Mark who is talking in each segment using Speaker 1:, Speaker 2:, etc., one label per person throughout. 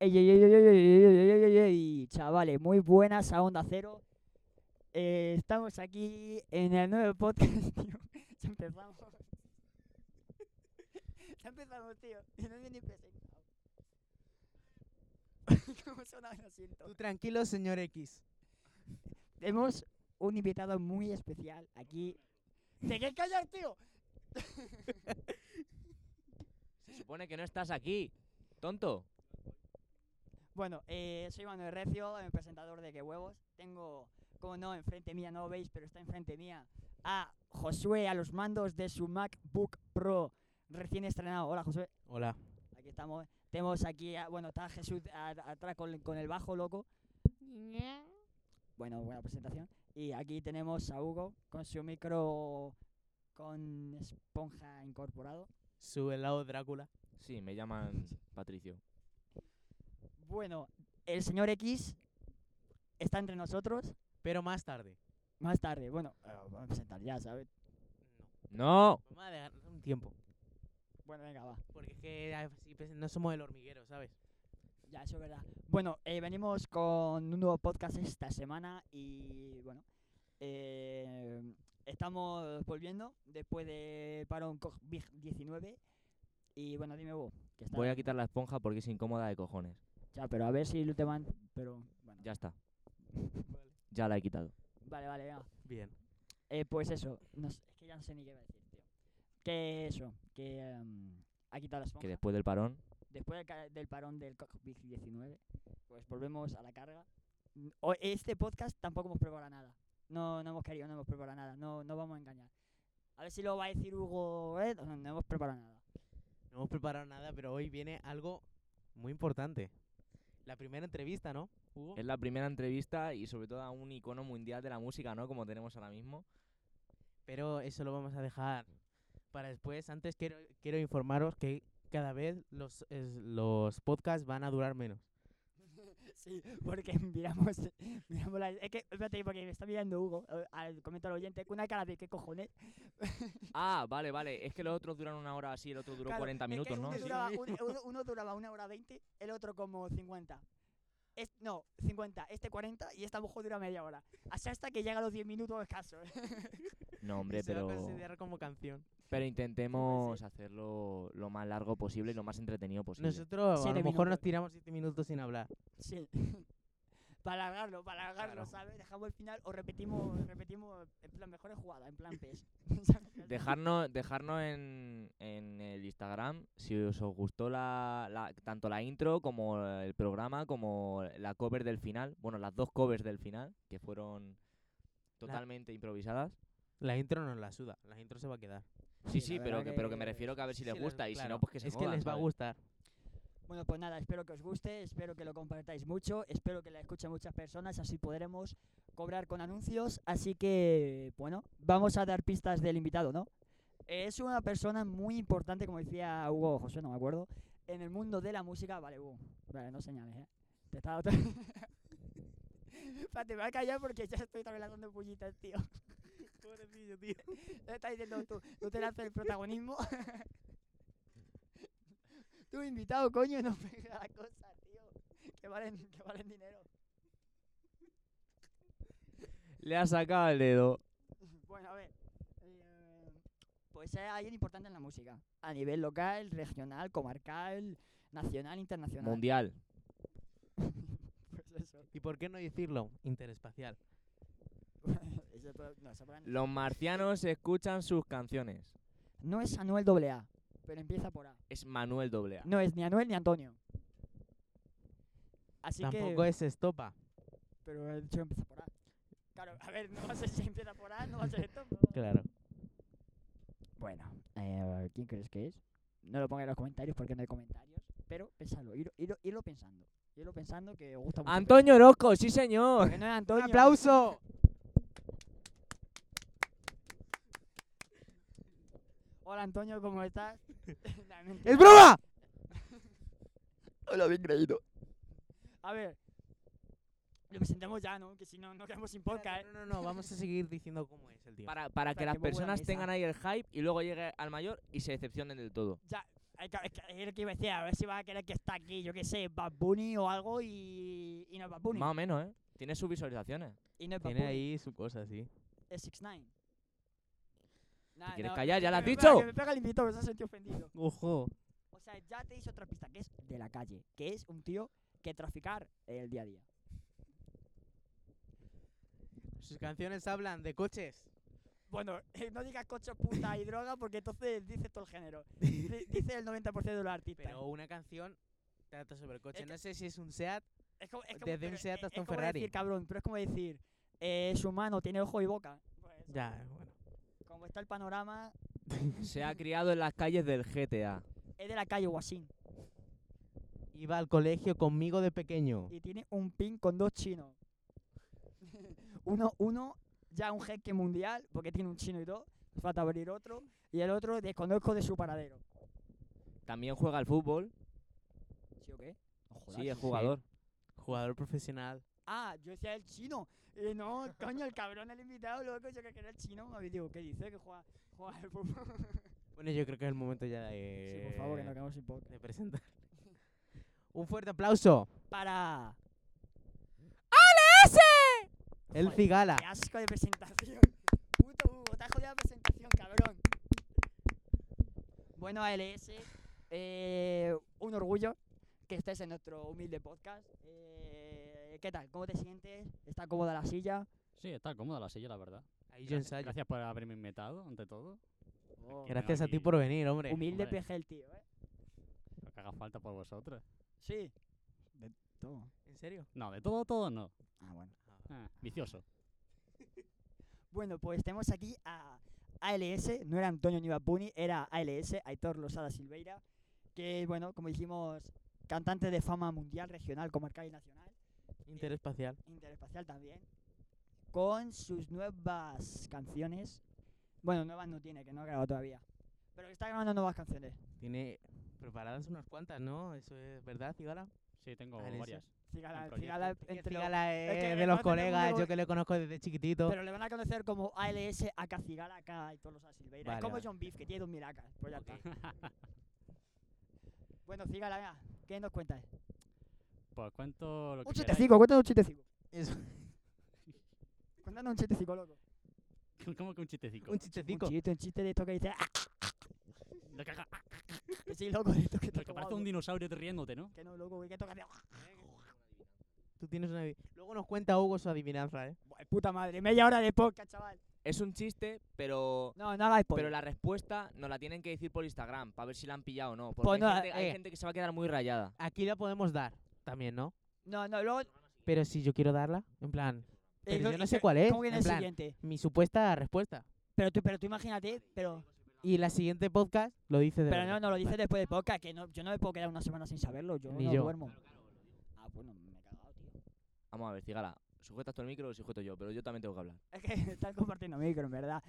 Speaker 1: Ey, ey, ey, ey, ey, ey, ey, ey, ey, ey, Chavales, muy buenas a Onda Cero. Eh, estamos aquí en el nuevo podcast, tío. Ya empezamos. Ya empezamos, tío. Y no me ni presentado. ¿Cómo suena? Lo siento.
Speaker 2: Tú tranquilo, señor X.
Speaker 1: Tenemos un invitado muy especial aquí. ¡Te que callar, tío!
Speaker 3: Se supone que no estás aquí, tonto.
Speaker 1: Bueno, eh, soy Manuel Recio, el presentador de Que Huevos. Tengo, como no, enfrente mía, no lo veis, pero está enfrente mía, a Josué, a los mandos de su MacBook Pro recién estrenado. Hola, Josué.
Speaker 2: Hola.
Speaker 1: Aquí estamos. Tenemos aquí, a- bueno, está Jesús a- atrás con, con el bajo loco. Bueno, buena presentación. Y aquí tenemos a Hugo con su micro con esponja incorporado.
Speaker 2: Sube el lado Drácula.
Speaker 3: Sí, me llaman Patricio.
Speaker 1: Bueno, el señor X está entre nosotros.
Speaker 2: Pero más tarde.
Speaker 1: Más tarde, bueno, eh, vamos a presentar ya, ¿sabes?
Speaker 3: ¡No!
Speaker 2: Vamos a dejar un tiempo.
Speaker 1: Bueno, venga, va.
Speaker 2: Porque es que así pues, no somos el hormiguero, ¿sabes?
Speaker 1: Ya, eso es verdad. Bueno, eh, venimos con un nuevo podcast esta semana y bueno, eh, estamos volviendo después de Parón COVID-19 y bueno, dime vos, que está...
Speaker 3: Voy a quitar la esponja porque es incómoda de cojones.
Speaker 1: Ya, pero a ver si lo te van, pero bueno.
Speaker 3: Ya está. Ya la he quitado.
Speaker 1: Vale, vale, venga.
Speaker 2: Bien.
Speaker 1: Eh, pues eso, no sé, es que ya no sé ni qué iba a decir, tío. Que eso, que em, ha quitado la esponja.
Speaker 3: Que después del parón,
Speaker 1: después del, ca- del parón del COVID-19, pues volvemos a la carga. N- o- Este podcast tampoco hemos preparado nada. No, no hemos querido, no hemos preparado nada. No, no vamos a engañar. A ver si lo va a decir Hugo. ¿eh? No, no hemos preparado nada.
Speaker 2: No hemos preparado nada, pero hoy viene algo muy importante. La primera entrevista, ¿no, Hugo?
Speaker 3: es la primera entrevista y sobre todo a un icono mundial de la música, ¿no? Como tenemos ahora mismo.
Speaker 2: Pero eso lo vamos a dejar para después. Antes quiero, quiero informaros que cada vez los, es- los podcasts van a durar menos.
Speaker 1: Sí, porque miramos, miramos la- Es que, espérate, porque me está mirando Hugo, eh, al comento al oyente, con una cara de qué cojones.
Speaker 3: Ah, vale, vale. Es que los otros duran una hora así, el otro duró
Speaker 1: Claro,
Speaker 3: 40
Speaker 1: es que
Speaker 3: minutos, ¿no?
Speaker 1: Uno
Speaker 3: Sí.
Speaker 1: duraba, un- uno- uno duraba una hora 20, el otro como 50. Es, no, 50, este 40 y esta mujer dura media hora. Así hasta que llega a los 10 minutos ¿eh? escasos.
Speaker 3: No,
Speaker 2: Y
Speaker 3: hombre,
Speaker 2: se va a
Speaker 3: pero,
Speaker 2: considerar como canción.
Speaker 3: pero intentemos hacerlo lo más largo posible y lo más entretenido posible.
Speaker 2: Nosotros a lo
Speaker 1: Siete
Speaker 2: mejor nos
Speaker 1: minutos.
Speaker 2: tiramos siete minutos sin hablar.
Speaker 1: Sí. para alargarlo, para alargarlo,
Speaker 3: Claro.
Speaker 1: ¿sabes? Dejamos el final o repetimos, repetimos en plan mejores jugadas, en plan PES.
Speaker 3: Dejarnos, dejarnos en, en el Instagram si os, os gustó la, la- tanto la intro como el programa, como la cover del final. Bueno, las dos covers del final, que fueron totalmente improvisadas.
Speaker 2: La intro nos la suda, la intro se va a quedar.
Speaker 1: Sí,
Speaker 3: Sí, sí,
Speaker 1: la
Speaker 3: pero
Speaker 1: verdad
Speaker 3: que, pero que me
Speaker 1: que
Speaker 3: refiero que a ver si
Speaker 2: Sí,
Speaker 3: les
Speaker 2: la-
Speaker 3: gusta y si
Speaker 2: claro,
Speaker 3: no, pues que se
Speaker 2: Es que les va a
Speaker 3: jodan, ¿sabes?
Speaker 2: gustar.
Speaker 1: Bueno, pues nada, espero que os guste, espero que lo compartáis mucho, espero que la escuchen muchas personas, así podremos cobrar con anuncios. Así que, bueno, vamos a dar pistas del invitado, ¿no? Es una persona muy importante, como decía Hugo o José, no me acuerdo, en el mundo de la música. Vale, Hugo, vale, no señales, ¿eh? Te está otra... Espérate, me voy a callar porque ya estoy dando pullitas, tío.
Speaker 2: Pobrecillo, tío.
Speaker 1: Lo estás diciendo tú. No te lanzas el protagonismo. tú invitado, coño, no pega la cosa, tío. Que valen, que valen dinero.
Speaker 3: Le ha sacado el dedo.
Speaker 1: Bueno, a ver. eh, pues hay alguien importante en la música. A nivel local, regional, comarcal, nacional, internacional.
Speaker 3: Mundial.
Speaker 1: Pues eso.
Speaker 2: ¿Y por qué no decirlo? Interespacial.
Speaker 1: Eso pro- no, eso para-
Speaker 3: Los marcianos escuchan sus canciones.
Speaker 1: no es Anuel AA, pero empieza por A.
Speaker 3: Es Manuel Doblea.
Speaker 1: No es ni Anuel ni Antonio. Así que...
Speaker 2: Tampoco es estopa.
Speaker 1: Pero el dicho empieza por A. Claro, a ver, no va a ser si empieza por A, no va a ser esto.
Speaker 2: Claro.
Speaker 1: Bueno, eh, ¿quién crees que es? No lo ponga en los comentarios porque no hay comentarios. Pero pensadlo, irlo, irlo, irlo pensando. Irlo pensando que os gusta mucho.
Speaker 3: Antonio Orozco, sí señor.
Speaker 1: Que no es Antonio.
Speaker 2: aplauso!
Speaker 1: Hola Antonio, ¿cómo estás? Nah, mentira.
Speaker 2: ¡Es broma!
Speaker 3: lo habéis creído.
Speaker 1: A ver. Lo presentamos ya, ¿no? Que si no, no quedamos sin podcast, ¿eh?
Speaker 2: No, no, no, vamos a seguir diciendo cómo es el tío.
Speaker 3: Para, para que
Speaker 1: Ostras,
Speaker 3: las
Speaker 1: qué muy buena
Speaker 3: personas
Speaker 1: mesa.
Speaker 3: tengan ahí el hype y luego llegue al mayor y se decepcionen del todo.
Speaker 1: Ya. hay que- hay que- Es lo que iba a decir, a ver si va a querer que está aquí, yo qué sé, Bad Bunny o algo y, y no es Bad Bunny.
Speaker 3: Más o menos, ¿eh? Tiene sus visualizaciones.
Speaker 1: y no es Bad
Speaker 2: Tiene
Speaker 1: Bunny,
Speaker 2: ahí su cosa, sí.
Speaker 1: es 6ix9ine. Nah,
Speaker 3: quieres
Speaker 1: no,
Speaker 3: callar? ¿Ya
Speaker 1: que
Speaker 3: lo has
Speaker 1: me pega-
Speaker 3: dicho?
Speaker 1: Que me pega el invitado, me has sentido ofendido.
Speaker 2: Ojo.
Speaker 1: O sea, ya te hice otra pista, que es de la calle, que es un tío que traficar el día a día.
Speaker 2: Sus canciones hablan de coches.
Speaker 1: Bueno, eh, no digas coche, puta y droga, porque entonces dice todo el género. Di- Dice el 90% de los artistas.
Speaker 2: Pero una canción trata sobre coches.
Speaker 1: Es que-
Speaker 2: No sé si es un SEAT.
Speaker 1: es como, es como-
Speaker 2: desde
Speaker 1: pero
Speaker 2: un
Speaker 1: es-
Speaker 2: Seat
Speaker 1: es
Speaker 2: hasta un
Speaker 1: como
Speaker 2: Ferrari.
Speaker 1: decir, cabrón, pero es como decir, eh, es humano, tiene ojo y boca. Pues,
Speaker 2: Ya, bueno.
Speaker 1: Como está el panorama,
Speaker 3: Se ha criado en las calles del GTA.
Speaker 1: es de la calle Guasín.
Speaker 2: Iba al colegio conmigo de pequeño.
Speaker 1: Y tiene un pin con dos chinos. uno, uno, ya un jeque mundial, porque tiene un chino y dos. Falta abrir otro. Y el otro desconozco de su paradero.
Speaker 3: También juega al fútbol.
Speaker 1: ¿Sí o qué? No jodas.
Speaker 3: Sí, es jugador.
Speaker 2: Jugador profesional.
Speaker 1: Ah, yo decía el chino. Eh, no, coño, el cabrón, el invitado, loco, yo que era el chino. A ver, digo, ¿qué dice? Que juega, juega al fútbol.
Speaker 2: Bueno, yo creo que es el momento ya
Speaker 1: Sí,
Speaker 2: de.
Speaker 1: por favor, que nos quedamos sin podcast.
Speaker 2: De presentar. un fuerte aplauso.
Speaker 1: Para.
Speaker 2: El
Speaker 1: Joder,
Speaker 2: Cigala.
Speaker 1: ¡Qué asco de presentación! Puto Hugo, te has jodido la presentación, cabrón. Bueno, ALS, eh, un orgullo que estés en nuestro humilde podcast. Eh, ¿Qué tal? ¿Cómo te sientes? ¿Está cómoda la silla?
Speaker 4: Sí, está cómoda la silla, la verdad.
Speaker 2: Ahí yo ensayo. Gracias,
Speaker 4: Gracias por haberme invitado, ante todo.
Speaker 1: Oh,
Speaker 4: Era-
Speaker 2: a ti
Speaker 4: aquí.
Speaker 2: por venir, hombre.
Speaker 1: humilde
Speaker 4: hombre.
Speaker 1: PG el tío, ¿eh?
Speaker 4: Lo que haga falta por vosotros.
Speaker 1: Sí. De todo.
Speaker 2: ¿En serio?
Speaker 4: No, de todo, todo no.
Speaker 1: Ah, bueno.
Speaker 4: Ah, vicioso.
Speaker 1: Bueno, pues tenemos aquí a ALS, no era Antonio ni Bad Bunny, era ALS, Aitor Losada Silveira, que, bueno, como dijimos, cantante de fama mundial, regional, comarcal y nacional,
Speaker 2: Interespacial.
Speaker 1: interespacial también, con sus nuevas canciones. Bueno, nuevas no tiene, que no ha grabado todavía, pero que está grabando nuevas canciones.
Speaker 2: Tiene preparadas unas cuantas, ¿no? Eso es verdad, Cigala.
Speaker 4: Sí, tengo
Speaker 1: Ah,
Speaker 2: Vale, sí.
Speaker 4: varias.
Speaker 1: Cigala,
Speaker 4: proyecto.
Speaker 1: Cigala
Speaker 2: Que
Speaker 1: entre los-
Speaker 2: Cigala es,
Speaker 1: que
Speaker 2: de los
Speaker 1: reconoce todo el
Speaker 2: colegas,
Speaker 1: mundo
Speaker 2: yo que le conozco desde chiquitito.
Speaker 1: Pero le van a conocer como ALS, acá Cigala, acá Aitor Losada Silveira.
Speaker 2: Vale,
Speaker 1: es como
Speaker 2: vale.
Speaker 1: John Beef, que tiene 2000 acas, pues ya está. Bueno, Cigala, venga, ¿qué nos cuentas?
Speaker 4: Pues cuento lo que
Speaker 1: Un
Speaker 4: queráis.
Speaker 1: chistecico, cuéntanos un chistecico.
Speaker 2: Eso,
Speaker 1: Cuéntanos un chistecico, loco.
Speaker 4: ¿Cómo que un chistecico?
Speaker 2: un
Speaker 1: Un
Speaker 2: chistecico.
Speaker 1: chiste, un chiste de esto que dices, ¡ah!
Speaker 4: Lo que, haga-
Speaker 1: Que sí, loco, de esto que
Speaker 4: lo
Speaker 1: te
Speaker 4: que parece un dinosaurio riéndote, ¿no?
Speaker 1: Que no, loco, que "Ah, toca de...
Speaker 2: Tú tienes una. adiv- Luego nos cuenta Hugo su adivinanza, ¿eh?
Speaker 1: Buah, pues, puta madre, media hora de podcast, chaval.
Speaker 3: Es un chiste, pero.
Speaker 1: No, no hagáis
Speaker 3: Pero
Speaker 1: spoiler.
Speaker 3: la respuesta nos la tienen que decir por Instagram, para ver si la han pillado o no. Porque
Speaker 1: Pues
Speaker 3: hay,
Speaker 1: no,
Speaker 3: gente, hay
Speaker 2: eh.
Speaker 3: gente que se va a quedar muy rayada.
Speaker 2: Aquí la podemos dar también, ¿no?
Speaker 1: No, no, luego...
Speaker 2: Pero si yo quiero darla, en plan, pero
Speaker 1: eh,
Speaker 2: yo
Speaker 1: lo-
Speaker 2: no
Speaker 1: y-
Speaker 2: sé cuál es,
Speaker 1: ¿Cómo viene
Speaker 2: en
Speaker 1: el
Speaker 2: plan.
Speaker 1: siguiente?
Speaker 2: mi supuesta respuesta.
Speaker 1: Pero tú, pero tú imagínate, pero...
Speaker 2: Y la siguiente podcast lo dice de
Speaker 1: Pero
Speaker 2: verdad.
Speaker 1: no, no, lo dices después del podcast, que no, yo no me puedo quedar una semana sin saberlo, yo
Speaker 2: Ni
Speaker 1: no
Speaker 2: yo.
Speaker 1: duermo. Ah, bueno, me he cagado, tío.
Speaker 3: Vamos a ver, Cigala. Sujetas tú el micro o sujeto yo, pero yo también tengo que hablar.
Speaker 1: Es que estás compartiendo micro, en verdad.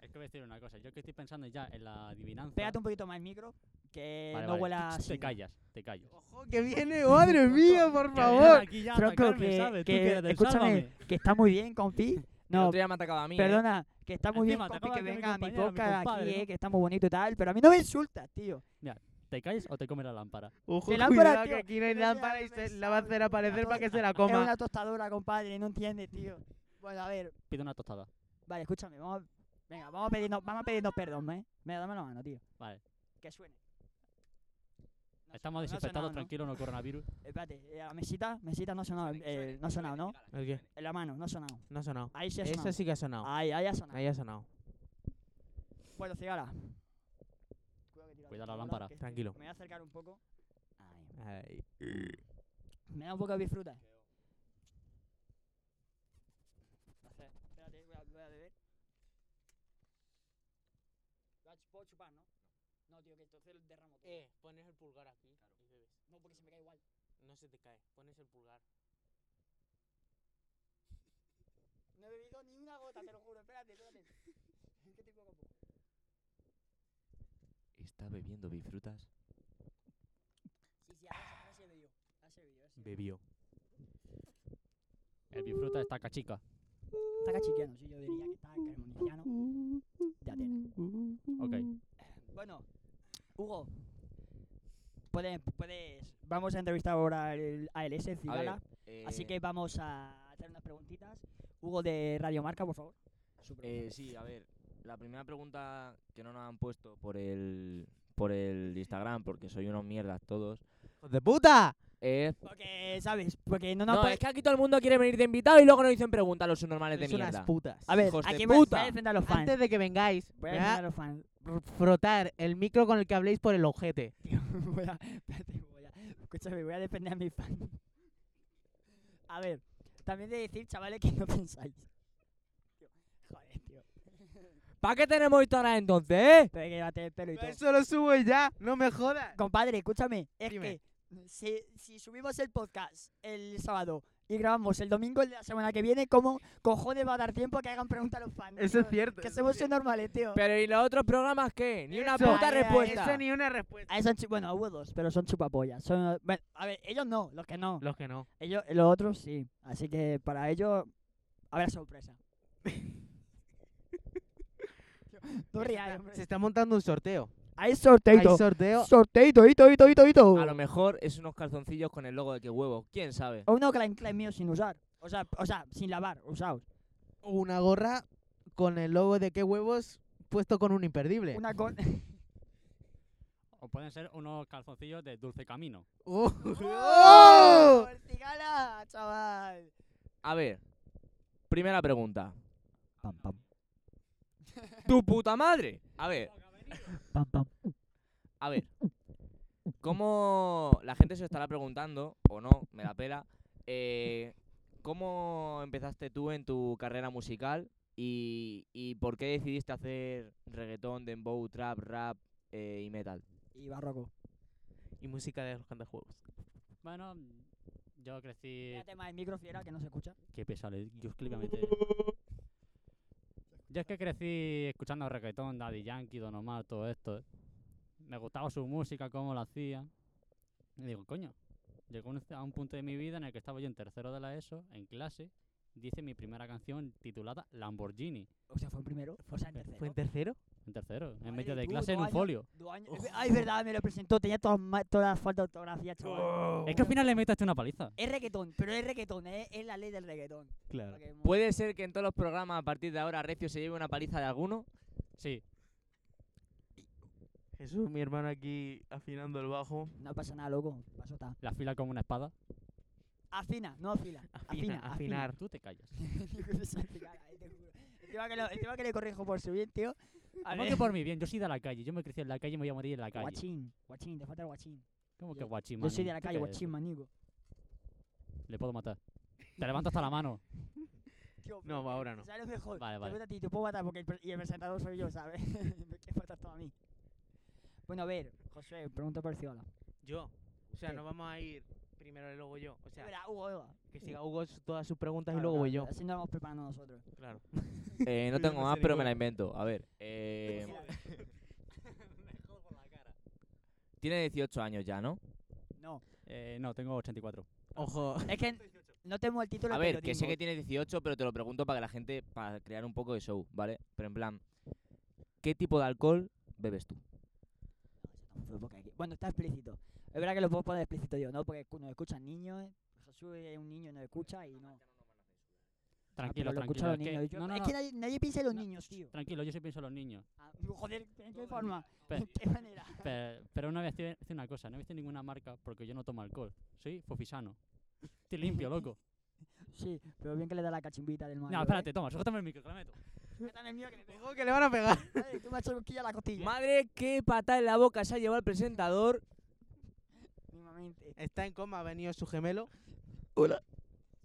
Speaker 4: Es que voy a decir una cosa. Yo que estoy pensando ya en la adivinanza.
Speaker 1: Pégate un poquito más el micro, que
Speaker 4: Vale,
Speaker 1: no
Speaker 4: vale.
Speaker 1: huela a
Speaker 4: Te
Speaker 1: sida.
Speaker 4: callas, te callas.
Speaker 2: Ojo, que viene, madre mía, por
Speaker 4: Que vengan
Speaker 2: favor.
Speaker 4: aquí ya a
Speaker 1: Tronco,
Speaker 4: atacarme,
Speaker 1: que,
Speaker 4: ¿sabes? Tú
Speaker 1: que-
Speaker 4: quédate,
Speaker 1: escúchame,
Speaker 4: sálvame.
Speaker 1: que está muy bien, compi.
Speaker 3: El
Speaker 1: No,
Speaker 3: otro día me ha atacado a mí. ¿eh?
Speaker 1: Perdona, que está muy
Speaker 4: Encima, te
Speaker 1: bien, compi, que
Speaker 4: acabas de mi
Speaker 1: venga a mi
Speaker 4: compañero, mi
Speaker 1: podcast
Speaker 4: compadre,
Speaker 1: aquí, eh,
Speaker 4: ¿no?
Speaker 1: que está muy bonito y tal, pero a mí no me insultas, tío.
Speaker 4: ¿Te calles o te come la lámpara?
Speaker 2: Ojo,
Speaker 1: Que
Speaker 2: cuidado,
Speaker 1: lámpara,
Speaker 2: que
Speaker 1: tío,
Speaker 2: aquí no
Speaker 1: que
Speaker 2: hay
Speaker 1: no sea
Speaker 2: lámpara y se la va a
Speaker 1: pensado,
Speaker 2: hacer aparecer
Speaker 1: tío.
Speaker 2: para que se la
Speaker 1: Es
Speaker 2: coma.
Speaker 1: una tostadora, compadre, no entiendes, tío. Bueno, a ver,
Speaker 4: Pido una tostada.
Speaker 1: vale, escúchame, vamos a, venga, vamos a pedirnos, vamos a pedirnos perdón, ¿eh? Venga, dame la mano, tío.
Speaker 4: Vale.
Speaker 1: Que suene. No ha
Speaker 4: Estamos
Speaker 1: sonado, no ha
Speaker 4: desinfectados,
Speaker 1: sonado, ¿no?
Speaker 4: tranquilos, no coronavirus.
Speaker 1: Espérate, eh, la mesita, mesita no ha sonado, eh, no ha sonado, ¿no?
Speaker 2: ¿El qué?
Speaker 1: En la mano, no ha sonado.
Speaker 2: No ha sonado.
Speaker 1: Ahí sí ha
Speaker 2: Eso
Speaker 1: sonado.
Speaker 2: sí que ha sonado.
Speaker 1: Ahí, ahí ha sonado.
Speaker 2: Ahí ha sonado.
Speaker 1: Bueno, cigala. Cuidado que tiro
Speaker 4: Cuidado la
Speaker 1: tostadora,
Speaker 4: lámpara.
Speaker 1: que estoy-
Speaker 2: Tranquilo.
Speaker 1: Me voy a acercar un poco. Ahí.
Speaker 2: Ay,
Speaker 1: Me da un poco de disfruta. Espérate, voy a, voy a beber. Lo has- ¿Puedo chupar, no? No, tío, que entonces derramo. todo.
Speaker 2: Eh, pones el pulgar aquí y bebes.
Speaker 1: No, porque se me cae igual.
Speaker 2: No se te cae, pones el pulgar.
Speaker 1: No he bebido ni una gota, te lo juro. Espérate, espérate. que te poco a poco.
Speaker 3: ¿Está bebiendo bifrutas?
Speaker 1: Sí, sí, ahora, sí- ahora sí he bebido. Ha servido, ha servido.
Speaker 2: Bebió.
Speaker 4: El bifruta está cachica.
Speaker 1: Está cachiquiano, sí, yo diría que está carmoniciano de Atenas.
Speaker 4: Ok.
Speaker 1: Bueno, Hugo, puedes, puedes... Vamos a entrevistar ahora al ALS, Cigala, así
Speaker 3: eh,
Speaker 1: que vamos a hacer unas preguntitas. Hugo de Radio Marca, por favor. su
Speaker 3: Eh,
Speaker 1: pregunta.
Speaker 3: sí, a ver, la primera pregunta que no nos han puesto por el por el Instagram, porque soy unos mierdas todos,
Speaker 2: ¡Hijo de puta!
Speaker 3: es...
Speaker 1: Porque, ¿sabes? Porque no
Speaker 3: No, pues eh.
Speaker 1: nos puede-
Speaker 3: es que aquí todo el mundo quiere venir de invitado y luego nos dicen preguntas los normales de
Speaker 2: Sois unas
Speaker 3: mierda.
Speaker 2: putas.
Speaker 1: A ver,
Speaker 3: hijos de
Speaker 1: aquí voy- voy
Speaker 3: puta.
Speaker 1: a defender a los fans.
Speaker 2: Antes de que vengáis,
Speaker 1: Voy
Speaker 2: voy
Speaker 1: a defender
Speaker 2: a
Speaker 1: a los fans.
Speaker 2: r- frotar el micro con el que habléis por el ojete.
Speaker 1: voy a, espérate, voy a- escúchame, voy a defender a mi fan. A ver, también de decir, chavales, que no pensáis. Tío, Joder, tío.
Speaker 3: ¿Para qué tenemos Instagram entonces, eh?
Speaker 1: Pero hay que llevarte el pelo y todo.
Speaker 2: Eso lo subo y ya, no me jodas.
Speaker 1: Compadre, escúchame, es
Speaker 2: Dime.
Speaker 1: que si, si subimos el podcast el sábado y grabamos el domingo el de la semana que viene, ¿cómo cojones va a dar tiempo a que hagan preguntas a los fans?
Speaker 2: Eso es
Speaker 1: tío?
Speaker 2: cierto.
Speaker 1: Que
Speaker 2: eso
Speaker 1: somos
Speaker 2: es
Speaker 1: bien normales, tío.
Speaker 3: Pero ¿y los otros programas qué? Ni una
Speaker 2: Eso,
Speaker 3: puta
Speaker 1: ahí, ahí,
Speaker 3: respuesta.
Speaker 2: Eso ni una respuesta.
Speaker 1: Ah, son chu- bueno, hubo dos, pero son chupapollas. Son, bueno, a ver, ellos no, los que no.
Speaker 2: Los que no.
Speaker 1: Ellos, los otros sí. Así que para ellos habrá sorpresa. no rías, hombre.
Speaker 2: Se está montando un sorteo.
Speaker 1: Hay
Speaker 2: Hay
Speaker 1: sorteo.
Speaker 2: sorteo.
Speaker 1: Sorteo, hito, hito, hito, hito.
Speaker 3: A lo mejor es unos calzoncillos con el logo de que huevo, quién sabe.
Speaker 1: O uno que la inclay mío sin usar. O sea, o sea, sin lavar, usados.
Speaker 2: Una gorra con el logo de qué huevos puesto con un imperdible.
Speaker 1: Una con...
Speaker 4: O pueden ser unos calzoncillos de dulce camino.
Speaker 2: Oh.
Speaker 1: ¡Oh! ¡Vertigala, chaval!
Speaker 3: A ver, primera pregunta.
Speaker 1: Pam, pam,
Speaker 3: ¡Tu puta madre! A ver,
Speaker 1: pam, pam.
Speaker 3: A ver, ¿cómo la gente se estará preguntando, o no, me la pela, eh, cómo empezaste tú en tu carrera musical y, y por qué decidiste hacer reggaetón, dembow, trap, rap eh, y metal?
Speaker 1: Y barroco.
Speaker 2: Y música de los cantajuegos.
Speaker 4: Bueno, yo crecí.
Speaker 1: Fíjate más el micro, fiera, que no se escucha.
Speaker 4: Qué pesado, eh, yo es que le voy a meter. Yo es que crecí escuchando reggaetón, Daddy Yankee, Don Omar, todo esto. eh. Me gustaba su música, cómo la hacía. Y digo, coño, llegó un- a un punto de mi vida en el que estaba yo en tercero de la ESO, en clase, dice mi primera canción titulada Lamborghini.
Speaker 1: O sea, fue en primero. O sea, en tercero.
Speaker 2: ¿Fue en tercero?
Speaker 4: En tercero, en
Speaker 1: Madre,
Speaker 4: medio de
Speaker 1: tú, dos
Speaker 4: clase, en un
Speaker 1: años-
Speaker 4: folio.
Speaker 1: dos años- es ve- Ay, es verdad, me lo presentó. Tenía todas ma- toda la falta de ortografía, chaval.
Speaker 4: Es que al final le metaste una paliza.
Speaker 1: Es reggaetón, pero es reggaetón, eh, es la ley del reggaetón.
Speaker 2: Claro.
Speaker 1: Porque mu-
Speaker 3: ¿Puede ser que en todos los programas a partir de ahora Recio se lleve una paliza de alguno?
Speaker 4: Sí,
Speaker 2: Jesús, mi hermano aquí afinando el bajo.
Speaker 1: No pasa nada, loco. Paso está.
Speaker 4: la fila como una espada.
Speaker 1: Afina, no afila. Afina, afina.
Speaker 2: afinar.
Speaker 4: Tú te callas.
Speaker 1: Hijo de esa picada, eh, te juro. El tema que, lo- el tema que le corrijo por subir, tío. A
Speaker 4: Además
Speaker 1: ver.
Speaker 4: que por mi bien, yo soy de la calle, yo me crecí en la calle y me voy a morir en la calle.
Speaker 1: Guachín, guachín, te falta el guachín.
Speaker 4: ¿Cómo que
Speaker 1: Yo-
Speaker 4: guachín,
Speaker 1: Yo soy
Speaker 4: manín?
Speaker 1: de la
Speaker 4: ¿Tú qué
Speaker 1: calle,
Speaker 4: eres?
Speaker 1: guachín, manigo.
Speaker 4: Le puedo matar. Te levanto hasta la mano.
Speaker 1: Tío,
Speaker 2: No,
Speaker 1: pero
Speaker 2: ahora no.
Speaker 1: ¿Sabes lo mejor?
Speaker 4: Vale,
Speaker 1: Te
Speaker 4: vale.
Speaker 1: meto a ti, te puedo matar porque el pre- y el presentador soy yo, ¿sabes? Me quieres matar todo a mí. Bueno, a ver, José, pregunta por Ciola.
Speaker 2: Yo. O sea,
Speaker 1: ¿Qué?
Speaker 2: no vamos a ir primero y luego yo. O sea,
Speaker 1: Espera, Hugo, Hugo.
Speaker 2: que siga Hugo su- todas sus preguntas
Speaker 1: Claro,
Speaker 2: y luego
Speaker 1: claro,
Speaker 2: voy yo.
Speaker 1: Así nos vamos preparando nosotros.
Speaker 2: Claro.
Speaker 3: Eh,
Speaker 2: Yo
Speaker 3: no
Speaker 2: no
Speaker 3: tengo
Speaker 2: sé
Speaker 3: más, pero
Speaker 2: ninguna.
Speaker 3: me la invento. A ver, eh, tiene 18 años ya, ¿no?
Speaker 1: No,
Speaker 4: Eh, no, tengo 84.
Speaker 2: Ojo.
Speaker 1: es que no tengo el título
Speaker 3: A
Speaker 1: de
Speaker 3: ver, que sé
Speaker 1: periodismo.
Speaker 3: que tiene 18, pero te lo pregunto para que la gente, para crear un poco de show, ¿vale? Pero en plan, ¿qué tipo de alcohol bebes tú?
Speaker 1: Fue porque aquí- Bueno, está explícito. Es verdad que lo puedo poner explícito yo, ¿no? Porque escu- nos escuchan niños. eh. Jesús es un niño y nos escucha y no. Ah, pero
Speaker 4: Tranquilo,
Speaker 1: lo
Speaker 4: tranquilo.
Speaker 1: escuchan los
Speaker 4: es que-
Speaker 1: niños. Yo-
Speaker 4: no, no,
Speaker 1: es
Speaker 4: no,
Speaker 1: que nadie, nadie piensa en los
Speaker 4: No,
Speaker 1: niños, tío.
Speaker 4: Tranquilo, yo sí pienso en los niños.
Speaker 1: Ah, joder, ¿en qué forma?
Speaker 4: Pero-
Speaker 1: ¿En qué manera?
Speaker 4: Pero, pero una vez te voy a decir una cosa, no viste ninguna marca porque yo no tomo alcohol. Soy fofisano. Estoy limpio, loco.
Speaker 1: Sí, pero bien que le da la cachimbita del mayor.
Speaker 4: No, espérate, toma, sujétame el micro, que la meto.
Speaker 1: Métame el mío que le pego.
Speaker 2: Ojo que le van a pegar.
Speaker 1: Ay, Tú me has hecho cosquilla la costilla.
Speaker 3: Madre, qué patada en la boca se ha llevado el presentador.
Speaker 1: Mínimamente.
Speaker 2: Está en coma, ha venido su gemelo,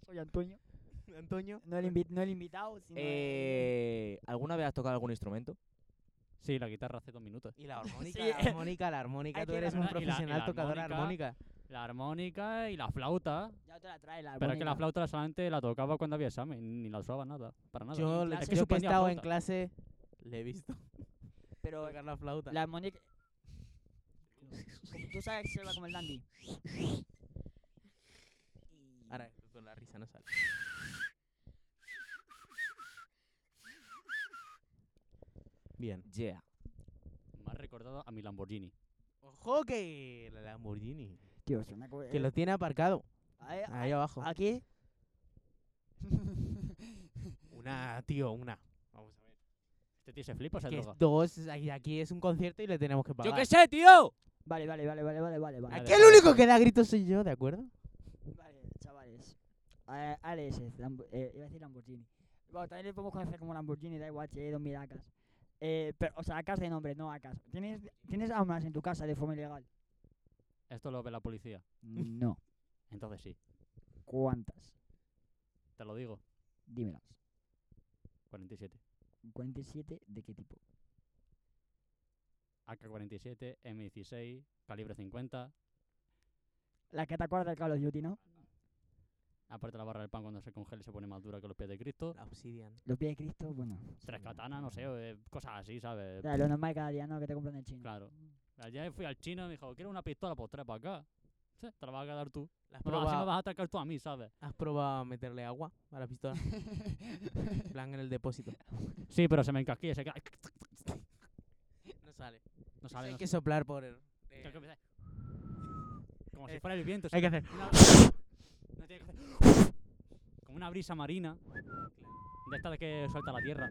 Speaker 1: Soy Antonio.
Speaker 2: Antonio.
Speaker 1: No el, invi- no el invitado, sino. el-
Speaker 3: Eh, ¿Alguna vez has tocado algún instrumento?
Speaker 4: Sí, la guitarra hace dos minutos.
Speaker 2: Y la armónica,
Speaker 1: Sí,
Speaker 2: la
Speaker 1: eh.
Speaker 2: armónica, la armónica.
Speaker 1: Hay
Speaker 2: Tú
Speaker 1: que ir a
Speaker 2: eres un
Speaker 4: verdad, y la- y la
Speaker 2: profesional tocador de
Speaker 4: armónica-
Speaker 2: armónica.
Speaker 4: La armónica y la flauta.
Speaker 1: Ya te la trae la
Speaker 4: Pero es que la
Speaker 1: armónica.
Speaker 4: flauta solamente la tocaba cuando había examen, ni la usaba nada, para nada.
Speaker 2: Yo,
Speaker 1: en
Speaker 2: le-
Speaker 1: clase
Speaker 2: es que, yo que he
Speaker 4: suspendía
Speaker 2: estado en
Speaker 4: flauta.
Speaker 2: clase, le he visto
Speaker 1: Pero
Speaker 2: tocar la flauta.
Speaker 1: la armónica. Como Tú sabes que se va como el dandy.
Speaker 2: Mm. pues, Bien.
Speaker 3: Yeah.
Speaker 4: Me ha recordado a mi Lamborghini.
Speaker 2: ¡Ojo que la Lamborghini!
Speaker 1: Tío, se me acu-
Speaker 2: Que lo tiene aparcado.
Speaker 1: Ahí-
Speaker 2: Ahí abajo.
Speaker 1: Eh, Aquí.
Speaker 2: Una, tío, una. Vamos a ver.
Speaker 4: Este tío se flipa, o se
Speaker 2: Que es
Speaker 4: droga.
Speaker 2: dos, y aquí es un concierto y le tenemos que pagar.
Speaker 3: Yo qué sé, tío.
Speaker 1: Vale, vale, vale, vale, vale, vale. vale.
Speaker 2: Aquí el único que da gritos soy yo, ¿de acuerdo?
Speaker 1: Vale, chavales. Eh, Alex, eh, Lambo- eh, iba a decir Lamborghini. Bueno, también le podemos conocer como Lamborghini, da igual, che, 2000 acas. Eh, pero, o sea, acas de nombre, no acas. ¿Tienes, ¿Tienes armas en tu casa de forma ilegal?
Speaker 4: Esto lo ve la policía.
Speaker 1: No.
Speaker 4: Entonces sí,
Speaker 1: ¿Cuántas?
Speaker 4: te lo digo.
Speaker 1: Dímelas.
Speaker 4: 47.
Speaker 1: ¿47 de qué tipo?
Speaker 4: AK-47, M16, calibre 50.
Speaker 1: La que te acuerdas del Call of Duty, ¿no?
Speaker 4: Aparte la barra del pan cuando se congela se pone más dura que los pies de Cristo.
Speaker 2: La Obsidian.
Speaker 1: Los pies de Cristo, bueno.
Speaker 4: Tres
Speaker 1: sí,
Speaker 4: katanas, no sé, eh, cosas así, ¿sabes?
Speaker 1: Ya, lo normal cada día, ¿no? Que te compran en chino.
Speaker 4: Claro. Ayer fui al chino y me dijo, ¿quieres una pistola? Pues trae para acá. Sí, te la vas a quedar tú.
Speaker 2: ¿Has
Speaker 4: Pero así me
Speaker 2: probado,
Speaker 4: vas a atacar tú a mí, ¿sabes?
Speaker 2: ¿Has probado meterle agua a la pistola? En plan, en el depósito.
Speaker 4: Sí, pero se me encasquilla, se queda...
Speaker 2: No sale.
Speaker 4: No
Speaker 2: Eso
Speaker 4: sale,
Speaker 2: Hay Pues
Speaker 4: no
Speaker 2: que soplar por el...
Speaker 4: Tengo que
Speaker 2: eh,
Speaker 4: empezar. Como
Speaker 2: Eh,
Speaker 4: si fuera el viento.
Speaker 2: hay que
Speaker 4: ¿sabes?
Speaker 2: hacer.
Speaker 4: Una- No tiene que hacer- Como una brisa marina. De esta de que suelta la tierra.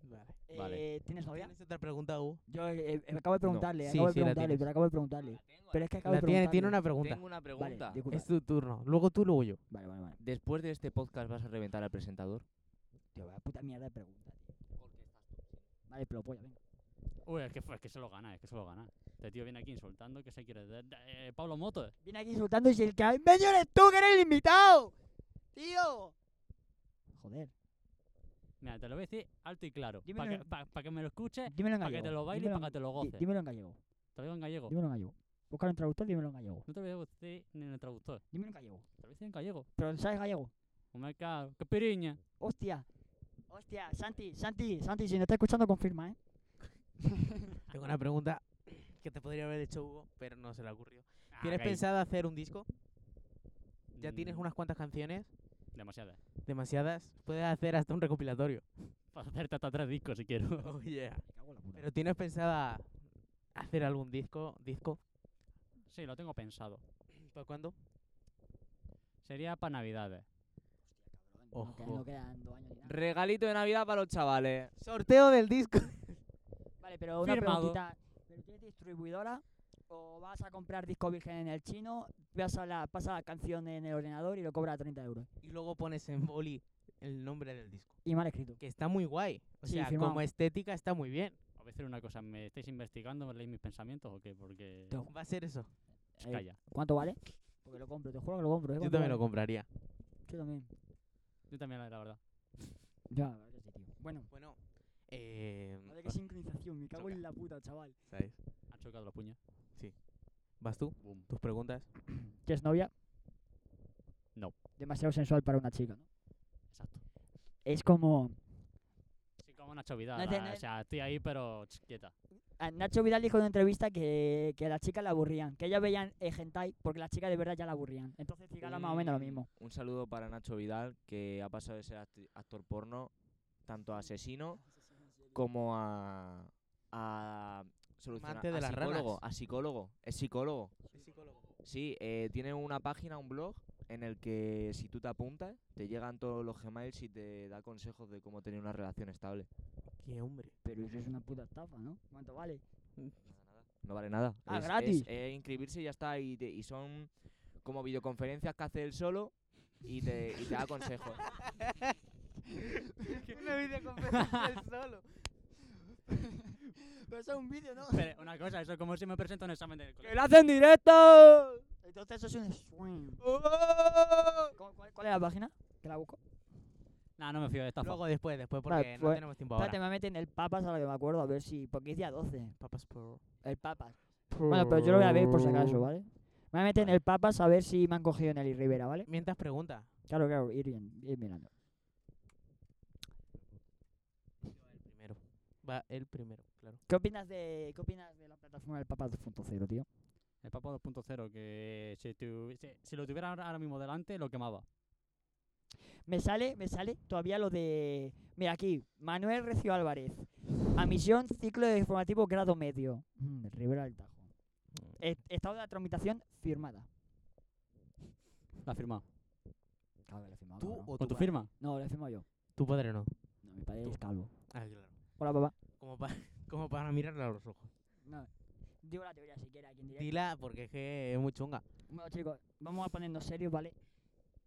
Speaker 2: Vale.
Speaker 4: Vale.
Speaker 1: Eh, ¿Tienes novia?
Speaker 2: ¿Tienes otra pregunta, Hugo?
Speaker 1: Yo eh, eh, acabo de preguntarle,
Speaker 2: Sí,
Speaker 1: acabo de
Speaker 2: sí, la
Speaker 1: preguntarle,
Speaker 2: tienes.
Speaker 1: pero acabo de preguntarle. Pero es que acabo
Speaker 2: La
Speaker 1: de
Speaker 2: tiene,
Speaker 1: preguntarle.
Speaker 2: tiene una pregunta.
Speaker 3: Tengo una
Speaker 1: Vale,
Speaker 3: pregunta.
Speaker 1: disculpa.
Speaker 2: Es tu turno. Luego tú, luego yo.
Speaker 1: Vale, vale, vale.
Speaker 3: Después de este podcast vas a reventar al presentador.
Speaker 1: Tío, vaya puta mierda de pregunta, tío. Vale, pero polla, venga.
Speaker 4: Uy, es que, fue- es que se lo gana, es que se lo gana. Este tío viene aquí insultando, que se quiere... de- de- eh, Pablo Motos.
Speaker 1: Viene aquí insultando y si el que ha venido eres tú, que eres el invitado. Tío. Joder.
Speaker 4: Mira, te lo voy a decir alto y claro.
Speaker 1: Dímelo
Speaker 4: Para que,
Speaker 1: en-
Speaker 4: pa- pa' que me lo escuches,
Speaker 1: Dímelo en
Speaker 4: para
Speaker 1: gallego.
Speaker 4: que te lo bailes y
Speaker 1: dímelo
Speaker 4: para
Speaker 1: en-
Speaker 4: que te lo
Speaker 1: di-
Speaker 4: goces.
Speaker 1: Dímelo en gallego.
Speaker 4: Te lo digo en gallego.
Speaker 1: Dímelo en gallego. Buscar un traductor, dímelo en gallego.
Speaker 4: No te lo voy a decir ni en el traductor.
Speaker 1: Dímelo en gallego.
Speaker 4: Te lo voy a decir en gallego.
Speaker 1: Pero ¿sabes gallego?
Speaker 4: Oh my God, ¡Qué piriña!
Speaker 1: Hostia. Hostia, Santi, Santi, Santi, si no está escuchando, confirma, ¿eh?
Speaker 2: Tengo una pregunta que te podría haber hecho Hugo, pero no se le ocurrió.
Speaker 4: Ah,
Speaker 2: ¿Tienes
Speaker 4: caí.
Speaker 2: pensado hacer un disco? ¿Ya tienes
Speaker 4: Mm,
Speaker 2: unas cuantas canciones?
Speaker 4: Demasiadas.
Speaker 2: Demasiadas. Puedes hacer hasta un recopilatorio.
Speaker 4: Para hacerte hasta tres discos si quiero.
Speaker 2: Oh, yeah.
Speaker 1: Me cago en la puta.
Speaker 2: Pero ¿tienes pensada hacer algún disco? ¿Disco?
Speaker 4: Sí, lo tengo pensado.
Speaker 2: ¿Para cuándo?
Speaker 4: Sería para Navidades.
Speaker 1: No quedan-
Speaker 2: Ojo.
Speaker 1: no quedan dos años ni nada.
Speaker 3: Regalito de Navidad para los chavales.
Speaker 2: Sorteo del disco.
Speaker 1: Vale, pero una
Speaker 4: Firmado.
Speaker 1: preguntita. ¿Pero tienes distribuidora? ¿O vas a comprar disco virgen en el chino? Vas a la, pasa la canción en el ordenador y lo cobra a 30 euros.
Speaker 2: Y luego pones en boli el nombre del disco.
Speaker 1: Y mal escrito.
Speaker 2: Que está muy guay. O
Speaker 1: Sí,
Speaker 2: sea,
Speaker 1: firmado.
Speaker 2: como estética está muy bien.
Speaker 4: Os voy a decir una cosa, ¿me estáis investigando? ¿Me leéis mis pensamientos o qué? Porque.
Speaker 1: Te-
Speaker 2: Va a ser eso.
Speaker 4: Sh,
Speaker 1: Eh,
Speaker 4: Calla.
Speaker 1: ¿Cuánto vale? Porque lo compro, te juro que lo compro. ¿eh?
Speaker 2: Yo
Speaker 1: ¿Cuánto
Speaker 2: también lo
Speaker 1: vale?
Speaker 2: compraría.
Speaker 1: Yo también.
Speaker 4: Yo también, la verdad.
Speaker 1: Ya, la verdad que sí, tío. Bueno,
Speaker 2: Bueno, eh,
Speaker 1: madre, qué sincronización. Me cago en la puta, chaval.
Speaker 2: ¿sabes?
Speaker 4: Han chocado los puños.
Speaker 2: ¿Vas tú?
Speaker 4: Boom.
Speaker 2: ¿Tus preguntas?
Speaker 1: ¿Tienes novia?
Speaker 4: No.
Speaker 1: Demasiado sensual para una chica, ¿no?
Speaker 4: Exacto.
Speaker 1: Es como.
Speaker 4: Sí, como Nacho Vidal.
Speaker 1: No te-
Speaker 4: ah,
Speaker 1: no-
Speaker 4: O sea, estoy ahí, pero. ch, quieta.
Speaker 1: Ah, Nacho Vidal dijo en una entrevista que, que a las chicas la aburrían, que ellas veían eh, hentai porque las chicas de verdad ya la aburrían. Entonces, Cigala más o menos lo
Speaker 3: Un-
Speaker 1: mismo.
Speaker 3: Un saludo para Nacho Vidal, que ha pasado de ser acti- actor porno, tanto a asesino como a. a soluciona-
Speaker 2: Amante de
Speaker 3: a
Speaker 2: las
Speaker 3: psicólogo,
Speaker 2: ranas.
Speaker 3: a psicólogo, es psicólogo.
Speaker 2: psicólogo.
Speaker 3: Sí, eh, tiene una página, un blog, en el que si tú te apuntas, te llegan todos los Gmails y te da consejos de cómo tener una relación estable.
Speaker 2: Qué hombre.
Speaker 1: Pero eso es una puta estafa, ¿no? ¿Cuánto vale?
Speaker 3: No vale nada.
Speaker 1: Ah,
Speaker 3: es,
Speaker 1: gratis.
Speaker 3: Es, eh, inscribirse y ya está. Y, te- y son como videoconferencias que hace él solo y te, y te da consejos.
Speaker 2: Una videoconferencia él solo.
Speaker 1: Pero eso es un vídeo, ¿no?
Speaker 4: Pero una cosa, eso es como si me presento en un examen del colegio.
Speaker 3: lo hacen directo!
Speaker 1: Entonces eso es un swing.
Speaker 2: ¡Oh!
Speaker 1: ¿Cu- ¿Cuál, cuál es la página? Que la busco.
Speaker 4: Nah, no me fío de esta
Speaker 2: Luego después, después, porque
Speaker 1: Vale,
Speaker 2: no
Speaker 1: pues,
Speaker 2: tenemos tiempo
Speaker 1: Espérate,
Speaker 2: ahora.
Speaker 1: me meten el Papas a lo que me acuerdo, a ver si. Porque es día 12.
Speaker 2: Papas por...
Speaker 1: El Papas. Bueno, pero yo lo voy a ver por si acaso, ¿vale? Me voy a meter en el Papas a ver si me han cogido en el Rivera, ¿vale?
Speaker 2: Mientras pregunta.
Speaker 1: Claro, claro, ir, bien, ir mirando.
Speaker 2: Primero. Va el primero, claro.
Speaker 1: ¿Qué opinas de, qué opinas de la plataforma del Papas 2.0, tío?
Speaker 4: El Papo 2.0, que si, tu- si, si lo tuviera ahora ahora mismo delante, lo quemaba.
Speaker 1: Me sale, me sale todavía lo de. Mira, aquí, Manuel Recio Álvarez. Admisión, ciclo de formativo grado medio. Mm, Ribera del Tajo.
Speaker 2: Mm.
Speaker 1: E- Estado de la tramitación firmada.
Speaker 4: La firma.
Speaker 1: Claro que la he firmado,
Speaker 2: ¿Tú
Speaker 1: cabrón.
Speaker 2: o
Speaker 4: ¿Con tu
Speaker 2: padre?
Speaker 4: firma?
Speaker 1: No, la he firmado yo.
Speaker 2: Tu padre no.
Speaker 1: No, mi padre es calvo.
Speaker 2: Ah, claro.
Speaker 1: Hola, papá.
Speaker 2: Como, pa- como para mirarla a los ojos.
Speaker 1: No, digo la teoría si quieres aquí en directo.
Speaker 2: Dila, porque es que es muy chunga.
Speaker 1: Bueno, chicos, vamos a ponernos serios, ¿vale?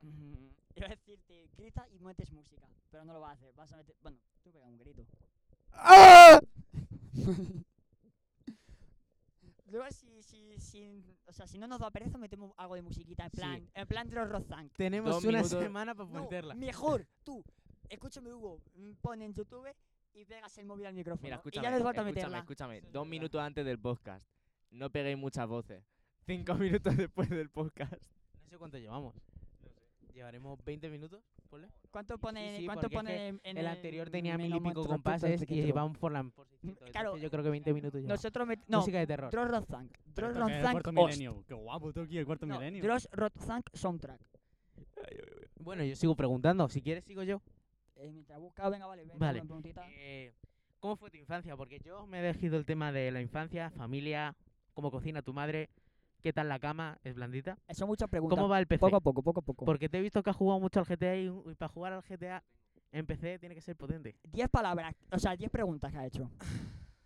Speaker 1: Mm, Iba a decirte, grita y metes música, pero no lo vas a hacer. Vas a meter. Bueno, tú pega un grito. Luego, si, si, si, o sea, si no nos da pereza, metemos algo de musiquita. En
Speaker 2: Sí.
Speaker 1: plan, en plan de los Rozank.
Speaker 2: Tenemos
Speaker 3: Dos
Speaker 2: una
Speaker 3: minutos-
Speaker 2: semana para
Speaker 1: No,
Speaker 2: meterla.
Speaker 1: mejor, tú, escúchame, Hugo, mm, pon en YouTube y pegas el móvil al micrófono.
Speaker 3: Mira,
Speaker 1: y
Speaker 3: escúchame,
Speaker 1: ya no hace falta
Speaker 3: escúchame,
Speaker 1: meterla.
Speaker 3: escúchame.
Speaker 2: Eso es
Speaker 3: Dos
Speaker 2: verdad.
Speaker 3: minutos antes del podcast. No peguéis muchas voces. Cinco minutos después del podcast.
Speaker 2: No sé cuánto llevamos. ¿Llevaremos 20 minutos? ponle?
Speaker 1: ¿Cuánto
Speaker 2: Sí,
Speaker 1: pone,
Speaker 2: sí,
Speaker 1: cuánto
Speaker 2: porque es
Speaker 1: pone
Speaker 2: que
Speaker 1: en- en
Speaker 2: el anterior tenía
Speaker 1: en
Speaker 2: mil y
Speaker 1: los
Speaker 2: pico
Speaker 1: monstruos
Speaker 2: compases
Speaker 1: tontos,
Speaker 2: y
Speaker 1: chiquito?
Speaker 2: llevamos por la... Por 600,
Speaker 1: Claro.
Speaker 2: entonces yo creo que 20 minutos ya.
Speaker 1: Nosotros met- no,
Speaker 2: Música de terror.
Speaker 1: Dross Rotzank.
Speaker 4: Pero
Speaker 1: Dross
Speaker 4: esto que es el
Speaker 1: Rotzank
Speaker 4: cuarto
Speaker 1: Ost.
Speaker 4: milenio. Qué guapo, tú aquí, el cuarto
Speaker 1: No,
Speaker 4: milenio.
Speaker 1: Dross Rotzank Soundtrack.
Speaker 2: Bueno, yo sigo preguntando. Si quieres, sigo yo.
Speaker 1: Eh, mientras busca, venga, vale, venga,
Speaker 2: Vale.
Speaker 1: una preguntita.
Speaker 2: Eh, ¿Cómo fue tu infancia? Porque yo me he elegido el tema de la infancia, familia, cómo cocina tu madre, qué tal la cama, es blandita.
Speaker 1: Eh, Son muchas preguntas.
Speaker 2: ¿Cómo va el PC?
Speaker 1: Poco a poco, poco a poco.
Speaker 2: Porque te he visto que has jugado mucho al GTA y, y para jugar al GTA en PC tiene que ser potente.
Speaker 1: 10 palabras, o sea, 10 preguntas que ha hecho.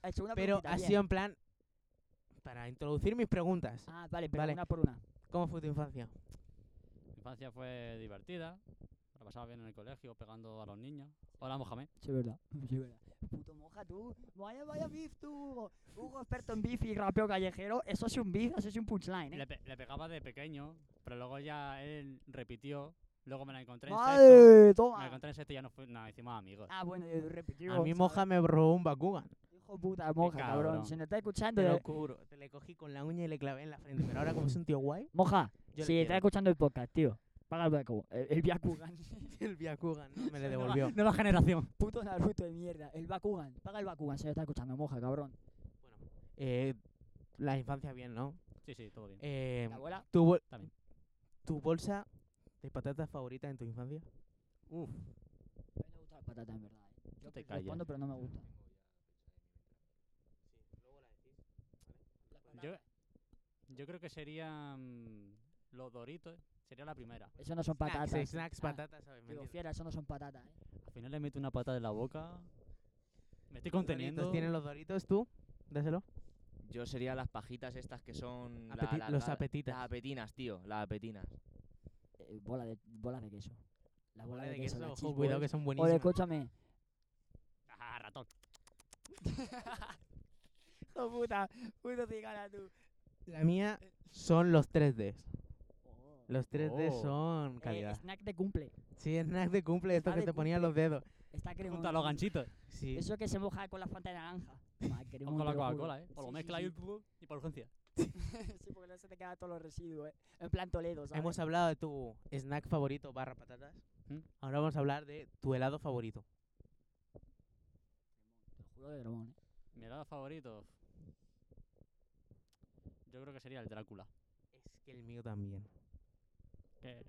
Speaker 1: Ha hecho una
Speaker 2: Pero
Speaker 1: preguntita,
Speaker 2: ha
Speaker 1: bien.
Speaker 2: sido en plan para introducir mis preguntas.
Speaker 1: Ah, vale, pero
Speaker 2: Vale.
Speaker 1: una por una.
Speaker 2: ¿Cómo fue tu infancia?
Speaker 4: Mi infancia fue divertida. La pasaba bien en el colegio, pegando a los niños. Hola, Mohamed.
Speaker 1: Sí, es verdad. Sí, es verdad. Puto moja, tú. Vaya, vaya beef, tú, Hugo. Hugo, experto en beef y rapeo callejero. Eso es un beef, eso es un punchline,
Speaker 4: Le,
Speaker 1: ¿eh?
Speaker 4: pe- le pegaba de pequeño, pero luego ya él repitió. Luego me la encontré en sexto.
Speaker 1: ¡Madre!
Speaker 4: Me la
Speaker 1: Toma.
Speaker 4: encontré en sexto y ya no fui, nada, hicimos amigos.
Speaker 1: Ah, bueno, eh, repetimos.
Speaker 2: A mí
Speaker 1: ¿sabes?
Speaker 2: Moja me robó un Bakugan.
Speaker 1: Hijo puta, moja, cabrón.
Speaker 4: cabrón.
Speaker 1: Si nos está escuchando,
Speaker 2: Te lo
Speaker 1: eh,
Speaker 2: juro. Te le cogí con la uña y le clavé en la frente. Pero ahora como es un tío guay,
Speaker 1: moja.
Speaker 2: yo
Speaker 1: si
Speaker 2: le
Speaker 1: está
Speaker 2: quiero.
Speaker 1: escuchando el podcast, tío. Paga el Bakugan. El, el Byakugan.
Speaker 2: el Bakugan no me
Speaker 1: Nueva-
Speaker 2: le devolvió.
Speaker 4: Nueva generación.
Speaker 1: Puto Naruto de mierda. El Bakugan. Paga el Bakugan. Se lo está escuchando, moja, cabrón.
Speaker 2: Eh, la infancia bien, ¿no?
Speaker 4: Sí, sí, todo bien.
Speaker 2: Eh,
Speaker 1: La abuela.
Speaker 2: tu, bol-
Speaker 4: También.
Speaker 2: tu bolsa de patatas favorita en tu infancia?
Speaker 4: Uf,
Speaker 1: A mí me gusta la patata, en verdad. eh. Yo
Speaker 4: Te
Speaker 1: te respondo,
Speaker 4: callas.
Speaker 1: pero no me gusta.
Speaker 4: yo, yo creo que mm, serían los doritos. eh, Sería la primera.
Speaker 1: Eso no son
Speaker 2: Snacks,
Speaker 1: patatas.
Speaker 2: snacks,
Speaker 1: Ah,
Speaker 2: patatas, ¿sabes? ¿Me
Speaker 1: Digo,
Speaker 2: entiendes?
Speaker 1: fiera, eso no son patatas, eh.
Speaker 4: Al final le meto una pata de la boca. Me estoy
Speaker 2: Los
Speaker 4: conteniendo.
Speaker 2: Doritos, ¿Tienen los doritos tú? Dáselo.
Speaker 3: Yo sería las pajitas estas que son. la-
Speaker 2: Apeti-
Speaker 3: la-
Speaker 2: los
Speaker 3: la-
Speaker 2: apetitas.
Speaker 3: Las apetinas, tío. Las apetinas.
Speaker 1: Eh, bola, de, bola de queso. La bola, de, eh. queso, la
Speaker 2: ojo,
Speaker 1: cheese
Speaker 2: cuidado que
Speaker 1: balls.
Speaker 2: son
Speaker 1: Oye,
Speaker 2: buenísimos.
Speaker 1: escúchame.
Speaker 4: Ah, ratón.
Speaker 1: Hijo puta. Puto cigana, tú.
Speaker 2: La mía son los 3D.
Speaker 1: Oh.
Speaker 2: Los 3D
Speaker 4: Oh.
Speaker 2: son
Speaker 1: Eh,
Speaker 2: calidad.
Speaker 1: snack de cumple.
Speaker 2: Sí, snack de cumple,
Speaker 1: está
Speaker 2: estos que
Speaker 1: de
Speaker 2: te ponían los dedos.
Speaker 1: Está cremoso.
Speaker 4: Junta los ganchitos.
Speaker 2: Sí.
Speaker 1: Eso que se moja con la fanta de naranja. Madre,
Speaker 4: O
Speaker 1: cremoso,
Speaker 4: con la
Speaker 1: te lo juro.
Speaker 4: Coca-Cola, ¿eh? O lo
Speaker 1: Sí, sí,
Speaker 4: mezcla
Speaker 1: sí.
Speaker 4: y, y por urgencia.
Speaker 1: sí, porque no se te quedan todos los residuos, ¿eh? En plan Toledo, ¿sabes?
Speaker 2: Hemos hablado de tu snack favorito barra patatas.
Speaker 4: ¿Mm?
Speaker 2: Ahora vamos a hablar de tu helado favorito.
Speaker 1: Juego de dragón, ¿eh?
Speaker 4: Mi helado favorito. Yo creo que sería el Drácula.
Speaker 2: Es que el mío también.
Speaker 4: que-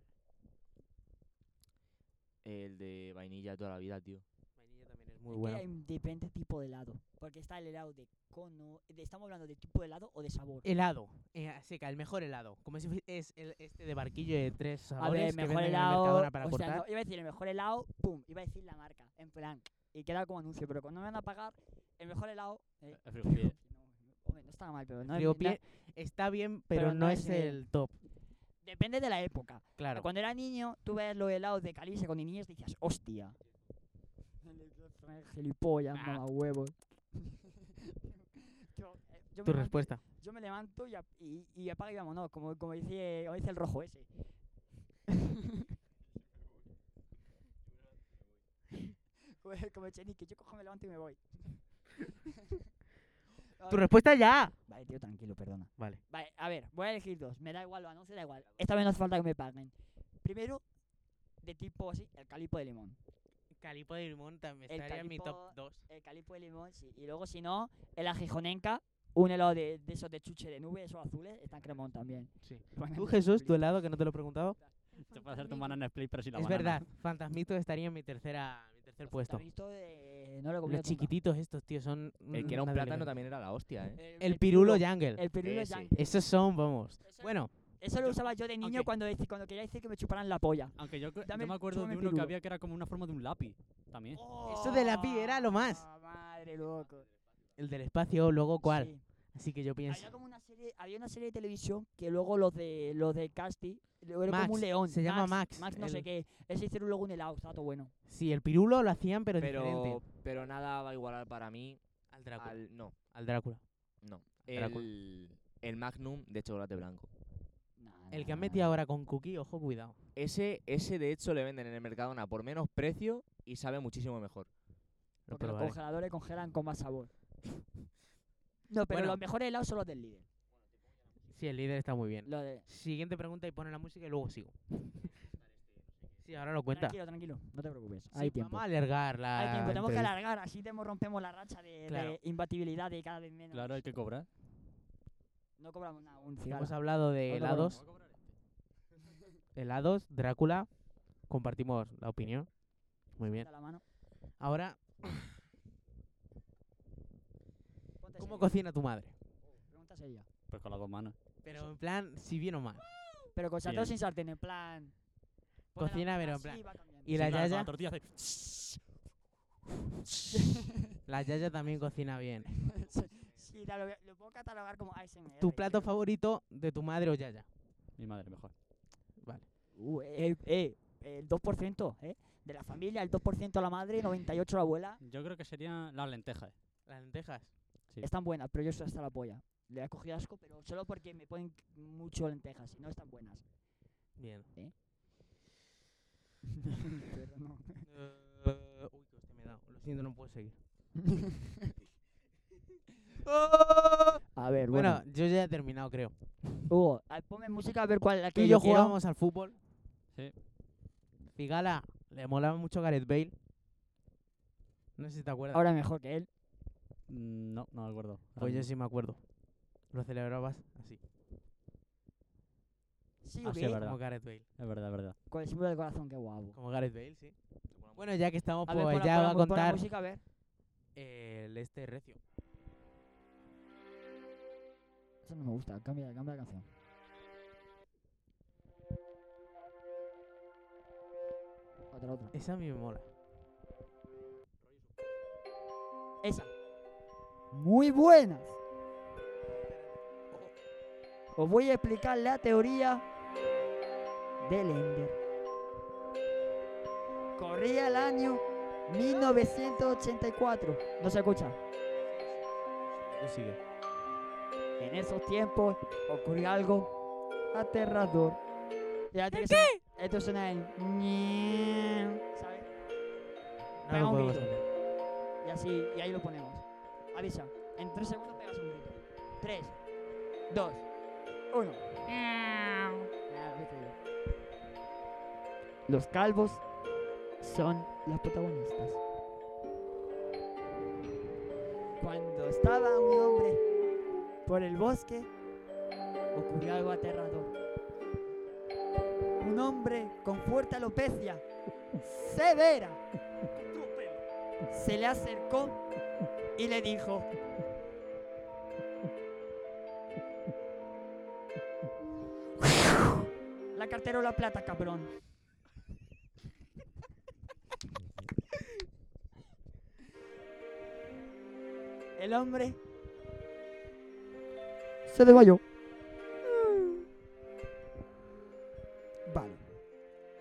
Speaker 3: El de vainilla toda la vida, tío.
Speaker 2: Vainilla también es muy
Speaker 1: Es que
Speaker 2: bueno.
Speaker 1: hay diferente tipo de helado. Porque está el helado de cono... de- ¿Estamos hablando de tipo de helado o de sabor?
Speaker 2: Helado, eh, seca, el mejor helado. Como si fuese es el, este de barquillo de tres
Speaker 1: A
Speaker 2: sabores
Speaker 1: ver, mejor
Speaker 2: que venden en el
Speaker 1: helado...
Speaker 2: Mercadona para
Speaker 1: o sea,
Speaker 2: cortar.
Speaker 1: no, iba a decir el mejor helado, pum, iba a decir la marca, en plan. Y queda como anuncio, pero cuando me van a pagar, el mejor helado... eh,
Speaker 4: El Frigopie.
Speaker 1: no, hombre, no estaba mal, pero no... es-
Speaker 2: Digo,
Speaker 1: no-
Speaker 2: pie- está bien, pero, no, es el, top.
Speaker 1: depende de la época.
Speaker 2: Claro.
Speaker 1: Cuando era niño, tú ves los helados de Calice con niñez y decías, hostia. Gilipollas,
Speaker 4: Ah.
Speaker 1: mamá huevos. yo, eh, yo
Speaker 2: Tu
Speaker 1: me levanto-
Speaker 2: respuesta.
Speaker 1: yo me levanto y, ap- y, y apaga y vámonos, como, como, dice, como dice el rojo ese. como, como Echenique, yo cojo, me levanto y me voy. A
Speaker 2: Tu
Speaker 1: ver,
Speaker 2: respuesta ya.
Speaker 1: Vale, tío, tranquilo, perdona.
Speaker 2: Vale.
Speaker 1: Vale, a ver, voy a elegir dos. Me da igual, lo anuncio, da igual. Esta vez no hace falta que me paguen. Primero, de tipo así, el calipo de limón.
Speaker 2: Calipo de limón también
Speaker 1: El
Speaker 2: estaría en mi
Speaker 1: calipo-
Speaker 2: top 2.
Speaker 1: El calipo de limón, sí. Y luego, si no, el ajijonenca. Un helado de, de esos de chuche de nube, esos azules, están cremón también.
Speaker 2: Sí.
Speaker 1: Bueno,
Speaker 2: Tú,
Speaker 1: me
Speaker 2: Jesús, tu
Speaker 1: flipa.
Speaker 2: helado que no te lo he preguntado.
Speaker 4: Se puede hacerte un banana split, pero sin la
Speaker 2: es
Speaker 4: banana.
Speaker 2: verdad, Fantasmito estaría en mi tercera, mi tercer puesto.
Speaker 1: Visto, eh, no lo he comido nunca.
Speaker 2: Los chiquititos estos, tío, son...
Speaker 1: Mm,
Speaker 3: El que era un
Speaker 2: una
Speaker 3: plátano
Speaker 2: delicacia.
Speaker 3: también era la hostia, ¿eh?
Speaker 2: El pirulo
Speaker 1: ya
Speaker 2: jungle.
Speaker 1: El pirulo
Speaker 3: Ese.
Speaker 1: yankee.
Speaker 2: Esos son, vamos.
Speaker 1: Eso-
Speaker 2: Bueno,
Speaker 1: Eso lo usaba yo de niño
Speaker 4: Aunque-
Speaker 1: cuando, dec- cuando quería decir que me chuparan la polla.
Speaker 4: Aunque yo, cre- yo
Speaker 1: Dame-
Speaker 4: me acuerdo
Speaker 1: chúpame
Speaker 4: de
Speaker 1: el
Speaker 4: uno que
Speaker 1: pirulo.
Speaker 4: había que era como una forma de un lápiz también.
Speaker 2: Eso de la pi era lo más.
Speaker 1: Oh, Madre loco.
Speaker 2: el del espacio, luego cuál.
Speaker 1: Sí.
Speaker 2: Así que yo pienso...
Speaker 1: Había como una serie, había una serie de televisión que luego los de los de Casti, luego era
Speaker 2: Max,
Speaker 1: como un león.
Speaker 2: se llama Max,
Speaker 1: Max no
Speaker 2: el-
Speaker 1: sé qué. Ese hicieron luego un helado, está todo bueno.
Speaker 2: Sí, el pirulo lo hacían, pero,
Speaker 3: Pero,
Speaker 2: diferente.
Speaker 3: pero nada va a igualar para mí
Speaker 2: Al Drácula. Al,
Speaker 3: al... No,
Speaker 2: Drácula.
Speaker 3: no.
Speaker 2: Drácula.
Speaker 3: El, el Magnum de chocolate blanco.
Speaker 2: El que han metido ahora con Cookie, ojo, cuidado.
Speaker 3: Ese, ese de hecho le venden en el Mercadona por menos precio y sabe muchísimo mejor.
Speaker 2: Lo
Speaker 1: Porque los
Speaker 2: probaré.
Speaker 1: congeladores congelan con más sabor. No, pero
Speaker 2: Bueno.
Speaker 1: los mejores helados son los del líder.
Speaker 2: Sí, el líder está muy bien. este,
Speaker 1: Lo de...
Speaker 2: Siguiente pregunta y pone la música y luego sigo. sí, ahora lo cuenta.
Speaker 1: Tranquilo, tranquilo, no te preocupes.
Speaker 2: Sí, pues,
Speaker 1: hay tiempo.
Speaker 2: Vamos a alargar la.
Speaker 1: Hay tiempo, tenemos que
Speaker 2: entrevista.
Speaker 1: alargar, así temo- rompemos la racha de,
Speaker 2: Claro.
Speaker 1: de imbatibilidad de cada vez menos.
Speaker 4: Claro, hay que cobrar.
Speaker 1: No cobramos nada, un
Speaker 2: Sí,
Speaker 1: cigarro.
Speaker 2: Hemos hablado de
Speaker 1: Ahora
Speaker 2: helados. Helados, Drácula. Compartimos la opinión. Muy bien.
Speaker 1: Levanta la mano.
Speaker 2: Ahora,
Speaker 1: Ponte
Speaker 2: ¿cómo
Speaker 1: serio,
Speaker 2: cocina tu madre?
Speaker 1: pregunta seria.
Speaker 4: Pues con las dos manos.
Speaker 2: Pero en plan, si bien o mal.
Speaker 1: Pero con sartén o
Speaker 4: Bien.
Speaker 1: sin sartén, en plan. pone la
Speaker 2: Cocina,
Speaker 1: mano
Speaker 2: pero en
Speaker 1: así
Speaker 2: plan.
Speaker 1: y va cambiando.
Speaker 2: Y la
Speaker 4: Sí, con
Speaker 2: yaya,
Speaker 4: La tortilla hace...
Speaker 2: la yaya también cocina bien.
Speaker 1: Sí, la- lo, lo puedo catalogar como ASMR.
Speaker 2: ¿Tu plato favorito de tu madre o yaya?
Speaker 4: Mi madre, mejor.
Speaker 2: Vale.
Speaker 1: Uh, eh, eh, el 2%, ¿eh? De la familia, el 2% la madre, 98% la abuela.
Speaker 4: Yo creo que serían las lentejas.
Speaker 2: Las lentejas.
Speaker 4: Sí.
Speaker 1: Están buenas, pero yo soy hasta la polla. Le he cogido asco, pero solo porque me ponen mucho lentejas y no están buenas.
Speaker 2: Bien.
Speaker 1: Pero no.
Speaker 2: Eh, uy, que hostia me he dado. Lo siento, no puedo seguir.
Speaker 1: A ver, bueno.
Speaker 2: Bueno, yo ya he terminado, creo.
Speaker 1: Hugo, a- ponme música a ver cuál es la
Speaker 2: Tú
Speaker 1: que
Speaker 2: y yo
Speaker 1: quiero.
Speaker 2: jugábamos al fútbol.
Speaker 4: Sí.
Speaker 2: Cigala, le molaba mucho Gareth Bale. No sé si te acuerdas.
Speaker 1: Ahora mejor que él.
Speaker 4: Mm, No, no me acuerdo. ahora
Speaker 2: pues yo
Speaker 4: mismo.
Speaker 2: sí me acuerdo. Lo celebrabas así,
Speaker 1: Sí,
Speaker 4: Ah,
Speaker 1: ¿o
Speaker 4: sí,
Speaker 1: qué?
Speaker 4: es verdad.
Speaker 2: como Gareth Bale.
Speaker 4: Es verdad, es verdad.
Speaker 1: Con el símbolo del corazón, qué guapo.
Speaker 2: Como Gareth Bale, sí. Bueno, ya que estamos,
Speaker 1: A
Speaker 2: pues
Speaker 1: pon la-
Speaker 2: ya
Speaker 1: pon
Speaker 2: va
Speaker 1: la
Speaker 2: a
Speaker 1: mu- pon la
Speaker 2: contar
Speaker 1: música, a ver.
Speaker 2: el este recio.
Speaker 1: Eso no me gusta, cambia, cambia la canción. Otra, otra.
Speaker 2: Esa a mí me mola.
Speaker 1: Esa. Muy buenas. Os voy a explicar la teoría del Ender. Corría el año 1984. No se escucha.
Speaker 2: Tú sigue.
Speaker 1: En esos tiempos ocurrió algo aterrador. ¿El qué? Esto suena el... ñe, ¿Sabes?
Speaker 2: No
Speaker 1: Pega
Speaker 2: lo
Speaker 1: un
Speaker 2: puedo
Speaker 1: grito.
Speaker 2: sostener.
Speaker 1: Y así, y ahí lo ponemos. Avisa. En tres segundos pegas un grito. Tres, dos, uno. Ah, vete ya. Los calvos son los protagonistas. Cuando estaba un hombre por el bosque, ocurrió algo aterrador. Un hombre con fuerte alopecia, severa, se le acercó y le dijo. La carterola plata, cabrón. El hombre se desmayó. Vale.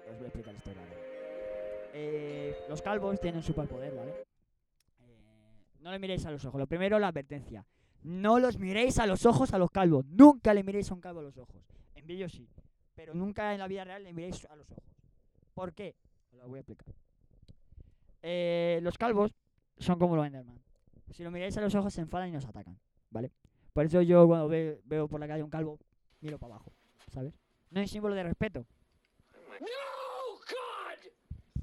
Speaker 1: Os voy a explicar la historia. ahora. Eh, los calvos tienen superpoder, ¿vale? Eh, no le miréis a los ojos. Lo primero, la advertencia. No los miréis a los ojos a los calvos. Nunca le miréis a un calvo a los ojos. En vídeo sí. Pero nunca en la vida real le miréis a los ojos. ¿Por qué? Os lo voy a explicar. Eh, los calvos son como los Enderman. Si lo miráis a los ojos se enfadan y nos atacan. ¿Vale? Por eso yo cuando ve- veo por la calle un calvo, miro para abajo. ¿Sabes? No es símbolo de respeto.
Speaker 5: Oh, God!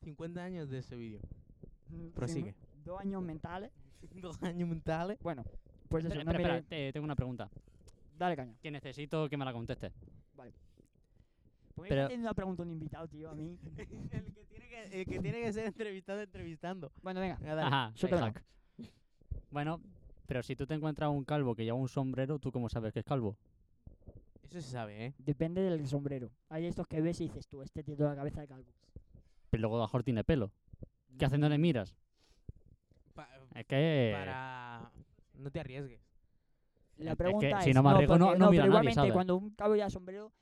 Speaker 2: 50 años de ese vídeo.
Speaker 1: Mm,
Speaker 2: Prosigue.
Speaker 1: sí, Dos años mentales.
Speaker 2: Dos años mentales.
Speaker 1: Bueno, pues eso,
Speaker 4: Espera,
Speaker 1: no
Speaker 4: espera,
Speaker 1: miré-
Speaker 4: espera, te- tengo una pregunta.
Speaker 1: Dale caña.
Speaker 4: que necesito que me la conteste.
Speaker 1: Pues
Speaker 4: Pero-
Speaker 1: me haciendo una pregunta a un invitado, tío, a mí.
Speaker 2: el, que tiene que, el que tiene que ser entrevistado, entrevistando.
Speaker 1: Bueno, venga.
Speaker 2: Venga, dale.
Speaker 4: Ajá,
Speaker 1: suéltala.
Speaker 4: exacto. Bueno, pero si tú te encuentras un calvo que lleva un sombrero, ¿tú cómo sabes que es calvo?
Speaker 2: Eso se sabe, ¿eh?
Speaker 1: Depende del sombrero. Hay estos que ves y dices tú, este tiene toda la cabeza de calvo.
Speaker 4: Pero luego a lo mejor tiene pelo.
Speaker 2: Mm.
Speaker 4: ¿Qué haces? No le miras.
Speaker 2: Pa-
Speaker 4: Es que...
Speaker 2: Para... No te arriesgues.
Speaker 1: La
Speaker 4: Es que
Speaker 1: pregunta es,
Speaker 4: si no me arriesgo,
Speaker 1: porque
Speaker 4: no-
Speaker 1: pero
Speaker 4: no miro a nadie,
Speaker 1: igualmente
Speaker 4: ¿sabes?
Speaker 1: cuando un cabo ya sombrero,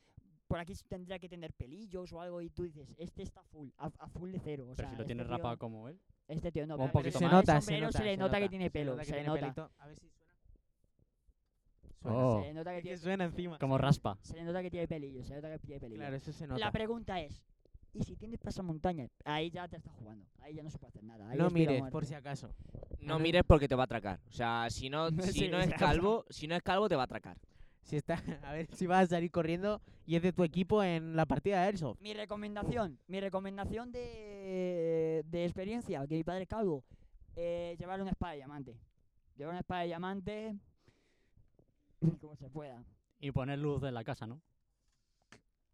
Speaker 1: por aquí sí tendría que tener pelillos o algo y tú dices, este está full, a, a full de cero. O
Speaker 4: Pero
Speaker 1: sea,
Speaker 4: si lo
Speaker 1: este
Speaker 4: tienes
Speaker 1: tío-
Speaker 4: rapado como él.
Speaker 1: Este tío no.
Speaker 4: o un
Speaker 1: pero
Speaker 4: poquito
Speaker 1: si
Speaker 4: más.
Speaker 1: tiene
Speaker 4: Se
Speaker 2: nota,
Speaker 1: sombrero, se le nota que tiene pelo,
Speaker 2: que
Speaker 1: se
Speaker 2: tiene
Speaker 1: nota.
Speaker 2: pelito. A ver si suena. Suena.
Speaker 4: Oh.
Speaker 1: Se le nota que
Speaker 2: Es que
Speaker 1: tiene,
Speaker 2: suena encima.
Speaker 4: Como raspa.
Speaker 1: se le nota que tiene pelillos, se le nota que tiene pelillos.
Speaker 2: Claro, eso se
Speaker 1: La
Speaker 2: nota.
Speaker 1: pregunta es, ¿y si tienes pasamontañas? Ahí ya te estás jugando, ahí ya no se puede hacer nada. ahí
Speaker 2: No
Speaker 1: es tiro a
Speaker 2: mires,
Speaker 1: muerte.
Speaker 2: por si acaso.
Speaker 3: No
Speaker 2: Ana-
Speaker 3: mires porque te va a atracar. O sea, si no, si
Speaker 1: Sí,
Speaker 3: no es
Speaker 1: exacto.
Speaker 3: calvo, si no es calvo te va a atracar.
Speaker 2: Si está, a ver si vas a salir corriendo y es de tu equipo en la partida de Airsoft.
Speaker 1: Mi recomendación, mi recomendación de, de experiencia, que mi padre es calvo, eh, llevar una espada de diamante. Llevar una espada de diamante como se pueda.
Speaker 4: Y poner luz en la casa, ¿no?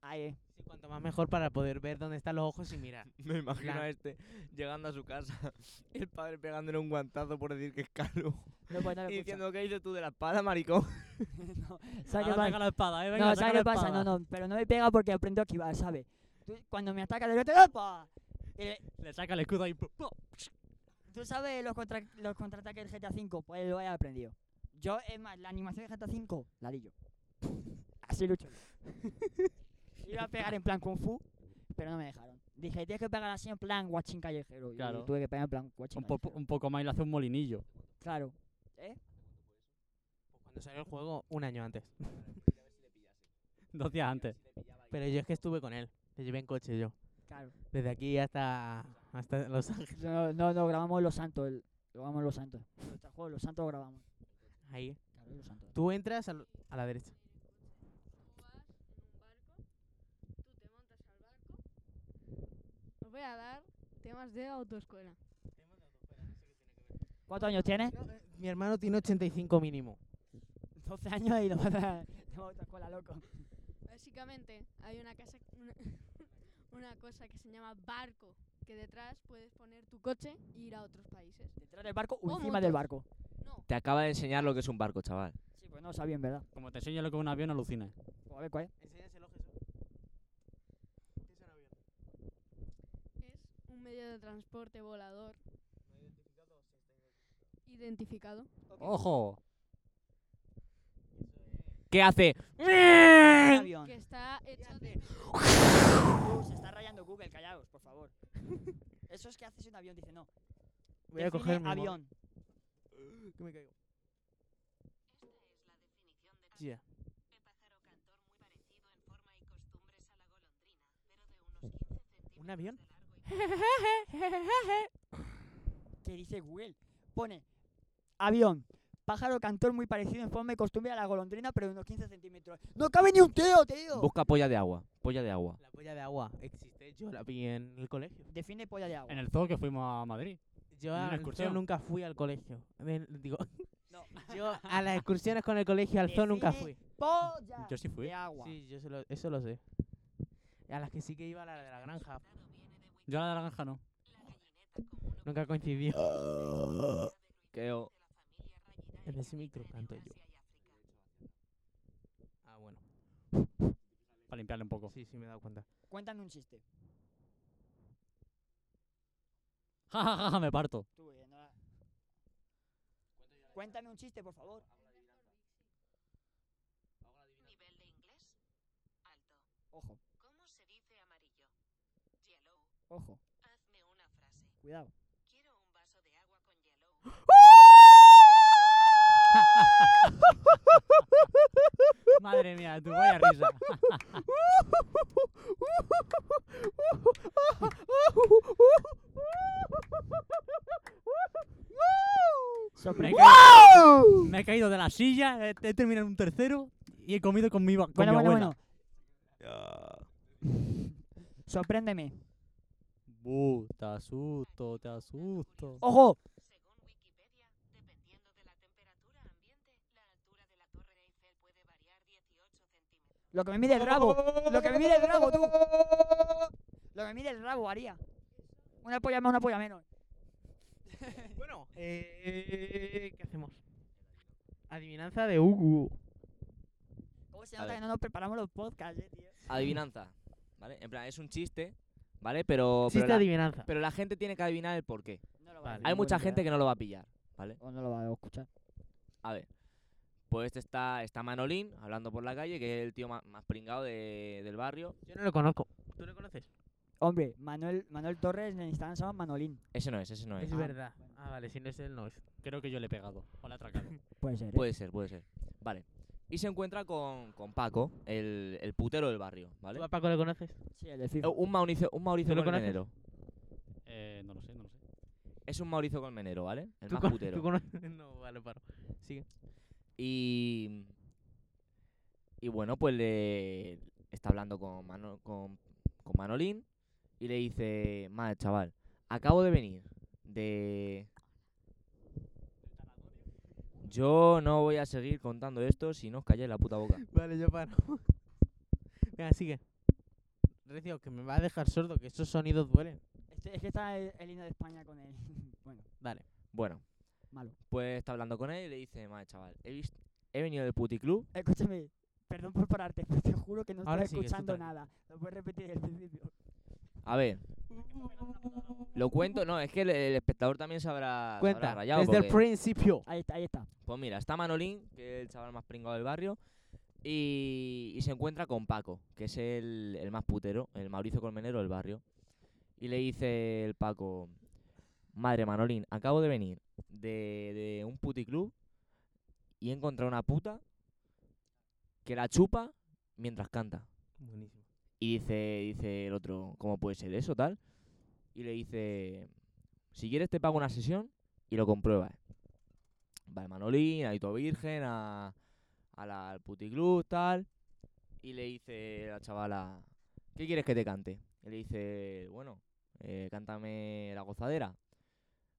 Speaker 1: Ahí, eh.
Speaker 2: Sí, cuanto más mejor para poder ver dónde están los ojos y mirar.
Speaker 3: Me imagino
Speaker 2: Claro.
Speaker 3: a este llegando a su casa, el padre pegándole un guantazo por decir que es calvo.
Speaker 1: no puede estar
Speaker 3: Y diciendo, ¿qué dices tú de la espada, maricón?
Speaker 1: escuchando. No, ¿sabes qué pasa?
Speaker 4: la espada, eh.
Speaker 1: No, ¿sabes qué pasa? No, no, pero no me pega porque aprendo a esquivar, ¿sabes? Tú, cuando me ataca, de ¡Opa! Eh, Y le-
Speaker 4: Le saca el escudo ahí. pu- pu-
Speaker 1: ¿Tú sabes los, contra los contraataques del GTA V? Pues lo he aprendido. Yo, es más, la animación de GTA V, la di yo. Así lucho yo. Iba a pegar en plan Kung Fu, pero no me dejaron. Dije, tienes que pegar así en plan guachín callejero. Y
Speaker 4: Claro.
Speaker 1: tuve que pegar en plan guachín
Speaker 4: Un, po-
Speaker 1: callejero.
Speaker 4: un poco más y le hace un molinillo.
Speaker 1: Claro.
Speaker 2: Cuando salió el juego, un año antes.
Speaker 4: Dos días antes.
Speaker 2: Pero yo es que estuve con él. Le llevé en coche yo.
Speaker 1: Claro.
Speaker 2: Desde aquí hasta, hasta Los Ángeles.
Speaker 1: No, no, no, grabamos Los Santos. el- grabamos Los Santos. Nuestro juego, Los Santos lo grabamos.
Speaker 2: Ahí.
Speaker 1: Claro, Los Santos.
Speaker 2: Tú entras al- a la derecha.
Speaker 6: Os voy a dar temas de autoescuela.
Speaker 1: ¿Cuántos años tienes?
Speaker 2: eh, Mi hermano tiene 85 mínimo.
Speaker 1: 12 años y lo mata. Te mata cola, loco.
Speaker 6: Básicamente hay una casa una, una cosa que se llama barco, que detrás puedes poner tu coche e ir a otros países.
Speaker 1: Detrás del barco o
Speaker 6: Oh,
Speaker 1: encima del
Speaker 6: muchos.
Speaker 1: barco.
Speaker 6: No,
Speaker 3: Te acaba de enseñar lo que es un barco, chaval.
Speaker 1: Sí, pues no sabía en verdad.
Speaker 4: Como te enseño lo que es un avión, alucina.
Speaker 1: Pues a ver cuál es.
Speaker 2: Enséñaselo, Jesús.
Speaker 6: es un medio de transporte volador identificado.
Speaker 4: ¡Ojo!
Speaker 3: ¿Qué hace?
Speaker 1: Un avión.
Speaker 6: Que está hecho de...
Speaker 1: Uh, se está rayando Google, callaos, por favor. Eso es que haces un avión, dice no.
Speaker 2: Voy a
Speaker 1: define
Speaker 2: coger mi móvil,
Speaker 1: avión.
Speaker 2: que me caigo. Ya. ¿Un avión?
Speaker 1: ¿Qué dice Google? Pone avión. Pájaro cantor muy parecido en forma y costumbre a la golondrina, pero de unos 15 centímetros. ¡No cabe ni un tío, tío!
Speaker 3: Busca polla de agua. Polla de agua.
Speaker 2: La polla de agua existe. Yo la vi en el colegio.
Speaker 1: Define polla de agua.
Speaker 4: En el zoo que fuimos a Madrid.
Speaker 2: Yo,
Speaker 4: En una
Speaker 2: a- yo
Speaker 4: excursión.
Speaker 2: nunca fui al colegio. Ven, digo,
Speaker 1: No.
Speaker 2: yo a las excursiones con el colegio al zoo nunca
Speaker 1: Define
Speaker 2: fui. Ah.
Speaker 1: ¡Polla!
Speaker 4: Yo sí fui.
Speaker 1: De agua.
Speaker 2: Sí, yo se lo- eso lo sé. A las que sí que iba a la de la granja.
Speaker 4: Yo la de la granja no.
Speaker 2: Nunca coincidió.
Speaker 3: Creo.
Speaker 2: En ese micro canto yo. Ah, bueno.
Speaker 4: Para limpiarle un poco.
Speaker 2: Sí, sí, me he dado cuenta.
Speaker 1: Cuéntame un chiste.
Speaker 4: ¡Ja, ja, ja, ja! Me parto.
Speaker 1: Tú, eh, no la- Cuéntame un chiste, por favor.
Speaker 7: Nivel de inglés. Alto.
Speaker 1: Ojo,
Speaker 7: ¿Cómo se dice amarillo? Yellow.
Speaker 1: ojo,
Speaker 7: Hazme una frase.
Speaker 1: cuidado.
Speaker 7: Quiero un vaso de agua con yellow.
Speaker 4: Madre mía, tú vaya risa. Me he,
Speaker 1: Sorprendente.
Speaker 4: caído, me he caído de la silla, he, he terminado en un tercero y he comido con mi, ba- con
Speaker 1: Bueno,
Speaker 4: mi
Speaker 1: bueno,
Speaker 4: abuela.
Speaker 1: bueno. Sorpréndeme.
Speaker 4: Buh, te asusto, te asusto.
Speaker 1: ¡Ojo!
Speaker 7: Según Wikipedia, dependiendo de la temperatura ambiente, la altura de la Torre Eiffel puede variar
Speaker 1: Lo que me mide el rabo. Lo que me mide el rabo, tú. Lo que me mide el rabo haría. Una polla más, una polla menos.
Speaker 2: Bueno, eh, ¿qué hacemos? Adivinanza de Ugu.
Speaker 1: ¿Cómo se
Speaker 3: A
Speaker 1: nota
Speaker 3: ver.
Speaker 1: que no nos preparamos los podcasts, eh, tío?
Speaker 3: Adivinanza, ¿vale? En plan, es un chiste, ¿vale? Pero,
Speaker 2: Chiste
Speaker 3: pero, la,
Speaker 2: adivinanza.
Speaker 3: pero la gente tiene que adivinar el porqué.
Speaker 1: No lo
Speaker 2: va a Vale.
Speaker 3: Hay mucha gente que no lo va a pillar, ¿vale?
Speaker 1: O no lo va a escuchar.
Speaker 3: A ver. Pues este está, está Manolín hablando por la calle, que es el tío ma- más, pringado de- del barrio.
Speaker 2: Yo no lo conozco. ¿Tú lo conoces?
Speaker 1: Hombre, Manuel, Manuel Torres en el Instagram se llama Manolín.
Speaker 3: Ese no es, ese no es.
Speaker 2: Es verdad. Ah, vale, si no es él, no es.
Speaker 4: Creo que yo le he pegado. O le he atracado.
Speaker 1: Puede ser. ¿eh?
Speaker 3: Puede ser, puede ser. Vale. Y se encuentra con, con Paco, el, el putero del barrio, ¿vale?
Speaker 2: ¿Tú a Paco lo conoces?
Speaker 1: Sí, el de FIFA.
Speaker 3: Eh, Un Mauricio, un Mauricio
Speaker 2: ¿Tú lo
Speaker 3: Colmenero.
Speaker 4: eh, no lo sé, no lo sé.
Speaker 3: Es un Mauricio Colmenero, ¿vale? El más
Speaker 2: con-
Speaker 3: putero.
Speaker 2: tú conoces? No, vale, paro. Sigue.
Speaker 3: Y. Y bueno, pues le. Está hablando con, Mano- con, con Manolín y le dice: Madre, chaval, acabo de venir de. Yo no voy a seguir contando esto si no os calláis la puta boca.
Speaker 2: Vale, yo paro. Venga, sigue. Recio, que me va a dejar sordo, que esos sonidos duelen.
Speaker 1: Este- es que está el, el himno de España con él. bueno,
Speaker 2: Dale.
Speaker 3: Bueno,
Speaker 1: malo.
Speaker 3: pues está hablando con él y le dice: Madre, chaval, he, vis- he venido del puticlub
Speaker 1: Escúchame, perdón por pararte, pero te juro que no
Speaker 2: Ahora
Speaker 1: estoy
Speaker 2: sigues tú,
Speaker 1: escuchando
Speaker 2: tranquilo.
Speaker 1: nada. Lo puedes repetir desde el principio.
Speaker 3: A ver. Lo cuento, no, es que el, el espectador también se habrá, se habrá
Speaker 2: Cuenta,
Speaker 3: rayado.
Speaker 2: desde el
Speaker 3: porque-
Speaker 2: principio.
Speaker 1: Ahí está, ahí está.
Speaker 3: Pues mira, está Manolín, que es el chaval más pringado del barrio, y, y se encuentra con Paco, que es el, el más putero, el Mauricio Colmenero del barrio. Y le dice el Paco, madre Manolín, acabo de venir de, de un puticlub y he encontrado una puta que la chupa mientras canta.
Speaker 2: Buenísimo.
Speaker 3: Y dice, dice el otro, ¿cómo puede ser eso, tal? Y le dice, si quieres te pago una sesión y lo compruebas. Va Manolín, a Ito Virgen, a, a la, al puticlub, tal. Y le dice la chavala, ¿qué quieres que te cante? Y le dice, bueno, eh, cántame la gozadera.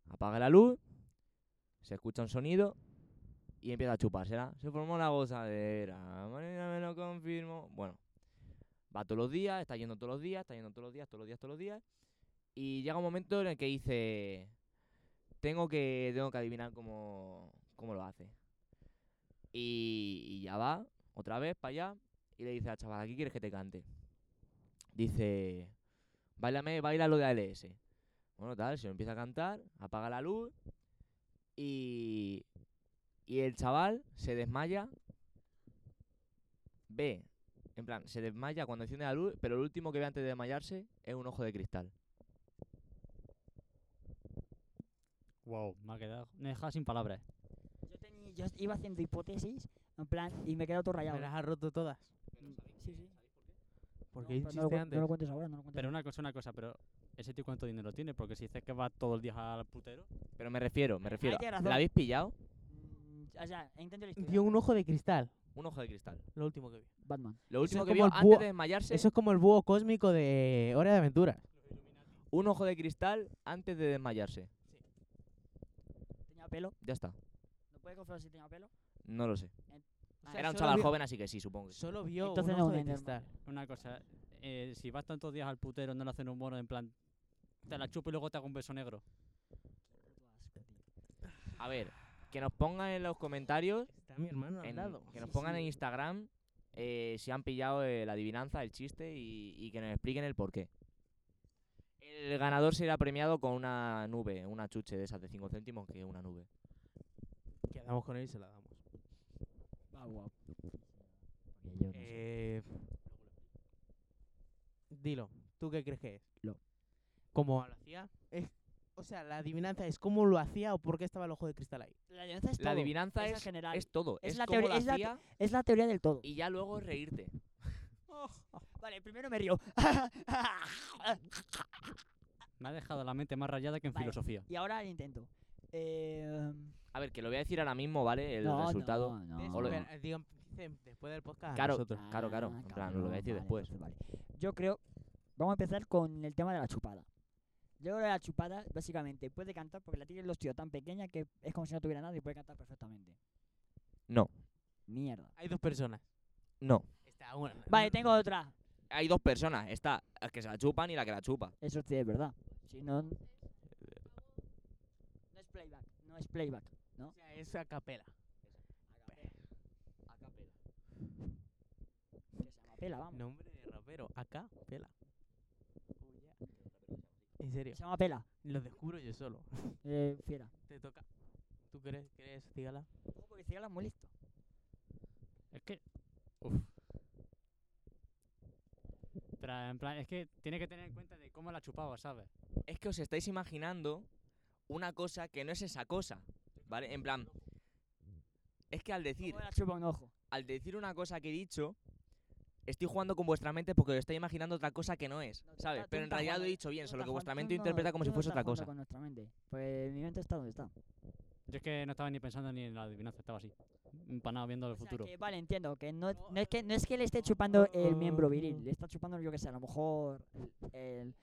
Speaker 3: Apaga la luz, se escucha un sonido y empieza a chupársela. Se formó la gozadera, Marina me lo confirmo. Bueno, va todos los días, está yendo todos los días, está yendo todos los días, todos los días, todos los días. Y llega un momento en el que dice, tengo que, tengo que adivinar cómo, cómo lo hace. Y, y ya va, otra vez para allá, y le dice al chaval, ¿qué quieres que te cante? Dice, bailame, baila lo de ALS. Bueno, tal, se lo empieza a cantar, apaga la luz y, y el chaval se desmaya, ve en plan, se desmaya cuando enciende la luz, pero lo último que ve antes de desmayarse es un ojo de cristal.
Speaker 4: Wow, me ha quedado. Me he dejado sin palabras.
Speaker 1: Yo, teni- yo iba haciendo hipótesis, en plan, y me he quedado todo rayado.
Speaker 2: Me las has roto todas.
Speaker 1: Sí, sí.
Speaker 2: Porque
Speaker 1: no,
Speaker 2: hay un
Speaker 1: pero no lo
Speaker 2: chiste
Speaker 1: cuen-
Speaker 2: antes.
Speaker 1: No lo cuentes ahora, no lo cuentes.
Speaker 4: Pero una cosa, una cosa, pero ¿ese tío cuánto dinero tiene? Porque si dices que va todo el día al putero.
Speaker 3: Pero me refiero,
Speaker 2: Ah,
Speaker 3: me refiero.
Speaker 1: tienes razón.
Speaker 3: ¿La habéis pillado?
Speaker 1: Mm, O sea, he entendido la historia.
Speaker 2: Vio un ojo de cristal,
Speaker 3: Un ojo de cristal.
Speaker 2: lo último que vi.
Speaker 1: Batman.
Speaker 3: Lo
Speaker 2: Eso
Speaker 3: último
Speaker 2: es
Speaker 3: que
Speaker 2: como
Speaker 3: vio
Speaker 2: el
Speaker 3: antes
Speaker 2: búho-
Speaker 3: de desmayarse,
Speaker 2: Eso es como el búho cósmico de Hora de Aventura.
Speaker 3: un ojo de cristal antes de desmayarse.
Speaker 1: ¿Tenía pelo?
Speaker 3: Ya está.
Speaker 1: ¿No puedes confirmar si tenía pelo?
Speaker 3: No lo sé.
Speaker 1: O
Speaker 2: sea,
Speaker 3: Era un
Speaker 2: solo
Speaker 3: chaval
Speaker 2: vio-
Speaker 3: joven, así que sí, supongo. que sí.
Speaker 2: Solo vio
Speaker 1: Entonces
Speaker 2: un
Speaker 1: no
Speaker 2: ojo
Speaker 1: es
Speaker 2: de
Speaker 1: normal.
Speaker 2: cristal.
Speaker 4: Una cosa, eh, si vas tantos días al putero, no le hacen un mono en plan. Te la chupo y luego te hago un beso negro.
Speaker 3: A ver, que nos pongan en los comentarios,
Speaker 2: Está mi hermano al
Speaker 3: en-
Speaker 2: lado.
Speaker 3: que nos pongan en Instagram eh, si han pillado eh, la adivinanza, el chiste y, y que nos expliquen el porqué. El ganador será premiado con una nube, una chuche de esas de 5 céntimos, que es una nube.
Speaker 2: Quedamos con él y se la damos.
Speaker 1: Ah, guau. Porque yo no sé.
Speaker 2: Eh, dilo, ¿tú qué crees que es?
Speaker 1: Lo.
Speaker 2: ¿Cómo lo hacía? Es, o sea, la adivinanza es cómo lo hacía o por qué estaba el ojo de cristal ahí.
Speaker 1: La adivinanza es
Speaker 3: La
Speaker 1: todo,
Speaker 3: adivinanza
Speaker 1: en
Speaker 3: es-
Speaker 1: general.
Speaker 3: Es todo.
Speaker 1: Es
Speaker 3: Es,
Speaker 1: la
Speaker 3: cómo
Speaker 1: teoría-
Speaker 3: lo
Speaker 1: es la te-
Speaker 3: hacía
Speaker 1: Es la teoría del todo.
Speaker 3: y ya luego reírte.
Speaker 1: Vale, primero me río.
Speaker 4: Me ha dejado la mente más rayada que en
Speaker 1: Vale.
Speaker 4: filosofía.
Speaker 1: y ahora intento. Eh,
Speaker 3: A ver, que lo voy a decir ahora mismo, ¿vale? El resultado. O lo-
Speaker 2: Espera, digan- dicen eh, después del podcast. a
Speaker 3: Claro,
Speaker 2: nosotros.
Speaker 3: Claro,
Speaker 1: Ah,
Speaker 3: claro, en plan, lo voy a decir después.
Speaker 1: entonces, pues vale. Yo creo. Vamos a empezar con el tema de la chupada. Yo creo que la chupada, básicamente, puede cantar porque la tienen los tíos tan pequeña que es como si no tuviera nada y puede cantar perfectamente.
Speaker 3: No,
Speaker 1: Mierda.
Speaker 2: Hay dos personas.
Speaker 3: no.
Speaker 2: Está Venga, una.
Speaker 1: Vale, tengo otra.
Speaker 3: Hay dos personas, está la que se la chupan y la que la chupa.
Speaker 1: Eso sí es verdad. Si no. No es playback. No es playback.
Speaker 2: O sea, es a capela.
Speaker 1: Que se llama Pela, vamos.
Speaker 2: Nombre de rapero, a capela. Oh, En serio,
Speaker 1: Se llama Pela.
Speaker 2: lo descubro yo solo.
Speaker 1: Eh, fiera.
Speaker 2: Te toca. ¿Tú crees? ¿Crees? Dígala.
Speaker 1: Ojo, porque Cigala es muy listo.
Speaker 4: Es que. Uf. Pero en plan, es que tiene que tener en cuenta de cómo la chupaba, ¿sabes?
Speaker 3: Es que os estáis imaginando una cosa que no es esa cosa, ¿vale? En plan, es que al decir,
Speaker 1: Cómo la chupa un ojo.
Speaker 3: al decir una cosa que he dicho, estoy jugando con vuestra mente porque os estáis imaginando otra cosa que no es,
Speaker 1: No, tú
Speaker 3: ¿sabes?
Speaker 1: estás- tú
Speaker 3: Pero en
Speaker 1: estás
Speaker 3: realidad lo he
Speaker 1: jugando-
Speaker 3: dicho bien,
Speaker 1: tú
Speaker 3: solo
Speaker 1: estás
Speaker 3: que vuestra
Speaker 1: jugando-
Speaker 3: mente
Speaker 1: tú no-
Speaker 3: interpreta como
Speaker 1: tú
Speaker 3: si
Speaker 1: no
Speaker 3: fuese
Speaker 1: estás
Speaker 3: otra
Speaker 1: jugando
Speaker 3: cosa.
Speaker 1: Con nuestra mente. Pues mi mente está donde está.
Speaker 4: Yo es que no estaba ni pensando ni en la adivinanza, estaba así. Empanado viendo el
Speaker 1: O sea,
Speaker 4: futuro.
Speaker 1: que, vale, entiendo. Que no, no es que no es que le esté chupando el miembro viril. Le está chupando, yo que sé, a lo mejor el. el-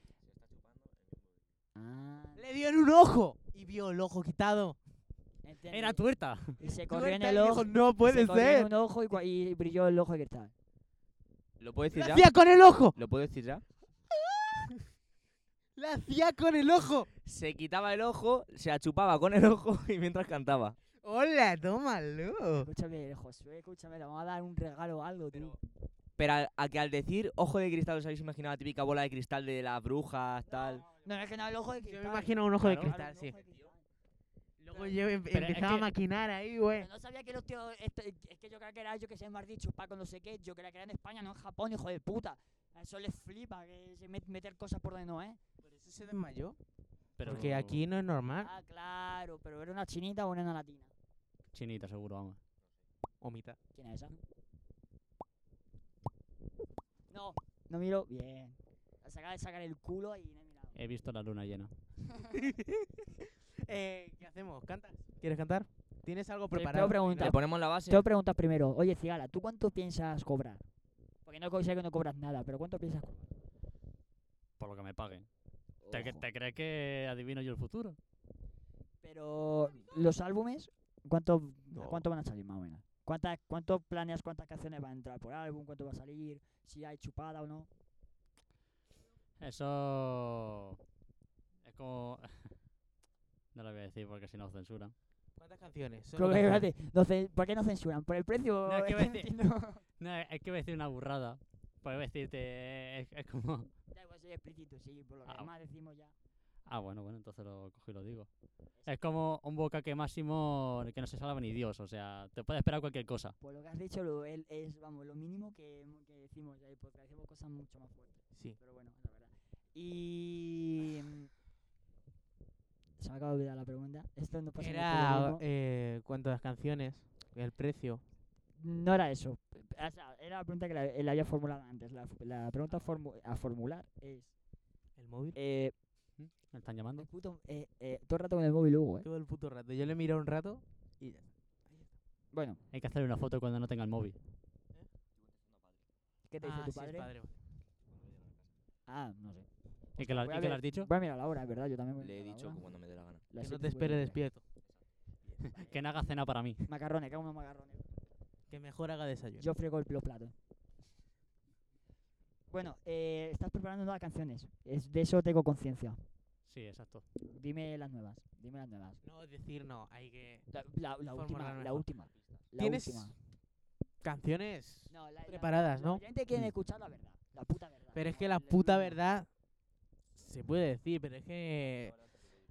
Speaker 1: Ah,
Speaker 2: ¡Le dio en un ojo! Y vio el ojo quitado.
Speaker 1: entiendo.
Speaker 4: ¡Era tuerta!
Speaker 1: Y se
Speaker 2: Tú
Speaker 1: corrió en
Speaker 2: estás
Speaker 1: el
Speaker 2: y dijo,
Speaker 1: ojo.
Speaker 2: ¡No puede
Speaker 1: se corrió en
Speaker 2: ser!
Speaker 1: un ojo y, cua- y brilló el ojo de cristal.
Speaker 3: ¿Lo puedo decir
Speaker 2: ¡La
Speaker 3: ya?
Speaker 2: hacía con el ojo!
Speaker 3: ¿Lo puedo decir ya?
Speaker 2: ¡La hacía con el ojo!
Speaker 3: Se quitaba el ojo, se la chupaba con el ojo y mientras cantaba.
Speaker 2: ¡Hola, tómalo!
Speaker 1: Escúchame, Josué, escúchame, le vamos a dar un regalo o algo, tú.
Speaker 3: Pero al- a, que al decir ojo de cristal os habéis imaginado la típica bola de cristal de las brujas, tal.
Speaker 1: No, es que no, el ojo de
Speaker 2: Yo
Speaker 1: cristal.
Speaker 2: me imagino un ojo de
Speaker 1: Claro, claro,
Speaker 2: cristal,
Speaker 1: un
Speaker 2: sí.
Speaker 1: ojo de cristal.
Speaker 2: Luego yo em-
Speaker 4: Pero es
Speaker 2: empezaba
Speaker 4: que-
Speaker 2: a maquinar ahí, güey.
Speaker 1: Pero no sabía que los tíos. esto- es que yo creía que era, yo que sé, más dicho, Paco, no sé qué. Yo creía que era en España, no en Japón, hijo de puta. A eso les flipa, que se met- meter cosas por donde no, ¿eh?
Speaker 2: Por eso se desmayó.
Speaker 4: Pero
Speaker 2: Porque aquí no es normal.
Speaker 1: Ah, claro, pero era una chinita o era una latina.
Speaker 4: Chinita, seguro, vamos.
Speaker 2: O mitad.
Speaker 1: ¿Quién es esa? No, no miro. Bien. Se acaba de sacar el culo y no he mirado.
Speaker 4: He visto la luna llena.
Speaker 2: Eh, ¿Qué hacemos? ¿Cantas? ¿Quieres cantar? ¿Tienes algo
Speaker 1: Te- te voy a
Speaker 2: preparado?
Speaker 1: preguntar.
Speaker 3: Le ponemos la
Speaker 1: Te
Speaker 3: base.
Speaker 1: voy a preguntar primero. Oye, Cigala, ¿tú cuánto piensas cobrar? Porque no co- sé que no cobras nada, pero ¿cuánto piensas cobrar?
Speaker 4: Por lo que me paguen. ¿Te, cre-
Speaker 1: Ojo.
Speaker 4: te crees que adivino yo el futuro?
Speaker 1: Pero los álbumes, ¿cuánto,
Speaker 2: No.
Speaker 1: ¿a cuánto van a salir más o menos? ¿Cuántas, ¿Cuánto planeas cuántas canciones van a entrar por álbum? ¿Cuánto va a salir? ¿Si hay chupada o no?
Speaker 4: Eso. Es como. no lo voy a decir porque si no censuran.
Speaker 2: ¿Cuántas canciones?
Speaker 1: Creo
Speaker 2: Solo
Speaker 1: que,
Speaker 2: canciones.
Speaker 1: espérate, no cen- ¿Por qué no censuran? ¿Por el precio?
Speaker 4: No, es que iba a
Speaker 1: no
Speaker 4: decir-
Speaker 1: entiendo.
Speaker 4: No, es que voy a decir una burrada. Pues voy a decirte. Es, es como.
Speaker 1: Da igual, soy explícito, sí, por lo que
Speaker 4: Ah,
Speaker 1: demás decimos ya.
Speaker 4: Ah, bueno, bueno, entonces lo cojo y lo digo. Es como un boca que máximo que no se salva ni Dios. O sea, te puede esperar cualquier cosa.
Speaker 1: Por lo que has dicho, lo, el- es vamos, lo mínimo que, hemo- que decimos ahí, porque hacemos cosas mucho más fuertes.
Speaker 2: Sí.
Speaker 1: Pero bueno, la verdad. Y. mm, Se me acaba de olvidar la pregunta. Esto no pasa en el
Speaker 2: Era,
Speaker 1: periodismo.
Speaker 2: eh, ¿cuántas canciones? El precio.
Speaker 1: No era eso. O sea, era la pregunta que la, la había formulado antes. La, la pregunta formu- a formular es.
Speaker 2: El móvil.
Speaker 1: Eh,
Speaker 4: ¿Me están llamando?
Speaker 1: el puto- eh, eh, todo el rato con el móvil Hugo, ¿eh?
Speaker 2: Todo el puto rato. Yo le miré un rato y ya.
Speaker 1: Bueno,
Speaker 4: Hay que hacerle una foto cuando no tenga el móvil.
Speaker 1: ¿qué te dice
Speaker 2: Ah,
Speaker 1: tu
Speaker 2: sí, es
Speaker 1: padre?
Speaker 2: padre.
Speaker 1: Ah, no sé.
Speaker 4: ¿Y que, la-
Speaker 1: voy a
Speaker 4: y que le
Speaker 1: ver.
Speaker 4: has dicho?
Speaker 1: Voy a mirar la hora, es verdad, yo también voy a
Speaker 3: Le he
Speaker 1: mirar la
Speaker 3: dicho
Speaker 1: hora.
Speaker 3: que cuando me dé la gana.
Speaker 1: Las
Speaker 2: Que no te
Speaker 1: 7:53.
Speaker 2: espere despierto.
Speaker 4: Que no haga cena para mí.
Speaker 1: Macarrones, que hago unos macarrones.
Speaker 2: Que mejor haga desayuno.
Speaker 1: Yo frego el- los platos. Bueno, eh, estás preparando nuevas canciones. Es, de eso tengo conciencia.
Speaker 4: Sí, exacto.
Speaker 1: Dime las nuevas. Dime las nuevas.
Speaker 2: No, decir no. Hay que...
Speaker 1: La, la- la última,
Speaker 2: Formular
Speaker 1: la
Speaker 2: mejor.
Speaker 1: última. La
Speaker 2: Tienes
Speaker 1: última.
Speaker 2: canciones
Speaker 1: No, la,
Speaker 2: preparadas, ¿no?
Speaker 1: gente quiere
Speaker 2: Mm.
Speaker 1: escuchar la verdad. La puta verdad.
Speaker 2: Pero es
Speaker 1: como
Speaker 2: que la
Speaker 1: el- el
Speaker 2: puta
Speaker 1: Luna.
Speaker 2: verdad se puede decir, pero es que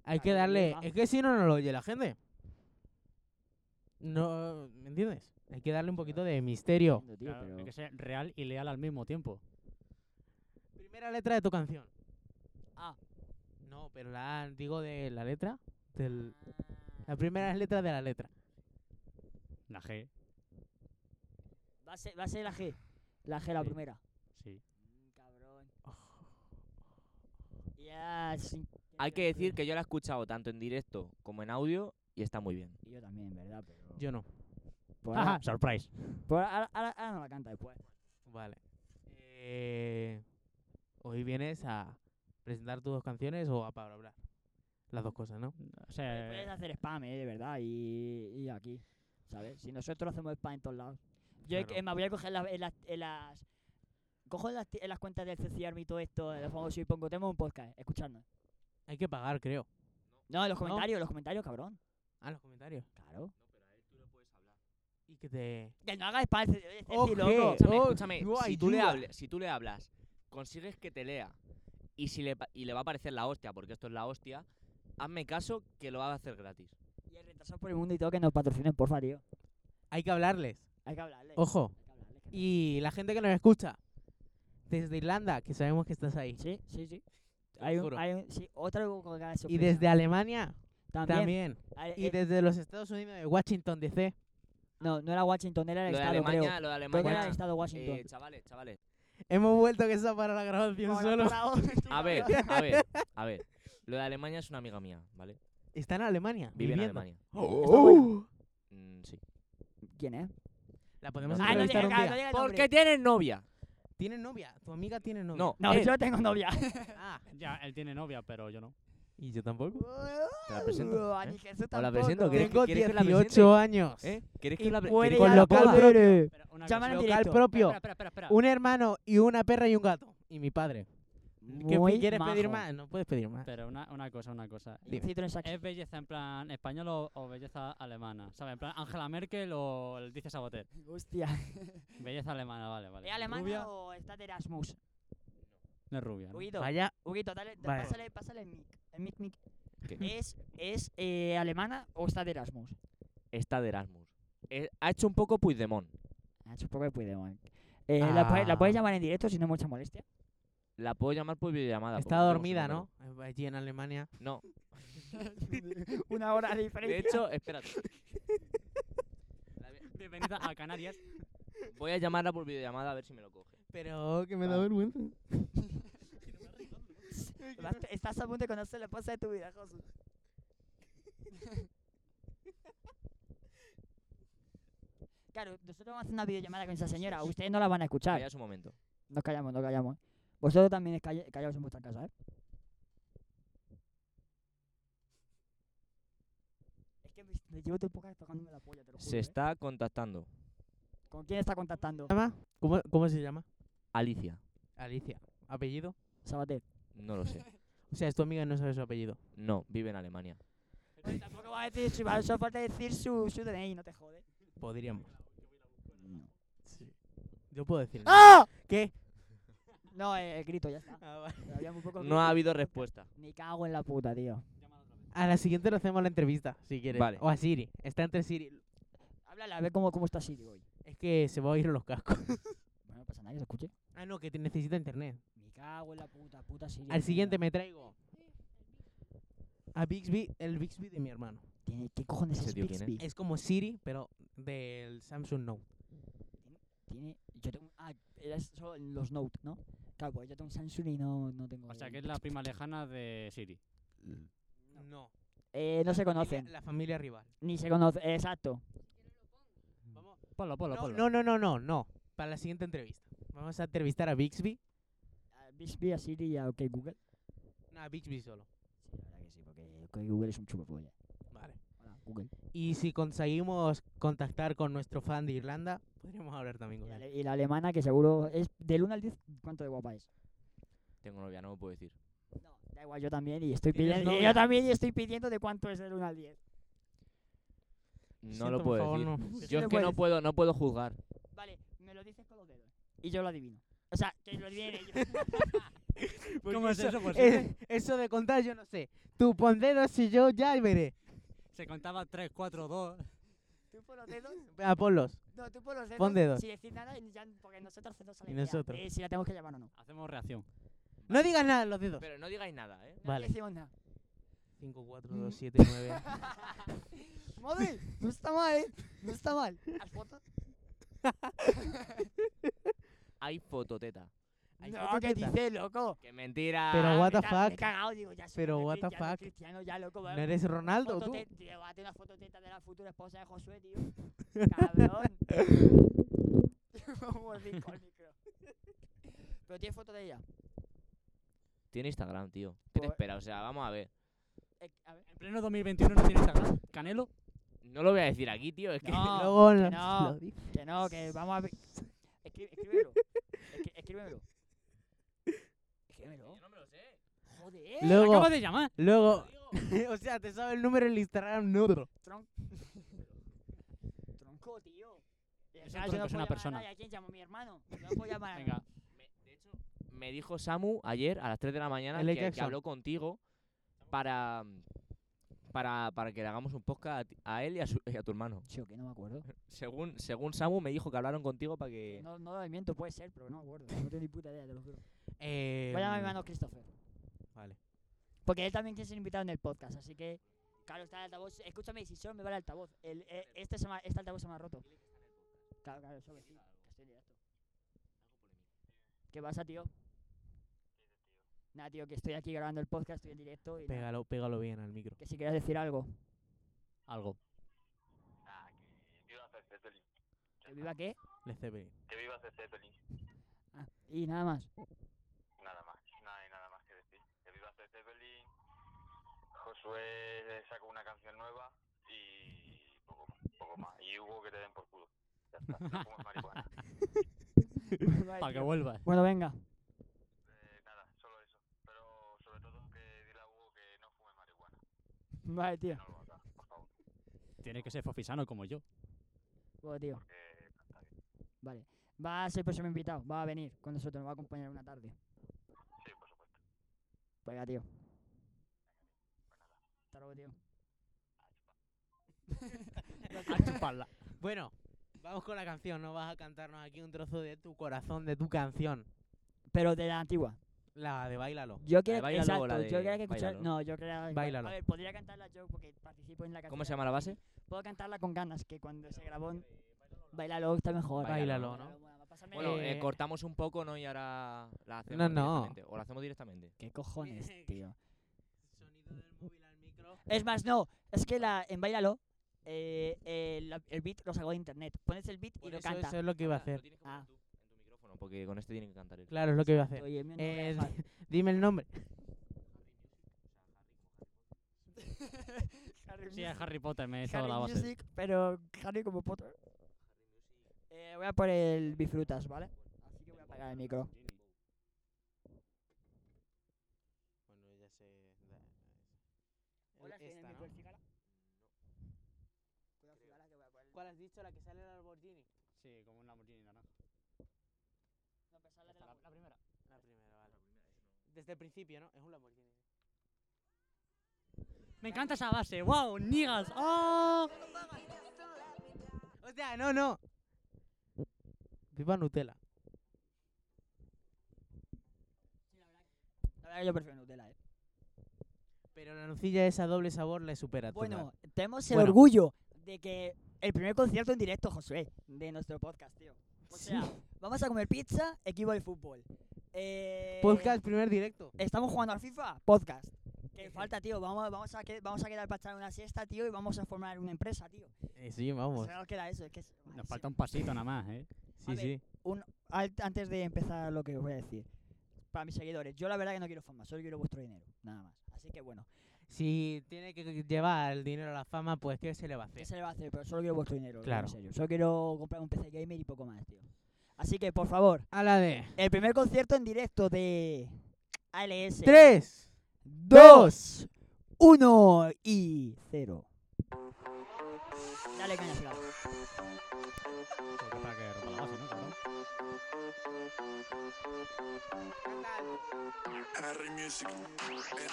Speaker 2: hay
Speaker 1: Claro,
Speaker 2: que
Speaker 1: lo
Speaker 2: darle...
Speaker 1: diga.
Speaker 2: Es que si no, no lo oye la gente. No, ¿me entiendes? Hay que darle un poquito de misterio.
Speaker 1: Entiendo, tío,
Speaker 4: Claro,
Speaker 1: pero-
Speaker 4: Hay que ser real y leal al mismo tiempo.
Speaker 2: Primera letra de tu canción.
Speaker 1: Ah.
Speaker 2: No, pero la digo de la letra. Del,
Speaker 1: Ah,
Speaker 2: la primera letra de la letra.
Speaker 4: La G,
Speaker 1: va, a ser, va a ser la G. La G, la
Speaker 4: Sí.
Speaker 1: primera.
Speaker 4: sí.
Speaker 1: Mm, Cabrón. Ya, sí.
Speaker 3: Hay que decir que yo la he escuchado tanto en directo como en audio y está muy bien.
Speaker 1: Y Yo también, ¿verdad? Pero...
Speaker 2: Yo no.
Speaker 1: Por
Speaker 4: Ajá,
Speaker 1: ahora,
Speaker 4: Ah, surprise.
Speaker 1: por ahora, ahora- ahora no la canta después.
Speaker 2: Vale. Eh, hoy vienes a presentar tus dos canciones o a para hablar. Las dos cosas, ¿no?
Speaker 4: O
Speaker 1: Puedes
Speaker 4: sea,
Speaker 1: hacer spam, eh, de verdad, y, y aquí, ¿sabes? Si nosotros hacemos spam en todos lados. Yo he-
Speaker 2: Claro.
Speaker 1: eh, me voy a coger la- en las, en las- Cojo en las, ti- en las cuentas del CCRM y todo esto, de los famosos y pongo tenemos un podcast, escuchadnos.
Speaker 2: Hay que pagar, creo.
Speaker 1: No, en los comentarios, los comentarios, cabrón.
Speaker 2: Ah, los comentarios.
Speaker 1: Claro.
Speaker 2: Y que te...
Speaker 1: Que no hagas para el CCRM,
Speaker 3: Oje,
Speaker 1: loco.
Speaker 3: Escúchame,
Speaker 2: Oh,
Speaker 3: escúchame,
Speaker 2: no hay
Speaker 3: si, tú le
Speaker 2: duda.
Speaker 3: hables, si tú le hablas, consigues que te lea y, si le, pa- y le va a parecer la hostia, porque esto es la hostia, hazme caso que lo va a hacer gratis.
Speaker 1: Y el retrasado por el mundo y todo que nos patrocinen, porfa, tío.
Speaker 2: Hay que hablarles.
Speaker 1: Hay que hablarle.
Speaker 2: Ojo.
Speaker 1: hay que hablarle, que no-
Speaker 2: Y la gente que nos escucha. Desde Irlanda, que sabemos que estás ahí.
Speaker 1: Sí, sí, sí.
Speaker 2: Te
Speaker 1: Hay, un,
Speaker 2: juro.
Speaker 1: hay un, sí, otro con cara de
Speaker 2: Y
Speaker 1: sorpresa.
Speaker 2: desde Alemania
Speaker 1: también.
Speaker 2: también.
Speaker 1: Hay-
Speaker 2: Y
Speaker 1: eh,
Speaker 2: desde los Estados Unidos de Washington DC.
Speaker 1: no, no era Washington, era el
Speaker 3: Lo de
Speaker 1: estado, creo.
Speaker 3: Alemania, lo de
Speaker 1: Creo que era el
Speaker 3: Alemania.
Speaker 1: estado Washington.
Speaker 3: eh, chavales, chavales.
Speaker 2: Hemos vuelto que está para la grabación solo.
Speaker 3: A ver, a ver, a ver. Lo de Alemania es una amiga mía, ¿vale?
Speaker 2: Está en Alemania.
Speaker 3: Vive en
Speaker 2: viviendo.
Speaker 3: Alemania.
Speaker 2: ¡Oh!
Speaker 3: Mm, sí.
Speaker 1: ¿Quién es?
Speaker 2: La podemos
Speaker 3: Ah, no
Speaker 2: entrevistar
Speaker 1: digas,
Speaker 2: un
Speaker 1: claro,
Speaker 2: día.
Speaker 1: no digas. nombre.
Speaker 3: Porque tienes novia.
Speaker 2: ¿Tiene novia? ¿Tu amiga tiene novia?
Speaker 3: No, eh,
Speaker 1: No,
Speaker 3: él.
Speaker 1: yo tengo novia.
Speaker 2: Ah,
Speaker 4: Ya, él tiene novia, pero yo no.
Speaker 2: y yo tampoco.
Speaker 3: Te la presento.
Speaker 1: Uh, a
Speaker 3: ¿eh?
Speaker 1: ni Jesús
Speaker 3: Os la
Speaker 1: tampoco.
Speaker 3: presento, ¿quieres que,
Speaker 2: Tengo
Speaker 3: quieres que la
Speaker 2: 18 años.
Speaker 3: presente? ¿Eh? ¿Quieres que
Speaker 1: Y
Speaker 3: la pre-
Speaker 1: puede ir
Speaker 3: quieres
Speaker 2: Con
Speaker 1: a
Speaker 3: que la
Speaker 2: lo
Speaker 1: la
Speaker 2: cual-
Speaker 1: cama.
Speaker 2: Pero-
Speaker 4: Pero una
Speaker 1: Llaman
Speaker 4: cosa-
Speaker 1: en
Speaker 2: Local
Speaker 1: directo.
Speaker 2: propio.
Speaker 4: Espera, espera, espera, espera.
Speaker 2: Un hermano y una perra y un gato. Y mi padre. ¿Qué
Speaker 1: Muy
Speaker 2: quieres pedir
Speaker 1: majo.
Speaker 2: más? No puedes pedir más.
Speaker 4: Pero una, una cosa, una cosa.
Speaker 1: Y un Citroën Saxo.
Speaker 4: ¿Es belleza en plan español o, o belleza alemana? ¿Sabes? En plan Angela Merkel o el dice Saboter.
Speaker 1: Hostia.
Speaker 4: Belleza Eh, alemana, vale, vale.
Speaker 1: ¿Es alemana
Speaker 4: Rubia,
Speaker 1: o está de Erasmus?
Speaker 4: no es rubia. ¿no?
Speaker 1: Huguito,
Speaker 2: Vaya.
Speaker 1: Huguito, dale, da-
Speaker 2: Vale.
Speaker 1: pásale, pásale el mic. El mic, mic.
Speaker 3: ¿Qué?
Speaker 1: ¿Es, es eh, alemana o está de Erasmus?
Speaker 3: Está de Erasmus. Eh, ha hecho un poco Puigdemont.
Speaker 1: Ah, supongo que Puigdemont. Eh, ¿la, puedes, ¿La puedes
Speaker 2: Ah.
Speaker 1: llamar en directo si no es mucha molestia?
Speaker 3: La puedo llamar por videollamada. porque
Speaker 2: Está
Speaker 3: no tengo su
Speaker 2: dormida,
Speaker 3: número.
Speaker 2: ¿no? Allí en Alemania.
Speaker 3: No.
Speaker 1: Una hora de
Speaker 3: De
Speaker 1: diferencia.
Speaker 3: hecho, espérate. La ve-
Speaker 4: Bienvenida a Canarias.
Speaker 3: Voy a llamarla por videollamada a ver si me lo coge.
Speaker 2: Pero que me
Speaker 1: Ah.
Speaker 2: da vergüenza.
Speaker 1: Vas- Estás a punto de conocer la esposa de tu vida, Josu. Claro, nosotros vamos a hacer una videollamada con esa señora. Ustedes no la van a escuchar.
Speaker 3: Vaya su momento.
Speaker 1: Nos callamos, nos callamos. ¿eh? Vosotros también calla- callaos en vuestra casa, ¿eh? Es que me, me llevo todo el podcast tocándome la polla, te lo juro.
Speaker 3: Se
Speaker 1: ¿eh?
Speaker 3: está contactando.
Speaker 1: ¿Con quién está contactando?
Speaker 2: llama? ¿Cómo, cómo se llama?
Speaker 3: Alicia.
Speaker 2: Alicia. ¿Apellido?
Speaker 1: Sabater.
Speaker 3: No lo sé.
Speaker 2: O sea, es tu amiga y no sabe su apellido.
Speaker 3: No, vive en Alemania.
Speaker 1: Oye, tampoco vas a decir, si va- solo falta decir su, su DNI, no te jodes.
Speaker 2: Podríamos. Yo puedo decir.
Speaker 1: ¡Ah!
Speaker 2: ¿Qué?
Speaker 1: No, eh, el grito, ya está.
Speaker 2: Ah,
Speaker 1: Había muy pocos
Speaker 3: No ha
Speaker 1: gritos.
Speaker 3: habido respuesta.
Speaker 1: Me cago en la puta, tío.
Speaker 2: A la siguiente le hacemos la entrevista, si quieres.
Speaker 3: Vale.
Speaker 2: O a Siri. Está entre Siri.
Speaker 1: Háblale, a ver cómo, cómo está Siri hoy.
Speaker 2: Es que se va a oír en los cascos.
Speaker 1: Bueno, no pasa nada, que se escuche.
Speaker 2: Ah, no, que te- necesita internet.
Speaker 1: Me cago en la puta, puta Siri.
Speaker 2: Al
Speaker 1: mierda.
Speaker 2: siguiente me traigo. A Bixby, el Bixby de mi hermano.
Speaker 1: Tiene- ¿Qué cojones
Speaker 3: ¿Ese
Speaker 1: es
Speaker 3: tío quién es?
Speaker 1: Bixby?
Speaker 2: Es como Siri, pero del Samsung Note.
Speaker 1: Tiene, yo tengo, ah, era solo los Note, ¿no? Claro, pues yo tengo un Samsung y no, no tengo...
Speaker 4: O sea, que es la prima lejana de Siri.
Speaker 2: No.
Speaker 1: Eh, no se
Speaker 2: familia-
Speaker 1: conocen,
Speaker 2: La familia rival.
Speaker 1: ni se conocen, exacto.
Speaker 4: Ponlo, ponlo,
Speaker 2: No,
Speaker 4: ponlo.
Speaker 2: no, no, no, no, no. Para la siguiente entrevista. Vamos a entrevistar a Bixby.
Speaker 1: A Bixby, a Eh, Siri y a OK Google.
Speaker 2: No, a Bixby solo.
Speaker 1: Sí, la verdad que sí, porque OK Google es un chulo polla.
Speaker 2: Vale.
Speaker 1: Hola, Google.
Speaker 2: Y si conseguimos contactar con nuestro fan de Irlanda, podríamos hablar también
Speaker 1: Y
Speaker 2: con
Speaker 1: la,
Speaker 2: él.
Speaker 1: ale- y la alemana, que seguro es del 1 al 10, ¿cuánto de guapa es?
Speaker 3: Tengo novia, no lo puedo decir.
Speaker 1: No, da igual, yo también y estoy
Speaker 2: ¿Tienes
Speaker 1: pidiendo... y
Speaker 2: novia?
Speaker 1: yo también y estoy pidiendo de cuánto es del 1 al 10.
Speaker 3: No
Speaker 2: Siento,
Speaker 3: lo
Speaker 2: por
Speaker 3: puedo
Speaker 2: favor,
Speaker 3: decir.
Speaker 2: no.
Speaker 1: Sí
Speaker 3: Yo
Speaker 1: lo
Speaker 3: es que no
Speaker 1: puedes.
Speaker 3: puedo, no puedo juzgar.
Speaker 1: Vale, me lo dices con los dedos. Y yo lo adivino. O sea, que lo adivine yo.
Speaker 4: ¿Cómo es eso
Speaker 2: Eh,
Speaker 4: posible?
Speaker 2: eso de contar yo no sé. Tú pon dedos y yo ya veré.
Speaker 4: Se contaba 3, 4, 2.
Speaker 1: ¿Tú por los dedos?
Speaker 2: Ah, ponlos.
Speaker 1: No, tú por los dedos.
Speaker 2: Pon dedos.
Speaker 1: Si decís nada, ya, porque nosotros hacemos la
Speaker 2: Y
Speaker 1: idea
Speaker 2: nosotros.
Speaker 1: de si la tenemos que llamar o no.
Speaker 4: Hacemos reacción.
Speaker 2: No digas nada los dedos.
Speaker 3: Pero no digáis nada, ¿eh?
Speaker 1: Vale.
Speaker 2: Vale.
Speaker 1: decimos nada.
Speaker 2: 5, 4,
Speaker 1: Mm.
Speaker 2: 2, 7, 9.
Speaker 1: Madre, no está mal, ¿eh? No está mal. ¿Has foto?
Speaker 3: Hay fototeta.
Speaker 2: Hay
Speaker 1: No,
Speaker 2: foto
Speaker 1: ¿qué
Speaker 2: teta.
Speaker 1: dices, loco?
Speaker 3: Que mentira.
Speaker 2: Pero
Speaker 1: "Ah, me
Speaker 2: what the
Speaker 1: ca- me he
Speaker 2: fuck.
Speaker 1: cagado, digo, ya soy
Speaker 2: Pero
Speaker 1: hombre
Speaker 2: what the
Speaker 1: cristiano,
Speaker 2: fuck.
Speaker 1: cristiano, ya, loco.
Speaker 2: ¿No
Speaker 1: vale.
Speaker 2: eres Ronaldo tú?
Speaker 1: Fototeta, tío, hazte una fototeta de la futura esposa de Josué, tío. Cabrón. Mordí con el micro. Pero tiene foto de ella.
Speaker 3: Tiene Instagram, tío. ¿Qué te
Speaker 1: Pues-
Speaker 3: espera? O sea, vamos a ver.
Speaker 1: Eh, a ver.
Speaker 4: En pleno 2021 no tiene Instagram. Canelo.
Speaker 3: No lo voy a decir aquí, tío. Es que
Speaker 1: No,
Speaker 2: Luego
Speaker 1: que
Speaker 2: lo-
Speaker 1: no.
Speaker 2: lo dice.
Speaker 1: Que no, que vamos a ver. Escri- escríbelo. Escri- escríbemelo. Escríbemelo.
Speaker 3: no me lo sé.
Speaker 1: Joder.
Speaker 4: Te
Speaker 2: Luego,
Speaker 4: acabo de llamar.
Speaker 2: luego. o sea, te sabe el número en el Instagram neutro.
Speaker 1: Tron- Tronco, tío. Y al
Speaker 4: Es un
Speaker 1: final yo no
Speaker 4: tronco, es
Speaker 1: puedo
Speaker 4: una
Speaker 1: llamar a
Speaker 4: persona.
Speaker 1: nadie. ¿A quién llamo? Mi hermano. Yo No puedo llamar a
Speaker 4: Venga.
Speaker 3: de hecho, me dijo Samu ayer a las 3 de la mañana
Speaker 2: L.
Speaker 3: que, que
Speaker 2: Jackson.
Speaker 3: habló contigo para, para, para que le hagamos un podcast a ti- a, él y a, su- y a tu hermano.
Speaker 1: Yo que no me acuerdo.
Speaker 3: Según, según Samu me dijo que hablaron contigo para que...
Speaker 1: No, no lo miento, puede ser, pero no me acuerdo. No tengo ni puta idea, te lo juro.
Speaker 2: Eh,
Speaker 1: Voy a
Speaker 4: mm.
Speaker 1: llamar a mi hermano Christopher.
Speaker 2: Vale.
Speaker 1: Porque él también quiere ser invitado en el podcast, así que. Claro, está el altavoz. Escúchame, si solo me vale el altavoz. El, eh, este, se me ha- este altavoz se me ha roto. Claro, claro, eso que sí. que estoy en directo. ¿Qué pasa, tío? Nada, tío, que estoy aquí grabando el podcast, estoy en directo. Y nada,
Speaker 2: Pégalo, pégalo bien al micro.
Speaker 1: que si quieres decir algo.
Speaker 4: Algo.
Speaker 8: Ah,
Speaker 1: ¿Que viva qué?
Speaker 2: Le Zeppelin.
Speaker 8: Que viva de Zeppelin.
Speaker 1: Ah, y nada más.
Speaker 8: Nada más. No hay nada más que decir. Que viva de Zeppelin. Josué sacó una canción nueva y poco más. Poco más. Y Hugo que te den por culo. Ya está. No fumes marihuana.
Speaker 1: Vale,
Speaker 8: Ah,
Speaker 4: Para que
Speaker 1: tío.
Speaker 4: vuelvas.
Speaker 1: bueno, venga.
Speaker 8: Eh, nada, solo eso. Pero sobre todo que dile a Hugo que no fume marihuana.
Speaker 1: Vale, tío.
Speaker 8: No lo haga, por favor.
Speaker 4: Tiene que ser fofisano como yo.
Speaker 1: Bueno, tío.
Speaker 8: Porque está bien.
Speaker 1: Vale. Va a ser el próximo invitado. Va a venir con nosotros. Nos va a acompañar una tarde.
Speaker 8: Sí, por supuesto. Pues
Speaker 1: Venga, tío. Hasta luego, tío.
Speaker 4: A chuparla.
Speaker 2: Bueno, vamos con la canción. No vas a cantarnos aquí un trozo de tu corazón, de tu canción.
Speaker 1: Pero de la antigua.
Speaker 2: La de Bailalo.
Speaker 1: Yo quería
Speaker 3: de Bailalo o
Speaker 1: exacto,
Speaker 3: la
Speaker 1: yo
Speaker 3: de
Speaker 1: quería que escuchar.
Speaker 3: Bailalo?
Speaker 1: No, yo quería.
Speaker 2: Bailalo.
Speaker 1: A ver, podría cantarla yo porque participo en la canción.
Speaker 3: ¿Cómo se llama la base?
Speaker 1: Puedo cantarla con ganas, que cuando se grabó. en- Bailalo está mejor.
Speaker 2: Bailalo, ¿no?
Speaker 1: bueno, pásame-
Speaker 3: Bueno, eh,
Speaker 2: Eh,
Speaker 3: cortamos un poco, ¿no? Y ahora la hacemos
Speaker 2: no.
Speaker 3: directamente. O la hacemos directamente.
Speaker 1: ¿Qué cojones, tío?
Speaker 2: Sonido del móvil al micro.
Speaker 1: Es más, no. Es que la, en Bailalo, eh, eh, la- el beat lo sacó de internet. Pones el beat y
Speaker 2: Por
Speaker 1: lo
Speaker 2: eso,
Speaker 1: canta.
Speaker 2: eso es lo que iba a hacer.
Speaker 3: tienes que
Speaker 1: Ah.
Speaker 3: poner tú en tu micrófono, porque con este tienen que cantar él.
Speaker 2: Claro, es lo que iba a hacer.
Speaker 1: Oye, el mío no lo voy a
Speaker 2: Eh,
Speaker 1: dejar.
Speaker 2: dime el nombre.
Speaker 1: Harry
Speaker 4: Sí,
Speaker 1: Music.
Speaker 4: es Harry Potter, me he echado
Speaker 1: Harry
Speaker 4: la base.
Speaker 1: Music, pero Harry como Potter. Eh, voy a por el bifrutas, ¿vale? Así que voy a apagar el micro.
Speaker 2: Bueno, ya se da-
Speaker 1: Hola, estoy en el
Speaker 2: esta,
Speaker 1: micro,
Speaker 2: ¿no?
Speaker 1: cigala. Cuidado, cigala, que voy a poner-
Speaker 2: ¿Cuál has dicho? La que sale el Lamborghini.
Speaker 4: Sí, como un Lamborghini naranja.
Speaker 1: No, pero sale de la- la primera.
Speaker 2: La primera, vale. Desde el principio, ¿no? Es un Lamborghini.
Speaker 4: Me encanta esa base. ¡Wow! ¡Nigas! ¡Oh!
Speaker 2: O sea, no, no. Viva Nutella.
Speaker 1: La verdad que yo prefiero Nutella, eh.
Speaker 2: Pero la nucilla esa doble sabor le supera.
Speaker 1: Bueno, tenemos el
Speaker 2: Bueno.
Speaker 1: orgullo de que el primer concierto en directo, Josué, de nuestro podcast, tío. O sea, vamos a comer pizza, equipo de fútbol. Eh,
Speaker 2: Podcast primer directo.
Speaker 1: Estamos jugando al FIFA, podcast. Que falta, tío. Vamos, vamos, a, que- vamos a quedar para echar una siesta, tío, y vamos a formar una empresa, tío.
Speaker 2: Eh, sí, vamos.
Speaker 1: Solo nos queda eso. Es que es-
Speaker 4: Nos falta un pasito nada más, ¿eh?
Speaker 1: a
Speaker 2: Sí,
Speaker 1: ver.
Speaker 2: sí.
Speaker 1: Al- Antes de empezar lo que os voy a decir, para mis seguidores, yo la verdad que no quiero fama, solo quiero vuestro dinero, nada más. Así que bueno,
Speaker 2: Si tiene que llevar el dinero a la fama, pues ¿qué se le va a
Speaker 1: ¿qué
Speaker 2: hacer?
Speaker 1: se le va a hacer? Pero solo quiero vuestro dinero, lo digo
Speaker 2: Claro.
Speaker 1: en serio. Solo quiero comprar un PC gamer y poco más, tío. Así que, por favor,
Speaker 2: A la de...
Speaker 1: el primer concierto en directo de ALS.
Speaker 2: 3.
Speaker 1: 2, 1 y 0. Dale caña, Fran.
Speaker 4: Porque para que rompa la base, ¿no? Perdón.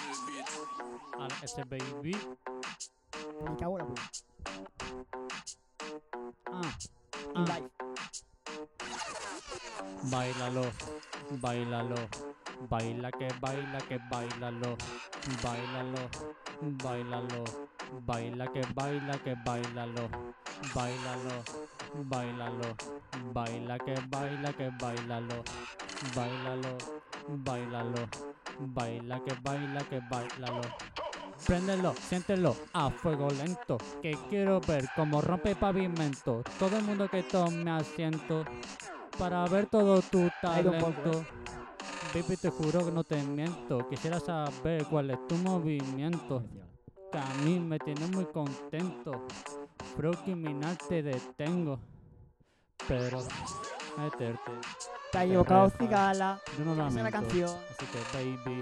Speaker 4: Al ese Ah, este baby.
Speaker 1: Me cago en la puta.
Speaker 4: Ah, ah.
Speaker 1: Bye.
Speaker 4: Bailalo, bailalo. Baila que baila que bailalo. Bailalo, bailalo. Baila que baila que bailalo. Bailalo, bailalo. Baila que baila que bailalo. Bailalo, bailalo. Baila que baila que bailalo. Préndelo, siéntelo a fuego lento. Que quiero ver cómo rompe pavimento. Todo el mundo que tome asiento para ver todo tu
Speaker 1: Ahí lo pongo, eh.
Speaker 4: talento. Baby, te juro que no te miento. Quisiera saber cuál es tu movimiento. Que a mí me tiene muy contento. Pro criminal te detengo. Pero meterte.
Speaker 1: Te ha equivocado,
Speaker 4: Terrestre.
Speaker 1: cigala.
Speaker 4: Yo no
Speaker 1: Esa es la
Speaker 4: lamento,
Speaker 1: canción.
Speaker 4: Así que baby.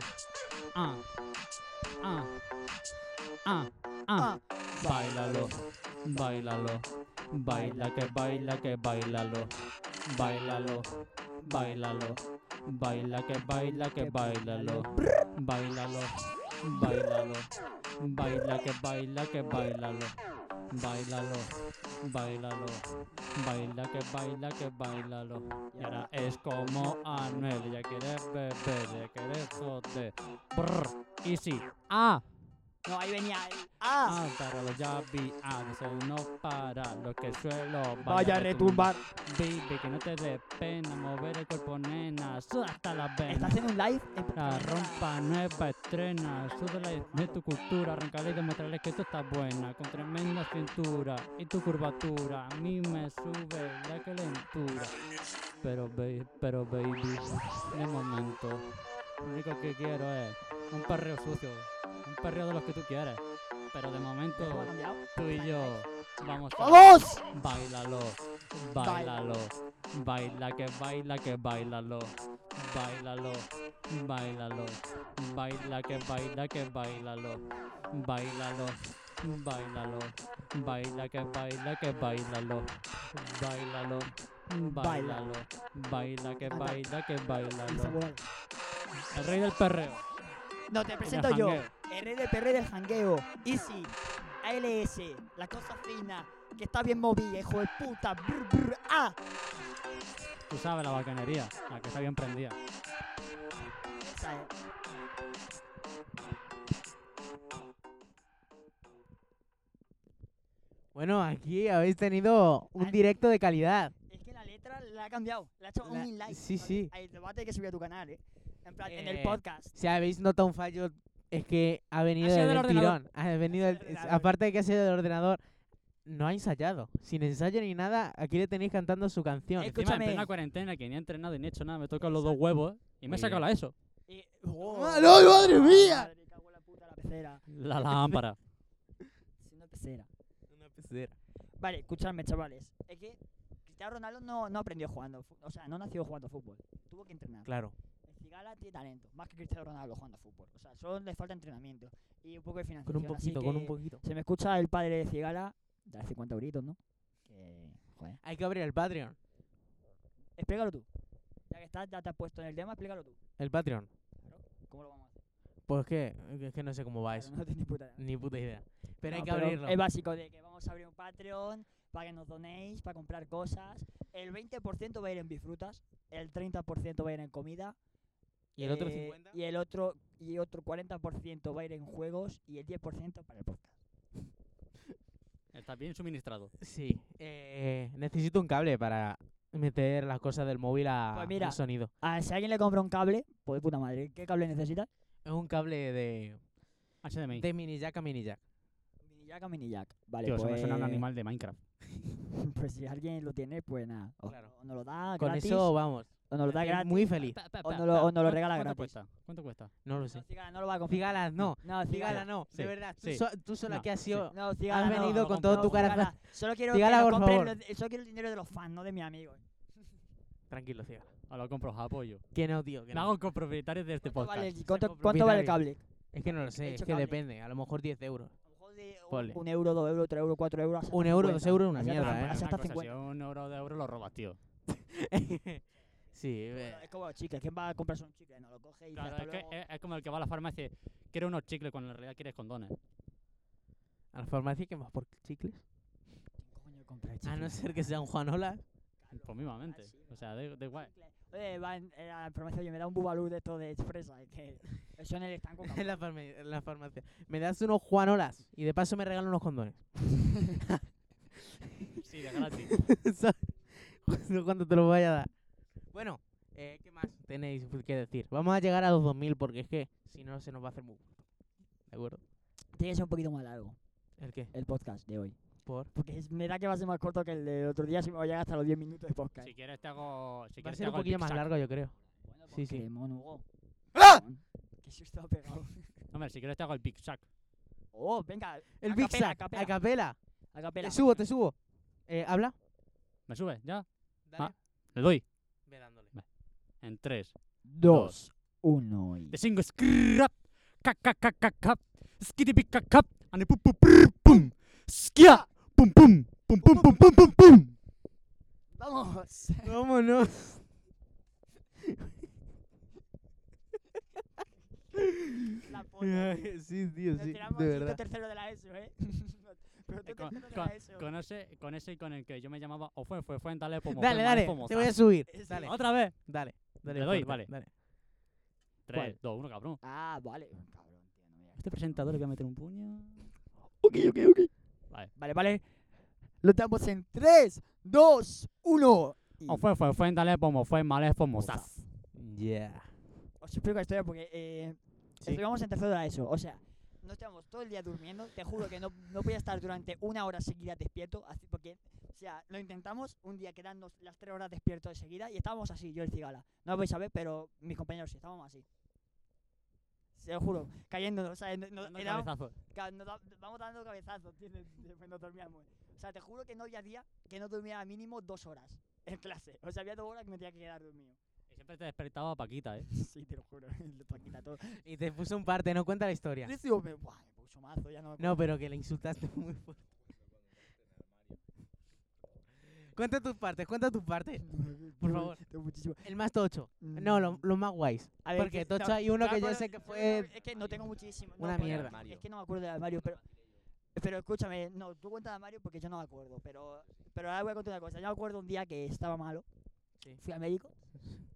Speaker 4: Ah. Ah. Ah. Ah.
Speaker 1: Ah,
Speaker 4: Bailalo. Bailalo. Baila que baila que bailalo. Bailalo. Bailalo. Baila que baila que bailalo. Bailalo. Bailalo. Baila que baila que bailalo. Bailalo. Bailalo. Baila que baila que bailalo. Y ahora es como Anuel, ya quieres beber, ya quieres joder. Brr, y sí. Ah,
Speaker 1: No, ahí venía el... ¡Ah!
Speaker 4: ah, para los ya vi, ah, no soy uno para lo que suelo.
Speaker 1: Vaya a
Speaker 4: bailar,
Speaker 1: retumbar.
Speaker 4: Baby, que no te dé pena mover el cuerpo, nena, suda hasta las
Speaker 1: ¿Estás
Speaker 4: venas.
Speaker 1: en un live? En
Speaker 4: La
Speaker 1: plan-
Speaker 4: rompa nueva estrena, súdala y de tu cultura, arrancale y demostrarle que tú estás buena, con tremenda cintura y tu curvatura, a mí me sube la calentura. Pero baby, pero baby, de momento, lo único que quiero es un perreo sucio, un perreo de los que tú quieres, pero de momento
Speaker 1: ¿Cómo ha cambiado?
Speaker 4: tú y yo vamos a...
Speaker 1: ¡Vamos!
Speaker 4: Bailalo, bailalo, baila que baila que bailalo, bailalo, bailalo, baila que baila que bailalo, bailalo, bailalo, baila que baila que bailalo, bailalo, bailalo, baila que
Speaker 1: Anda.
Speaker 4: baila que
Speaker 1: Y
Speaker 4: bailalo.
Speaker 1: Samuel.
Speaker 4: El rey del perreo.
Speaker 1: No, te
Speaker 4: el
Speaker 1: presento yo.
Speaker 4: jangueo.
Speaker 1: RDPR del jangueo. Easy. ALS. La cosa fina. Que está bien movida, hijo de puta. Brr, brr, ah.
Speaker 4: Tú sabes la bacanería, la que está bien prendida.
Speaker 1: Esa es.
Speaker 2: Bueno, aquí habéis tenido un
Speaker 1: Ay.
Speaker 2: directo de calidad.
Speaker 1: Es que la letra la ha cambiado. La ha hecho
Speaker 2: La-
Speaker 1: un in-live.
Speaker 2: sí, sí.
Speaker 1: El debate que subió a tu canal, ¿eh? En plan, en el
Speaker 2: Eh,
Speaker 1: podcast.
Speaker 2: Si habéis notado un fallo, es que ha venido
Speaker 4: sido
Speaker 2: del,
Speaker 4: del ordenador.
Speaker 2: tirón. Ha venido
Speaker 1: del
Speaker 2: del-
Speaker 1: ordenador.
Speaker 2: aparte de que ha sido del ordenador, no ha ensayado. Sin ensayo ni nada, aquí le tenéis cantando su canción.
Speaker 1: Eh,
Speaker 4: Encima en
Speaker 1: Escúchame.
Speaker 4: plena cuarentena que ni he entrenado ni he hecho nada, me he tocado los dos huevos ¿eh? y me
Speaker 2: Muy
Speaker 4: he sacado
Speaker 2: bien.
Speaker 4: la ESO.
Speaker 1: Y- ¡Oh!
Speaker 2: ¡Aló, madre mía!
Speaker 1: Madre, cago en la puta, la pecera.
Speaker 4: La lámpara.
Speaker 1: Es una pecera.
Speaker 2: Una pecera.
Speaker 1: Vale, escuchadme, chavales. Es que Cristiano Ronaldo no, no aprendió jugando. fu- O sea, no nació jugando fútbol. Tuvo que entrenar.
Speaker 2: Claro.
Speaker 1: El Cigala tiene talento, más que Cristiano Ronaldo jugando a fútbol. O sea, solo le falta entrenamiento y un poco de financiación.
Speaker 2: Con un
Speaker 1: así
Speaker 2: poquito, con un
Speaker 1: que
Speaker 2: poquito.
Speaker 1: Se me escucha el padre de Cigala, dar 50 euritos, ¿no? Que, joder.
Speaker 2: Hay que abrir el Patreon.
Speaker 1: Explícalo tú. Ya que estás, ya te has puesto en el tema, explícalo tú.
Speaker 2: El Patreon.
Speaker 1: ¿Cómo lo vamos a hacer?
Speaker 2: Pues que, es que no sé cómo va
Speaker 1: Claro,
Speaker 2: eso.
Speaker 1: no tengo ni puta idea.
Speaker 2: Ni puta idea. Pero hay
Speaker 1: No,
Speaker 2: que abrirlo.
Speaker 1: Es básico de que vamos a abrir un Patreon para que nos donéis, para comprar cosas. El 20% va a ir en bifrutas, el 30% va a ir en comida.
Speaker 2: Y el otro
Speaker 1: eh,
Speaker 2: 50.
Speaker 1: Y el otro, y otro 40% va a ir en juegos y el 10% para el podcast.
Speaker 4: Está bien suministrado.
Speaker 2: Sí. Eh, necesito un cable para meter las cosas del móvil a
Speaker 1: Pues mira.
Speaker 2: al sonido.
Speaker 1: Ah, si alguien le compra un cable, pues de puta madre, ¿qué cable necesitas?
Speaker 2: Es un cable de,
Speaker 4: HDMI.
Speaker 2: de mini jack a mini jack.
Speaker 1: Mini jack a mini jack. Vale,
Speaker 4: Tío, eso
Speaker 1: pues,
Speaker 4: me suena a un animal de Minecraft.
Speaker 1: pues si alguien lo tiene, pues nada. O,
Speaker 2: Claro.
Speaker 1: o nos lo da
Speaker 2: Con
Speaker 1: Ah, gratis.
Speaker 2: eso vamos.
Speaker 1: o nos lo da
Speaker 2: Estoy
Speaker 1: gratis.
Speaker 2: Muy feliz.
Speaker 1: O no lo- o no lo regala
Speaker 4: ¿Cuánto
Speaker 1: gratis.
Speaker 4: Cuesta? ¿Cuánto cuesta?
Speaker 2: No lo
Speaker 1: No,
Speaker 2: sé.
Speaker 1: Cigala, no lo va a comprar.
Speaker 2: Cigalas, no.
Speaker 1: No,
Speaker 2: Cigala,
Speaker 1: Cigala.
Speaker 2: no.
Speaker 4: Sí,
Speaker 2: De verdad. Tú,
Speaker 4: sí.
Speaker 2: so- tú sola
Speaker 4: No,
Speaker 2: que has
Speaker 4: sí.
Speaker 2: sido.
Speaker 1: No, Cigala, no.
Speaker 2: venido con todo
Speaker 1: No,
Speaker 2: tu
Speaker 1: Cigala,
Speaker 2: corazón.
Speaker 1: Solo quiero,
Speaker 2: Cigala,
Speaker 1: que me
Speaker 2: por
Speaker 1: compren
Speaker 2: favor.
Speaker 1: los- solo quiero el dinero de los fans, no de mi amigo. eh.
Speaker 2: Tranquilo, cigala.
Speaker 4: O Ah, lo compro a apoyo.
Speaker 2: Que no, tío. Que
Speaker 4: Me
Speaker 2: no.
Speaker 4: hago copropietario de este
Speaker 1: ¿Cuánto
Speaker 4: podcast.
Speaker 1: Pues vale, el-
Speaker 2: Ser
Speaker 1: cuánto- cuánto vale el
Speaker 2: copropietario.
Speaker 1: cable?
Speaker 2: Es que no lo
Speaker 1: He
Speaker 2: sé. Es
Speaker 1: hecho
Speaker 2: que
Speaker 1: cable.
Speaker 2: depende. A lo mejor 10 euros.
Speaker 1: A lo mejor de un-
Speaker 4: Ponle.
Speaker 1: un euro, dos euros, tres euros, cuatro euros. hasta
Speaker 2: Un euro, dos
Speaker 1: 50.
Speaker 2: euros, una
Speaker 1: Hasta
Speaker 4: Ah,
Speaker 2: mierda,
Speaker 4: pero
Speaker 1: hasta-
Speaker 2: ¿eh?
Speaker 4: una
Speaker 1: hasta
Speaker 4: cosa, si
Speaker 1: 50.
Speaker 4: un euro de euro lo robas, tío.
Speaker 2: sí. eh,
Speaker 1: Es como los chicles. ¿Quién va a comprarse un chicle? No, lo coge y dice,
Speaker 4: Claro,
Speaker 1: hasta
Speaker 4: es, que
Speaker 1: luego.
Speaker 4: es, es como el que va a la farmacia y dice, quiero unos chicles cuando en realidad quieres condones.
Speaker 2: A la farmacia que más por chicles.
Speaker 1: ¿Quién coño compra
Speaker 2: A no
Speaker 1: chicles?
Speaker 2: ser que sea un Juanola.
Speaker 4: Pues mismamente.
Speaker 1: Ah, sí,
Speaker 4: O sea, da da igual.
Speaker 1: Chicle. Oye, va en, en la farmacia, oye, me da un bubalú de esto de fresa. es que eso en el estanco.
Speaker 2: En la, farma- en la farmacia. Me das unos Juanolas y de paso me regalan unos condones.
Speaker 4: Sí, de gratis.
Speaker 2: ¿Sabes? No cuánto te lo voy a dar. Bueno, eh, ¿qué más tenéis que decir? Vamos a llegar a los 2000 porque es que si no se nos va a hacer muy. corto. ¿De acuerdo?
Speaker 1: Tiene que ser un poquito más largo
Speaker 2: ¿El qué?
Speaker 1: el podcast de hoy.
Speaker 2: Por.
Speaker 1: Porque es- me da que va a ser más corto que el del otro día si me voy a llegar hasta los 10 minutos de podcast.
Speaker 4: si quieres te hago... Si
Speaker 2: Va a
Speaker 4: quieres te
Speaker 2: ser un
Speaker 4: hago el
Speaker 2: poquillo más
Speaker 4: zigzag.
Speaker 2: largo, yo creo.
Speaker 1: Bueno,
Speaker 2: Sí,
Speaker 1: pues
Speaker 2: sí. ¡Ah!
Speaker 1: qué mono, Hugo. Qué susto ha pegado.
Speaker 4: Hombre, si quieres te hago el Big Sack.
Speaker 1: Oh, venga.
Speaker 2: El
Speaker 1: a
Speaker 2: Big
Speaker 1: capela, a
Speaker 2: Sack,
Speaker 1: capela.
Speaker 2: a capela.
Speaker 1: A capela.
Speaker 2: Te subo, te subo. Eh, habla.
Speaker 4: ¿Me sube? ¿Ya?
Speaker 2: Dale.
Speaker 4: Ah. Le doy.
Speaker 2: Ve dándole.
Speaker 4: En 3,
Speaker 1: Dos, uno y...
Speaker 4: The single scrap, ka ka ka ka ka, skitty big ka ka, and a pum pum prr, pum, skia, pum pum, pum pum pum pum pum pum.
Speaker 1: ¡Vamos!
Speaker 2: Vámonos.
Speaker 1: La polla. tío.
Speaker 2: sí, tío,
Speaker 1: Nos
Speaker 2: sí.
Speaker 1: tiramos
Speaker 2: De
Speaker 1: cinco
Speaker 2: verdad.
Speaker 1: tercero de la ESO, ¿eh? Pero tú
Speaker 4: Eh, con-
Speaker 1: tercero de la ESO.
Speaker 4: Con ese, con ese y con el que yo me llamaba o fue, fue, fue, dale, pomo,
Speaker 2: Dale,
Speaker 4: fue, mal,
Speaker 2: dale.
Speaker 4: pomo,
Speaker 2: Te voy a
Speaker 4: zas.
Speaker 2: subir.
Speaker 1: Es
Speaker 2: Dale,
Speaker 4: Otra vez.
Speaker 2: dale. Dale,
Speaker 4: Le doy,
Speaker 2: fuerte,
Speaker 4: vale.
Speaker 2: Dale.
Speaker 4: 3, 2, 1, cabrón.
Speaker 1: Ah, vale. Cabrón, tío, no me digas.
Speaker 4: Este presentador le voy a meter un puño.
Speaker 1: Ok, ok, ok.
Speaker 4: Vale.
Speaker 1: Vale, vale. Lo damos en 3, 2, 1.
Speaker 4: O fue, fue, fue, dale, pomo, fue, mal, pomo, zas.
Speaker 2: Yeah.
Speaker 1: Os explico la historia porque eh,
Speaker 2: Sí.
Speaker 1: estuvimos en tercero de la ESO. O sea, no estábamos todo el día durmiendo. Te juro que no, no podía estar durante una hora seguida despierto. Así porque, o sea, lo intentamos un día quedarnos las tres horas despiertos de seguida y estábamos así, yo y el cigala. No lo vais a ver, pero mis compañeros sí, estábamos así. Se lo juro, cayéndonos, o sea, no- no-
Speaker 4: Dando
Speaker 1: era-
Speaker 4: cabezazo.
Speaker 1: ca- nos da- vamos dando cabezazos, ¿entiendes? Después nos dormíamos. O sea, te juro que no había día que no dormía mínimo dos horas en clase. O sea, había dos horas que me tenía que quedar dormido.
Speaker 4: Y siempre te despertaba Paquita, ¿eh?
Speaker 1: Sí, te lo juro, el Paquita todo.
Speaker 2: Y te puso un parte, no cuenta la historia.
Speaker 1: Yo digo, me, buah, me puso mazo, ya no me
Speaker 2: No, pero que le insultaste muy fuerte. Cuenta tus partes, cuenta tus partes. Mm.
Speaker 1: acuerdo.
Speaker 2: por
Speaker 1: Yo-
Speaker 2: favor.
Speaker 1: tengo muchísimo. Mm,
Speaker 2: El más tocho. No, lo- los más guays.
Speaker 1: A ver,
Speaker 2: Porque
Speaker 1: que-
Speaker 2: tocho
Speaker 1: no,
Speaker 2: hay
Speaker 1: no
Speaker 2: uno
Speaker 1: me
Speaker 2: que yo
Speaker 1: acuerdo-
Speaker 2: sé que
Speaker 1: no, no,
Speaker 2: fue...
Speaker 1: Es que no tengo muchísimo. no,
Speaker 2: Una
Speaker 1: pues,
Speaker 2: mierda.
Speaker 1: Es que no me acuerdo de Mario, pero. Pero escúchame, no, tú cuenta de Mario porque yo no me acuerdo. Pero, pero ahora voy a contar una cosa. Yo me acuerdo un día que estaba malo.
Speaker 2: Sí.
Speaker 1: Fui al médico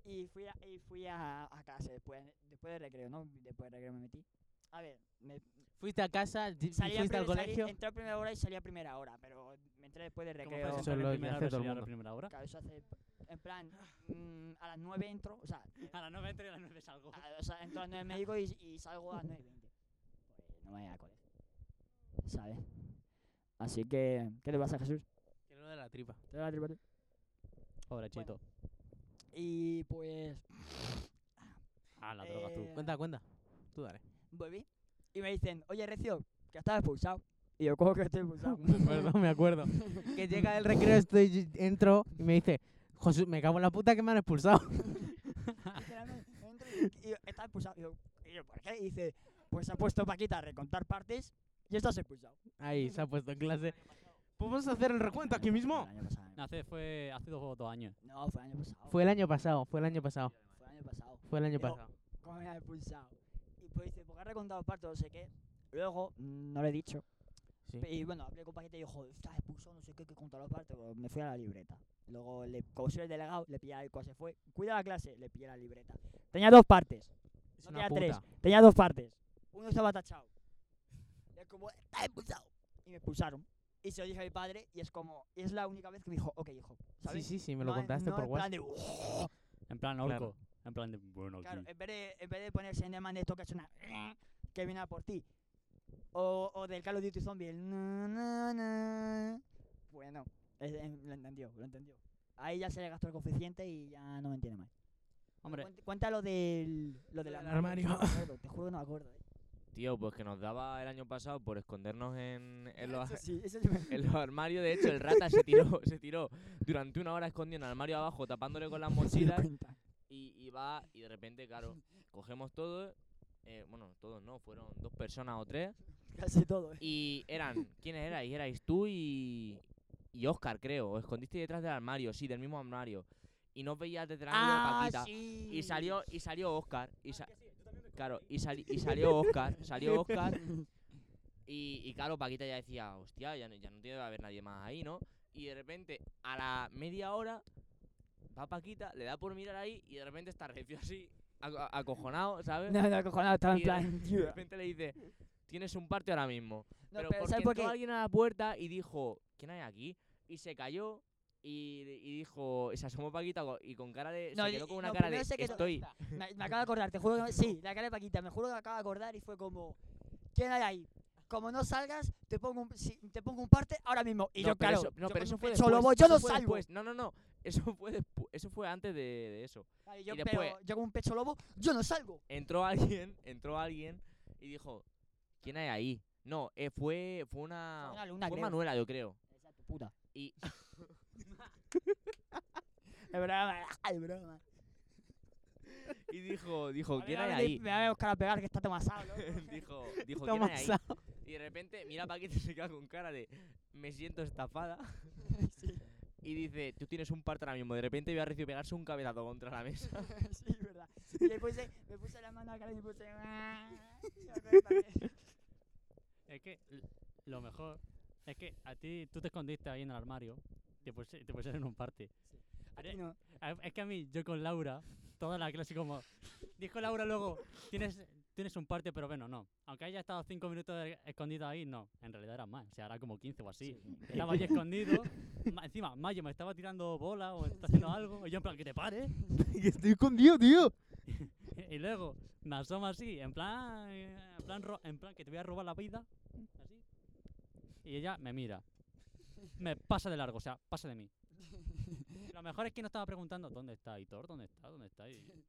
Speaker 1: y fui a, y fui a, a casa después, después del recreo, ¿no? Después del recreo me metí. A ver, me,
Speaker 2: Fuiste a casa, di-
Speaker 1: salí a
Speaker 2: fuiste al
Speaker 1: prim- salí-
Speaker 2: colegio.
Speaker 1: entré a primera hora y salí a primera hora, pero me entré después del
Speaker 4: ¿Cómo
Speaker 1: recreo.
Speaker 4: fue
Speaker 2: Eso
Speaker 4: sentarme
Speaker 2: lo
Speaker 4: en primera
Speaker 2: hace
Speaker 4: hora y
Speaker 2: todo el
Speaker 4: salir a la
Speaker 2: mundo.
Speaker 4: primera hora?
Speaker 1: Claro, eso hace. En plan, mm, a las 9 entro, o sea, eh,
Speaker 4: A las 9 entro y a las 9 salgo.
Speaker 1: a- o sea entro a las 9 del médico y, y salgo a las 9 y 20. Pues no me voy a colegio. ¿Sabes? Así que, ¿qué le pasa a Jesús?
Speaker 2: Que no de la tripa.
Speaker 1: ¿Te da la tripa a ti?
Speaker 4: Pobre chito.
Speaker 1: Y pues.
Speaker 4: Ah, la droga tú.
Speaker 1: eh,
Speaker 2: Cuenta, cuenta. Tú dale.
Speaker 1: Volví y me dicen, oye, Recio, que estás expulsado. Y yo, ¿cómo que estoy expulsado?
Speaker 2: Me acuerdo, me acuerdo. que llega del recreo, estoy, entro y me dice, José, me cago en la puta que me han expulsado.
Speaker 1: Literalmente, entro y, y está expulsado. Y yo, y yo, ¿por qué? Y dice, pues ha puesto Paquita a recontar partes y estás expulsado.
Speaker 2: Ahí, se ha puesto en clase. ¿Podemos hacer el recuento aquí mismo?
Speaker 1: El año pasado.
Speaker 4: Hace, fue, hace dos, dos años.
Speaker 1: No, fue el año pasado.
Speaker 2: Fue el año pasado, fue el año pasado,
Speaker 1: Fue el año pasado.
Speaker 2: fue el año
Speaker 1: Pero-
Speaker 2: pasado.
Speaker 1: ¿Cómo me ha expulsado? Y pues dice, porque ha recontado partes, no sé qué. Luego, mm, no lo he dicho.
Speaker 2: Sí.
Speaker 1: Pe- Y bueno, hablé con Paquita y dijo, joder, estás expulsado, no sé qué, que he contado las partes. Pues me fui a la libreta. Luego, le, como soy el delegado, le pillé el cual se fue. Cuida la clase, le pillé la libreta. Tenía dos partes.
Speaker 2: Es
Speaker 1: No
Speaker 2: una
Speaker 1: tenía tres,
Speaker 2: puta.
Speaker 1: tenía dos partes. Uno estaba tachado. Y es como, está expulsado. Y me expulsaron. Y se lo dije a mi padre y es como, y es la única vez que me dijo, ok, hijo.
Speaker 2: Sí,
Speaker 1: ¿sabes?
Speaker 2: sí, sí, me lo
Speaker 1: No en-
Speaker 2: contaste
Speaker 1: no
Speaker 2: por
Speaker 1: en plan
Speaker 2: WhatsApp.
Speaker 1: de, "Uf".
Speaker 4: En plan
Speaker 2: Claro.
Speaker 4: orco. En plan de, bueno, aquí.
Speaker 1: Claro, en vez de, en vez de ponerse en el man de esto que es una que viene a por ti. O, o del Call of Duty Zombie, el na, na, na. Bueno, es- em, lo entendió, lo entendió. Ahí ya se le gastó el coeficiente y ya no me entiende más.
Speaker 4: Hombre,
Speaker 1: Cuenta- Cuenta lo del, lo del
Speaker 2: del
Speaker 1: armario.
Speaker 2: armario.
Speaker 1: No me acuerdo, te juro que no me acuerdo. eh.
Speaker 3: Tío, pues que nos daba el año pasado por escondernos en, en los,
Speaker 1: Eso sí, eso sí me-
Speaker 3: en los armarios. De hecho, el rata se tiró, se tiró durante una hora escondido en el armario abajo, tapándole con las
Speaker 1: sí me
Speaker 3: mochilas.
Speaker 1: cuenta.
Speaker 3: Y, y va, y de repente, claro, cogemos todos. eh, bueno, todos no, fueron dos personas o tres.
Speaker 1: Casi todo. eh.
Speaker 3: Y eran, ¿quiénes erais? Erais tú y, y Oscar, creo. Os escondiste detrás del armario, sí, del mismo armario. Y no os veías desde el armario
Speaker 1: Ah,
Speaker 3: de Paquita.
Speaker 1: sí.
Speaker 3: Ah, Y salió, y salió Oscar.
Speaker 1: Ah,
Speaker 3: Y sa- claro, y, sali- y salió Oscar. Salió Oscar. Y, y claro, Paquita ya decía, hostia, ya no, ya no tiene que haber nadie más ahí, ¿no? Y de repente, a la media hora, va Paquita, le da por mirar ahí y de repente está recio así, aco- a- acojonado, ¿sabes?
Speaker 1: No, no, cojonado, estaba en
Speaker 3: Y de-
Speaker 1: plan.
Speaker 3: Y de
Speaker 1: "Yeah".
Speaker 3: repente le dice, tienes un parte ahora mismo.
Speaker 1: No,
Speaker 3: pero,
Speaker 1: pero
Speaker 3: porque
Speaker 1: ¿sabes por
Speaker 3: entró
Speaker 1: qué?
Speaker 3: alguien a la puerta y dijo, ¿quién hay aquí? Y se cayó y, y dijo, y se asomó Paquita co- y con cara de...
Speaker 1: No,
Speaker 3: eh, se
Speaker 1: y-
Speaker 3: quedó con
Speaker 1: y-
Speaker 3: una
Speaker 1: no,
Speaker 3: cara de,
Speaker 1: primero se quedó-
Speaker 3: estoy...
Speaker 1: Me, me acabo de acordar, te juro que... Sí, la cara de Paquita, me juro que me acabo de acordar y fue como... ¿Quién hay ahí? Como no salgas, te pongo un, si- te pongo un parte ahora mismo. Y yo, claro,
Speaker 3: pero eso- no,
Speaker 1: yo
Speaker 3: pero
Speaker 1: con
Speaker 3: eso
Speaker 1: un
Speaker 3: fue
Speaker 1: pecho
Speaker 3: después,
Speaker 1: lobo, yo
Speaker 3: eso
Speaker 1: no
Speaker 3: fue
Speaker 1: salgo.
Speaker 3: después. No, no, no. Eso fue, despu- eso fue antes de, de eso.
Speaker 1: Vale, yo,
Speaker 3: y después-
Speaker 1: pero yo con un pecho lobo, yo no salgo.
Speaker 3: Entró alguien, entró alguien y dijo, ¿quién hay ahí? No, eh, fue, fue una.
Speaker 1: Fue una alumna,
Speaker 3: fue
Speaker 1: creo.
Speaker 3: Manuela, yo creo.
Speaker 1: Esa tu puta.
Speaker 3: Y-
Speaker 1: es broma, es broma.
Speaker 3: Y dijo, dijo,
Speaker 1: A ver,
Speaker 3: ¿quién
Speaker 1: a
Speaker 3: hay
Speaker 1: ver,
Speaker 3: ahí?
Speaker 1: Me va a buscar a pegar que está tomasado, loco.
Speaker 3: dijo, dijo, ¿quién
Speaker 2: Toma,
Speaker 3: hay ahí?
Speaker 2: sa-
Speaker 3: Y de repente, mira Paquita se queda con cara de me siento estafada.
Speaker 1: sí,
Speaker 3: Y dice, tú tienes un parto ahora mismo. De repente voy a recibir pegarse un cabezazo contra la mesa.
Speaker 1: sí, verdad. Y le puse, me puse la mano a la cara y me puse. "Ah, y acuérdate.
Speaker 4: Es que l- lo mejor es que a ti tú te escondiste ahí en el armario. Te puse- te pusieron en un party.
Speaker 1: A ti no.
Speaker 4: A- Es que a mí, yo con Laura, toda la clase como... Dijo Laura luego, tienes, tienes un parte, pero bueno, no. Aunque haya estado cinco minutos de- escondido ahí, no. En realidad era más, o sea, era como 15 o así. Estaba ahí escondido. ma- encima, Mayo me estaba tirando bola o está haciendo algo. Y yo en plan, que te pares.
Speaker 2: que estoy escondido, tío.
Speaker 4: Y luego me asomo así, en plan, eh, en plan, ro- en plan que te voy a robar la vida. Así. Y ella me mira. Me pasa de largo, o sea, pasa de mí. Lo mejor es que no estaba preguntando dónde está Hitor, dónde está, dónde está. Y-
Speaker 1: Digo,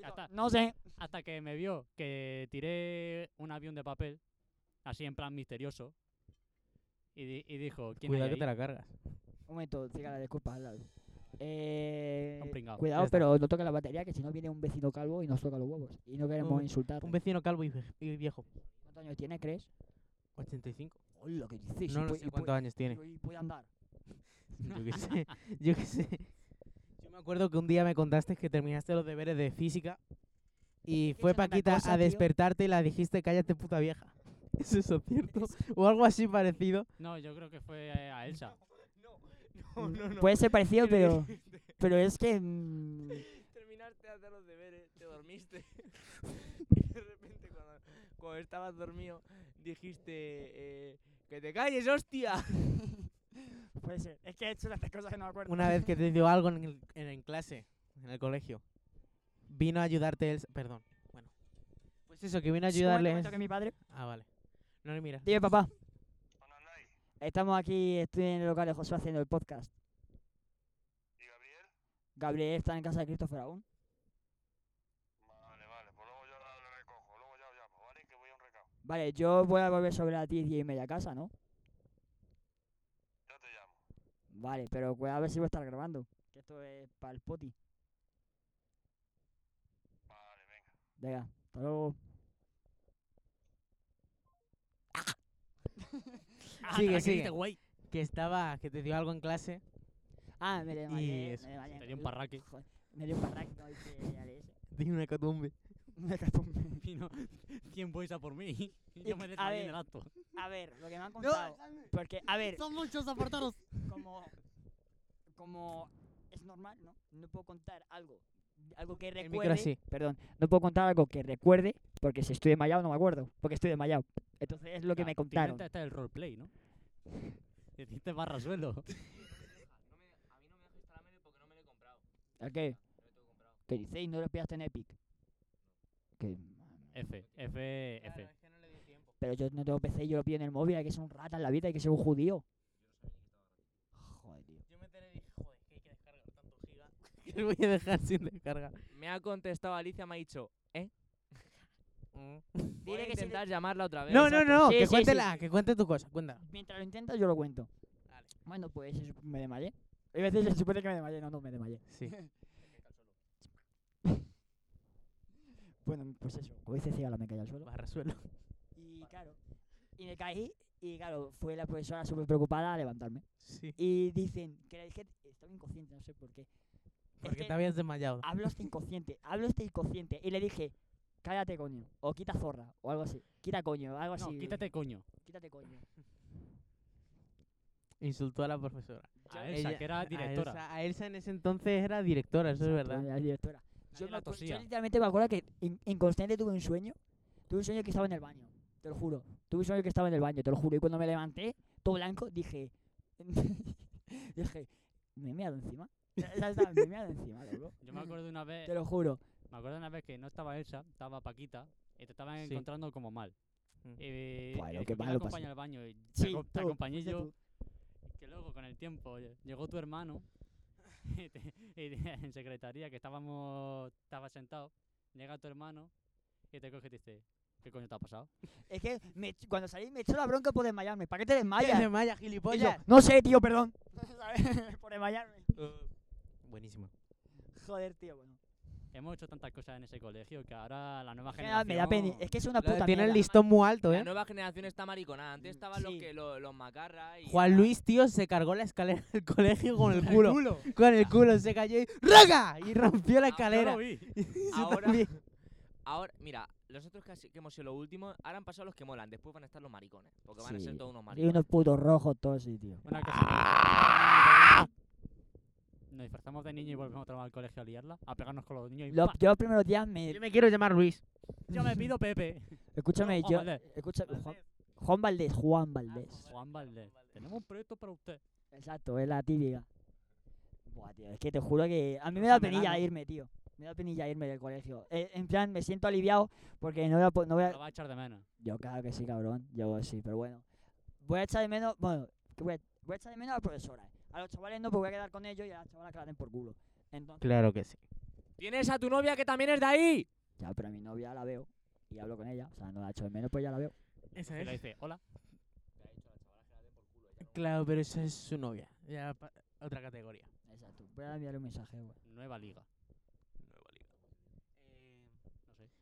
Speaker 4: Ya está.
Speaker 1: No sé.
Speaker 4: Hasta que me vio que tiré un avión de papel, así en plan misterioso. Y, di- y dijo, ¿quién
Speaker 2: Cuidado
Speaker 4: hay
Speaker 2: que te
Speaker 4: ahí?".
Speaker 2: la cargas.
Speaker 1: Un momento, cigarra, disculpa. al lado. Eh,
Speaker 4: Un pringao,
Speaker 1: cuidado,
Speaker 2: ya está.
Speaker 1: pero no toca la batería, que si no viene un vecino calvo y nos toca los huevos. Y no queremos
Speaker 2: Un-
Speaker 1: insultar.
Speaker 2: Un vecino calvo y ve- y viejo.
Speaker 1: ¿Cuántos años tiene, crees?
Speaker 2: 85.
Speaker 1: Hola, que dices.
Speaker 2: No,
Speaker 1: y
Speaker 2: no
Speaker 1: puede-
Speaker 2: sé
Speaker 1: y
Speaker 2: cuántos años tiene.
Speaker 1: puede- Y puede andar.
Speaker 2: Yo qué sé. Yo qué sé. Yo me acuerdo que un día me contaste que terminaste los deberes de física y
Speaker 1: que
Speaker 2: fue
Speaker 1: eso era una
Speaker 2: Paquita
Speaker 1: cosa,
Speaker 2: a
Speaker 1: tío.
Speaker 2: despertarte y la dijiste cállate puta vieja. ¿Es eso cierto? O algo así parecido.
Speaker 4: No, yo creo que fue eh, a Elsa.
Speaker 3: No, no, no.
Speaker 1: Puede ser parecido,
Speaker 3: Quiero
Speaker 1: pero. Pero es que. mm,
Speaker 3: Terminaste de hacer los deberes, te dormiste. y de repente, cuando, cuando estabas dormido, dijiste, eh, ¡que te calles, hostia!
Speaker 1: puede ser. Es que he hecho tantas cosas que no me acuerdo.
Speaker 2: Una vez que te dio algo en, el- en, en clase, en el colegio. Vino a ayudarte Elsa. Perdón. Bueno. Pues eso, que vino a
Speaker 1: Sí, un momento,
Speaker 2: ayudarle
Speaker 1: un momento,
Speaker 2: Elsa-
Speaker 1: que mi padre.
Speaker 2: Ah, vale. No le mira.
Speaker 1: Dime, papá.
Speaker 8: ¿Dónde andáis?
Speaker 1: Estamos aquí, estoy en el local de Josué haciendo el podcast.
Speaker 8: ¿Y Gabriel?
Speaker 1: Gabriel está en casa de Christopher aún.
Speaker 8: Vale, vale, pues luego yo ahora le recojo, luego ya os llamo, ¿vale? Que voy a un recado.
Speaker 1: Vale, yo voy a volver sobre las 10, 10 y media a casa, ¿no?
Speaker 8: Ya te llamo.
Speaker 1: Vale, pero cuidado a ver si voy a estar grabando. Que esto es para el poti.
Speaker 8: Vale, venga.
Speaker 1: Venga, hasta luego.
Speaker 4: Ah,
Speaker 2: Sigue, sigue. Que estaba, que te dio algo en clase.
Speaker 1: Ah, me
Speaker 2: Y
Speaker 1: desmayé.
Speaker 2: eso,
Speaker 1: Me desmayé.
Speaker 4: te dio
Speaker 1: me-
Speaker 4: un parraque.
Speaker 1: joder, Me dio un parraque, no dice ya lees.
Speaker 2: Tiene una catumbe.
Speaker 1: Una catumbe.
Speaker 4: Vino 100 boys a por mí. Y yo me
Speaker 1: a
Speaker 4: desmayé en
Speaker 1: ver.
Speaker 4: el acto.
Speaker 1: A ver, lo que me han contado. porque, a ver,
Speaker 4: Son muchos aportaros.
Speaker 1: como, como es normal, ¿no? No puedo contar algo, algo que
Speaker 2: micro
Speaker 1: recuerde.
Speaker 2: así.
Speaker 1: Perdón, no puedo contar algo que recuerde porque si estoy desmayado no me acuerdo, porque estoy desmayado. Entonces es
Speaker 4: Ah,
Speaker 1: lo que me contaron.
Speaker 4: Está el roleplay, ¿no? Te hiciste barra suelo.
Speaker 3: a mí no me dejes caramelo porque no me lo he comprado.
Speaker 1: ¿A qué? ¿Qué dices? No lo pillaste en Epic. Que-
Speaker 4: F, F, F.
Speaker 1: Pero yo no tengo PC, yo lo pido en el móvil, hay que ser un rata en la vida, hay que ser un judío. Joder, tío.
Speaker 2: Yo me enteré y dije, joder, que hay que descargar tanto giga. Que lo voy a dejar sin descarga.
Speaker 3: Me ha contestado Alicia, me ha dicho, ¿eh? Voy
Speaker 1: Dile
Speaker 3: a
Speaker 1: que si te-
Speaker 3: intentar llamarla otra vez.
Speaker 2: No, no, no,
Speaker 1: Sí,
Speaker 2: que
Speaker 1: sí,
Speaker 2: cuéntela, que cuente tu cosa, cuéntala.
Speaker 1: Mientras lo intentas yo lo cuento.
Speaker 2: Vale.
Speaker 1: Bueno, pues se sup- me desmayé. Hay veces se supone que me desmayé, no, no me desmayé.
Speaker 2: Sí.
Speaker 1: Bueno, pues eso, como dice Cigala, me caí al suelo.
Speaker 2: Barra suelo.
Speaker 1: Y claro, y me caí, y claro, fue la profesora súper preocupada a levantarme.
Speaker 2: Sí.
Speaker 1: Y dicen que la dije, estaba inconsciente, no sé por qué. Es
Speaker 2: Porque
Speaker 1: que
Speaker 2: te habías desmayado.
Speaker 1: hablo este inconsciente, hablo este inconsciente. Y le dije, cállate coño, o quita zorra, o algo así. Quita coño, algo así.
Speaker 4: No, quítate coño.
Speaker 1: Quítate coño.
Speaker 2: Insultó a la profesora.
Speaker 4: A
Speaker 2: Yo-
Speaker 4: Elsa,
Speaker 2: Ella-
Speaker 4: que era
Speaker 2: A
Speaker 4: directora.
Speaker 2: Elsa, a Elsa en ese entonces era directora, eso es
Speaker 1: Toda
Speaker 2: verdad.
Speaker 1: la Pues, directora. Yo,
Speaker 4: Nadie
Speaker 1: me
Speaker 4: la
Speaker 1: acuer- yo
Speaker 4: tosía.
Speaker 1: literalmente me acuerdo que in- inconsciente tuve un sueño. Tuve un sueño que estaba en el baño, te lo juro. Tuve un sueño que estaba en el baño, te lo juro. Y cuando me levanté, todo blanco, dije. dije, me he meado encima. Ya- ya está, me he meado encima, loco.
Speaker 4: Yo me acuerdo de una vez,
Speaker 1: Te lo juro.
Speaker 4: me acuerdo de una vez que no estaba Elsa, estaba Paquita, y te estaban
Speaker 2: Sí.
Speaker 4: encontrando como mal.
Speaker 2: Mm.
Speaker 4: Eh,
Speaker 1: Bueno,
Speaker 4: y
Speaker 1: qué
Speaker 4: yo te
Speaker 1: mal lo pasé.
Speaker 4: acompañé al baño y te,
Speaker 1: Sí,
Speaker 4: aco- te
Speaker 1: tú,
Speaker 4: acompañé
Speaker 1: fuiste
Speaker 4: yo,
Speaker 1: tú.
Speaker 4: que luego con el tiempo lle- llegó tu hermano y te- y te- en secretaría que estábamos, estaba sentado, llega tu hermano y te coge y te dice, ¿Qué coño te ha pasado?
Speaker 1: Es que me ech- cuando salí me echó la bronca por desmayarme. ¿Para qué te
Speaker 2: ¿Qué
Speaker 1: desmayas?
Speaker 2: haces, Maya,
Speaker 1: Y yo,
Speaker 2: gilipollas?
Speaker 1: no sé, tío, perdón. ¿Sabes? por desmayarme.
Speaker 2: Buenísimo.
Speaker 1: Joder, tío, bueno.
Speaker 4: Hemos hecho tantas cosas en ese colegio que ahora la nueva
Speaker 1: Me da-
Speaker 4: generación...
Speaker 1: Me da pena. Es que es una
Speaker 2: Lo de-
Speaker 1: puta
Speaker 2: Tiene el
Speaker 1: mierda.
Speaker 2: listón muy alto,
Speaker 3: La
Speaker 2: ¿eh?
Speaker 3: nueva generación está mariconada. Antes
Speaker 1: Mm,
Speaker 3: estaban los
Speaker 1: sí.
Speaker 3: que los, los macarras y
Speaker 2: Juan
Speaker 3: ahora-
Speaker 2: Luis, tío, se cargó la escalera del colegio con el culo.
Speaker 1: culo.
Speaker 2: Con el culo, se cayó y ¡raga! Y rompió la
Speaker 3: Ah, yo
Speaker 2: escalera.
Speaker 3: lo
Speaker 4: vi.
Speaker 3: Ahora,
Speaker 2: también.
Speaker 3: ahora, mira, nosotros que, has- que hemos sido los últimos, ahora han pasado los que molan, después van a estar los maricones, porque van a ser
Speaker 1: Sí.
Speaker 3: todos unos
Speaker 1: Y
Speaker 3: maricones.
Speaker 1: unos putos rojos todos, sí, tío.
Speaker 4: Una cosa que- Nos disfrazamos de niño y volvemos otra vez al colegio a liarla, a pegarnos con los niños y
Speaker 1: Los,
Speaker 4: ¡pa!
Speaker 1: yo los primeros días me...
Speaker 2: Yo me quiero llamar Luis.
Speaker 4: Yo me pido Pepe.
Speaker 1: Escúchame,
Speaker 4: Juan
Speaker 1: yo...
Speaker 4: Valdés.
Speaker 1: Escúchame, Juan, Juan Valdés, Juan Valdés.
Speaker 4: Juan Valdés, tenemos un proyecto para usted.
Speaker 1: Eh. Exacto, es la típica. Buah, tío, es que te juro que a mí me da
Speaker 2: Déjame
Speaker 1: penilla
Speaker 2: darle.
Speaker 1: irme, tío. Me da penilla irme del colegio. Eh, en plan, me siento aliviado porque no voy a... po- No voy a
Speaker 4: Lo va a echar de menos.
Speaker 1: yo claro que sí, cabrón. Yo sí, pero bueno. Voy a echar de menos... Bueno, que voy a, voy a echar de menos a las profesoras. A los chavales no, porque voy a quedar con ellos y a las chavalas que la den por culo. Entonces...
Speaker 2: Claro que sí.
Speaker 3: Tienes a tu novia que también es de ahí.
Speaker 1: Ya, pero a mi novia la veo y hablo con ella. O sea, no la echo de menos, pues ya la veo.
Speaker 2: Esa
Speaker 4: Y le dice, hola.
Speaker 2: Claro, pero esa es su novia. Ya pa- otra categoría.
Speaker 1: Exacto. Voy a enviarle un mensaje, güey.
Speaker 4: Nueva liga.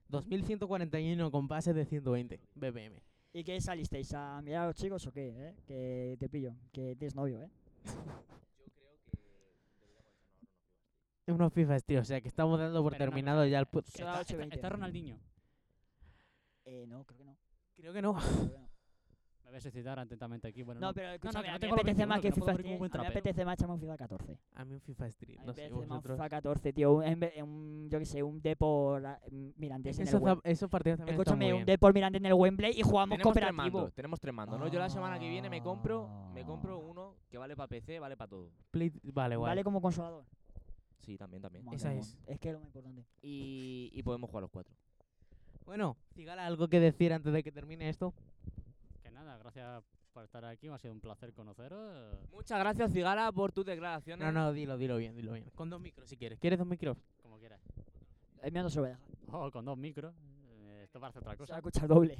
Speaker 2: 2141 con pases de 120 BPM.
Speaker 1: ¿Y qué salisteis? ¿A mirar a los chicos o qué? eh? Que te pillo, que tienes novio, ¿eh?
Speaker 2: Unos fifas, tío. O sea, que estamos dando por
Speaker 4: Pero una
Speaker 2: terminado
Speaker 4: cosa,
Speaker 2: ya el
Speaker 4: eh,
Speaker 2: put-
Speaker 1: Son
Speaker 4: Está,
Speaker 1: las
Speaker 4: está-
Speaker 1: 8:20.
Speaker 4: está Ronaldinho.
Speaker 1: Eh, no, creo que no.
Speaker 2: Creo que no.
Speaker 1: creo que no.
Speaker 4: Me voy a suicidar atentamente aquí. Bueno,
Speaker 1: No,
Speaker 4: no.
Speaker 1: pero escúchame,
Speaker 4: que
Speaker 1: a
Speaker 4: no
Speaker 1: mí
Speaker 4: tengo
Speaker 1: me
Speaker 4: los
Speaker 1: apetece
Speaker 4: 21,
Speaker 1: más que
Speaker 4: que no puedo
Speaker 1: FIFA
Speaker 4: abrir como un buen
Speaker 1: 10, a mí me
Speaker 4: trapero.
Speaker 1: apetece más echarme un FIFA 14.
Speaker 2: A mí un FIFA
Speaker 1: A mí
Speaker 2: Street.
Speaker 1: me
Speaker 2: No sé,
Speaker 1: apetece más un
Speaker 2: vosotros.
Speaker 1: FIFA 14, tío. Un, en vez- un- yo que sé, un Depor ah, mm, Mirandés
Speaker 2: Es que
Speaker 1: en el
Speaker 2: esos,
Speaker 1: Wembley.
Speaker 2: fa- esos partidos también
Speaker 1: Escúchame, un
Speaker 2: están muy bien.
Speaker 1: Depor Mirandés en el Wembley y jugamos
Speaker 3: Tenemos tres
Speaker 1: cooperativo.
Speaker 3: mandos, tenemos tres mandos, ¿no? Yo la semana que viene me compro, me compro
Speaker 2: Ah.
Speaker 3: uno que vale para PC, vale para todo.
Speaker 2: Play- Vale, guay.
Speaker 1: Vale como consolador.
Speaker 3: Sí, también, también.
Speaker 1: Madre
Speaker 2: Esa
Speaker 1: mía,
Speaker 2: es.
Speaker 1: Es que es lo más importante.
Speaker 3: Y, y podemos jugar los cuatro.
Speaker 2: Bueno, Cigala, ¿algo que decir antes de que termine esto?
Speaker 4: Que nada, gracias por estar aquí. Ha sido un placer conoceros.
Speaker 3: Muchas gracias, Cigala, por tus declaraciones.
Speaker 2: No, no, dilo, dilo bien, dilo bien. Con dos micros si quieres. ¿Quieres dos micros?
Speaker 4: Como quieras.
Speaker 1: El mío Eh, no se lo voy a dejar.
Speaker 4: Oh, con dos micros. eh, Esto parece otra
Speaker 1: Se va a
Speaker 4: cosa.
Speaker 1: escuchar doble.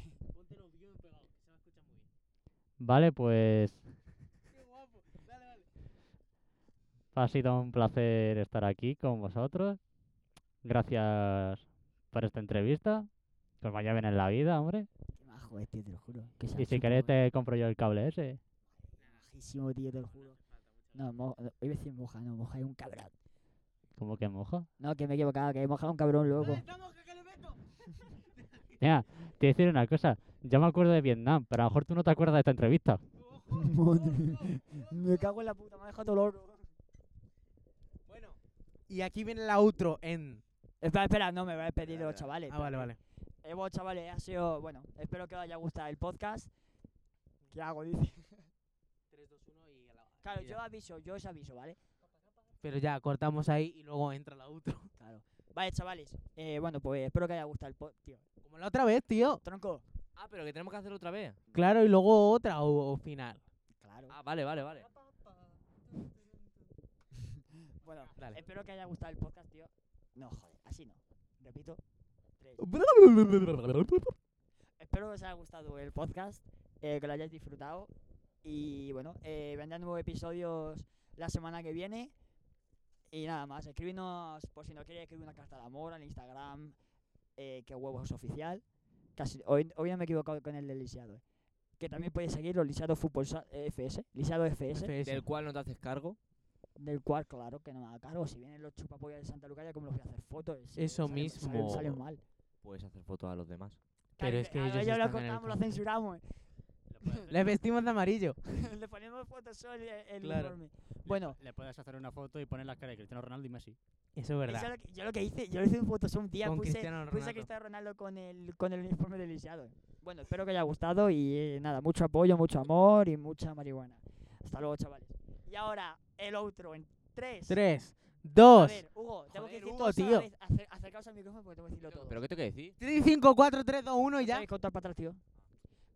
Speaker 4: Vale, pues. Ha sido un placer estar aquí con vosotros. Gracias por esta entrevista. Que os vaya bien en la vida, hombre.
Speaker 1: Qué majo es, tío, te lo juro. Que se
Speaker 4: Y si
Speaker 1: asusta,
Speaker 4: queréis
Speaker 1: güey.
Speaker 4: te compro yo el cable ese.
Speaker 1: Majísimo, tío, te lo juro. No, mo no, iba a decir moja, no, moja es un cabrón.
Speaker 4: Como que moja.
Speaker 1: No, que me he equivocado, que he mojado un cabrón loco.
Speaker 2: Eh,
Speaker 4: Mira, te voy a decir una cosa. Yo me acuerdo de Vietnam, pero a lo mejor tú no te acuerdas de esta entrevista.
Speaker 1: Madre, me cago en la puta, me ha dejado loco.
Speaker 2: Bueno. Y aquí viene la outro en...
Speaker 1: Espera, espera, no me voy a despedir de los chavales.
Speaker 2: Ah, vale,
Speaker 1: espérate.
Speaker 2: vale.
Speaker 1: Eh, bueno, chavales, ha sido. Bueno, espero que os haya gustado el podcast. ¿Qué hago? Dice. Claro, yo aviso, yo os aviso, ¿vale?
Speaker 2: Pero ya, cortamos ahí y luego entra la outro.
Speaker 1: Claro. Vale, chavales. Eh, bueno, pues espero que haya gustado el podcast, tío.
Speaker 2: Como la otra vez, tío.
Speaker 1: Tronco.
Speaker 3: Ah, pero que tenemos que hacerlo otra vez.
Speaker 2: Claro, y luego otra o, o final.
Speaker 1: Claro.
Speaker 3: Ah, vale, vale, vale.
Speaker 1: Bueno,
Speaker 2: Dale.
Speaker 1: espero que haya gustado el podcast, tío. No, joder, así no. Repito. Tres. Espero que os haya gustado el podcast, eh, que lo hayáis disfrutado. Y bueno, eh, vendrán nuevos episodios la semana que viene. Y nada más, escríbenos, por si no queréis escribir una carta de amor al Instagram, eh, que huevos oficial. Casi, hoy, hoy no me he equivocado con el del lisiado. eh. Que también podéis seguirlo, lisiado fútbol Sa- eh, FS, lisiado FS,
Speaker 2: FS.
Speaker 3: Del cual no te haces cargo.
Speaker 1: del cual, claro, que no me haga cargo. Si vienen los chupapollas de Santa Lucaria, ¿cómo los voy a hacer fotos? Si
Speaker 2: Eso
Speaker 1: salen- salen-
Speaker 2: mismo.
Speaker 1: salen mal.
Speaker 3: Puedes hacer fotos a los demás.
Speaker 2: Pero
Speaker 1: Claro,
Speaker 2: es que
Speaker 1: a
Speaker 2: ellos
Speaker 1: ellos
Speaker 2: están
Speaker 1: lo
Speaker 2: en el
Speaker 1: cortamos, lo
Speaker 2: campo.
Speaker 1: censuramos. eh.
Speaker 2: Les vestimos de amarillo.
Speaker 1: Le ponemos Photoshop el, el
Speaker 2: Claro.
Speaker 1: uniforme. Bueno,
Speaker 4: Le puedes hacer una foto y poner las caras de Cristiano Ronaldo y Messi.
Speaker 2: Eso es
Speaker 1: eso
Speaker 2: verdad.
Speaker 1: es lo que- yo lo que hice, yo hice un Photoshop un día,
Speaker 2: Con
Speaker 1: puse,
Speaker 2: Cristiano
Speaker 1: puse a
Speaker 2: Ronaldo.
Speaker 1: Cristiano Ronaldo con el, con el uniforme del lisiado. Bueno, espero que haya gustado y eh, nada, mucho apoyo, mucho amor y mucha marihuana. Hasta luego, chavales. Y ahora, el outro en 3.
Speaker 2: Tres,
Speaker 1: A
Speaker 2: dos,
Speaker 1: ver, Hugo, tengo
Speaker 2: Joder,
Speaker 1: que decir
Speaker 2: Hugo,
Speaker 1: todos a la
Speaker 2: tío.
Speaker 1: vez. Acer- acercaos al micrófono porque tengo que decirlo todo.
Speaker 3: ¿Pero qué te que decir?
Speaker 2: 3, 5, 4, 3, 2, 1 y
Speaker 1: No
Speaker 2: ya.
Speaker 1: sabéis contar para atrás, tío.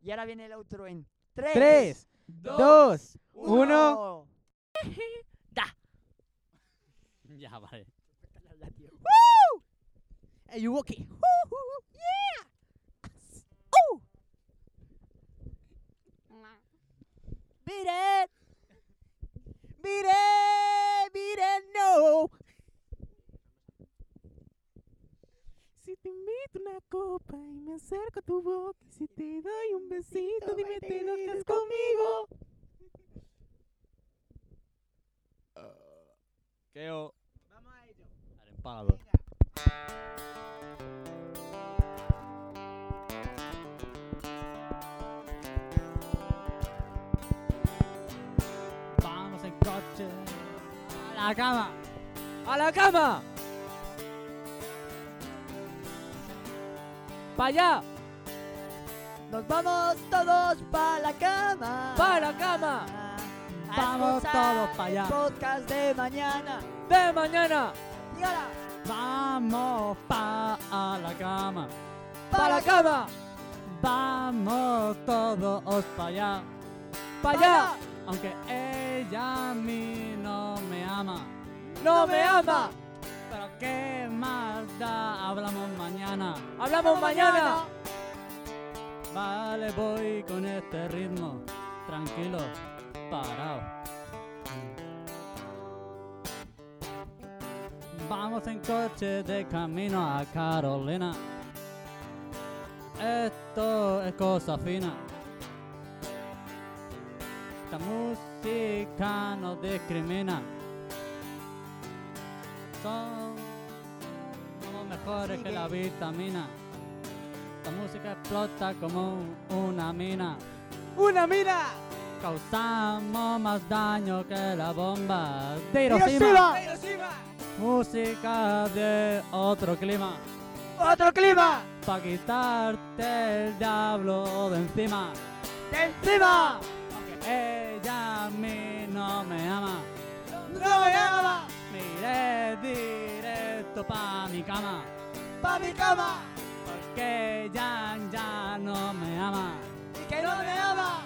Speaker 1: Y ahora viene el outro en 3,
Speaker 2: Tres, dos, uno.
Speaker 4: Ya, vale.
Speaker 2: Hey, you walkie.
Speaker 1: Miren, miren, miren, no.
Speaker 2: Si te invito una copa y me acerco a tu boca, si te doy un besito, dime te enojas conmigo.
Speaker 3: Keo.
Speaker 4: Al empalado. Vamos en coche. A la cama.
Speaker 3: ¡A la cama! ¡Para allá!
Speaker 1: Nos vamos todos para la cama.
Speaker 3: Pa' la cama.
Speaker 1: A
Speaker 4: Vamos
Speaker 1: escuchar
Speaker 4: todos pa' allá.
Speaker 1: el Podcast de mañana.
Speaker 3: ¡De mañana!
Speaker 1: Dígala.
Speaker 4: Vamos pa a la cama.
Speaker 3: ¡Para la cama!
Speaker 4: Vamos todos pa allá.
Speaker 3: ¡Para allá!
Speaker 4: Aunque ella a mí no me ama.
Speaker 3: ¡No me ama!
Speaker 4: Pero qué más da, hablamos mañana.
Speaker 3: ¡Hablamos mañana!
Speaker 4: Vale, voy con este ritmo. Tranquilo, parado. Vamos en coche de camino a Carolina. Esto es cosa fina. Esta música no discrimina. Son- somos mejores que la vitamina. La música explota como un- una mina.
Speaker 2: ¡Una mina!
Speaker 4: Causamos más daño que la bomba de Hiroshima.
Speaker 1: Hiroshima.
Speaker 4: Música de otro clima.
Speaker 1: Otro clima.
Speaker 4: Pa' quitarte el diablo de encima.
Speaker 1: De encima.
Speaker 4: Aunque ella a mí no me ama.
Speaker 1: No me ama.
Speaker 4: Me iré directo pa' mi cama.
Speaker 1: Pa' mi cama.
Speaker 4: Porque ella ya no me ama.
Speaker 1: Y que no me ama.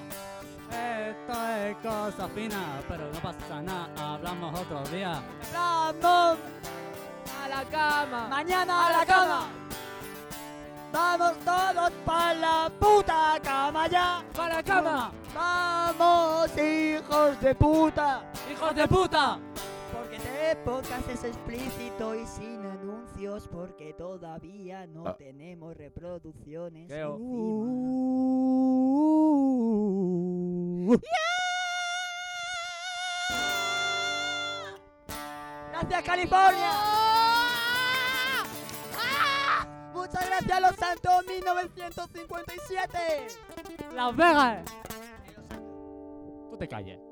Speaker 4: Esto es cosa fina, pero no pasa nada, hablamos otro día.
Speaker 1: Vamos a la cama. Mañana a la cama. Vamos todos para la puta cama ya.
Speaker 4: ¡Para la cama!
Speaker 1: Vamos, hijos de puta.
Speaker 4: ¡Hijos de puta!
Speaker 1: Porque este podcast es explícito y sin anuncios porque todavía no tenemos reproducciones.
Speaker 3: Creo.
Speaker 1: encima. ¡Gracias, California! ¡Ah! ¡Muchas gracias, Los Santos 1957!
Speaker 4: ¡Las Vegas! Tú te calles.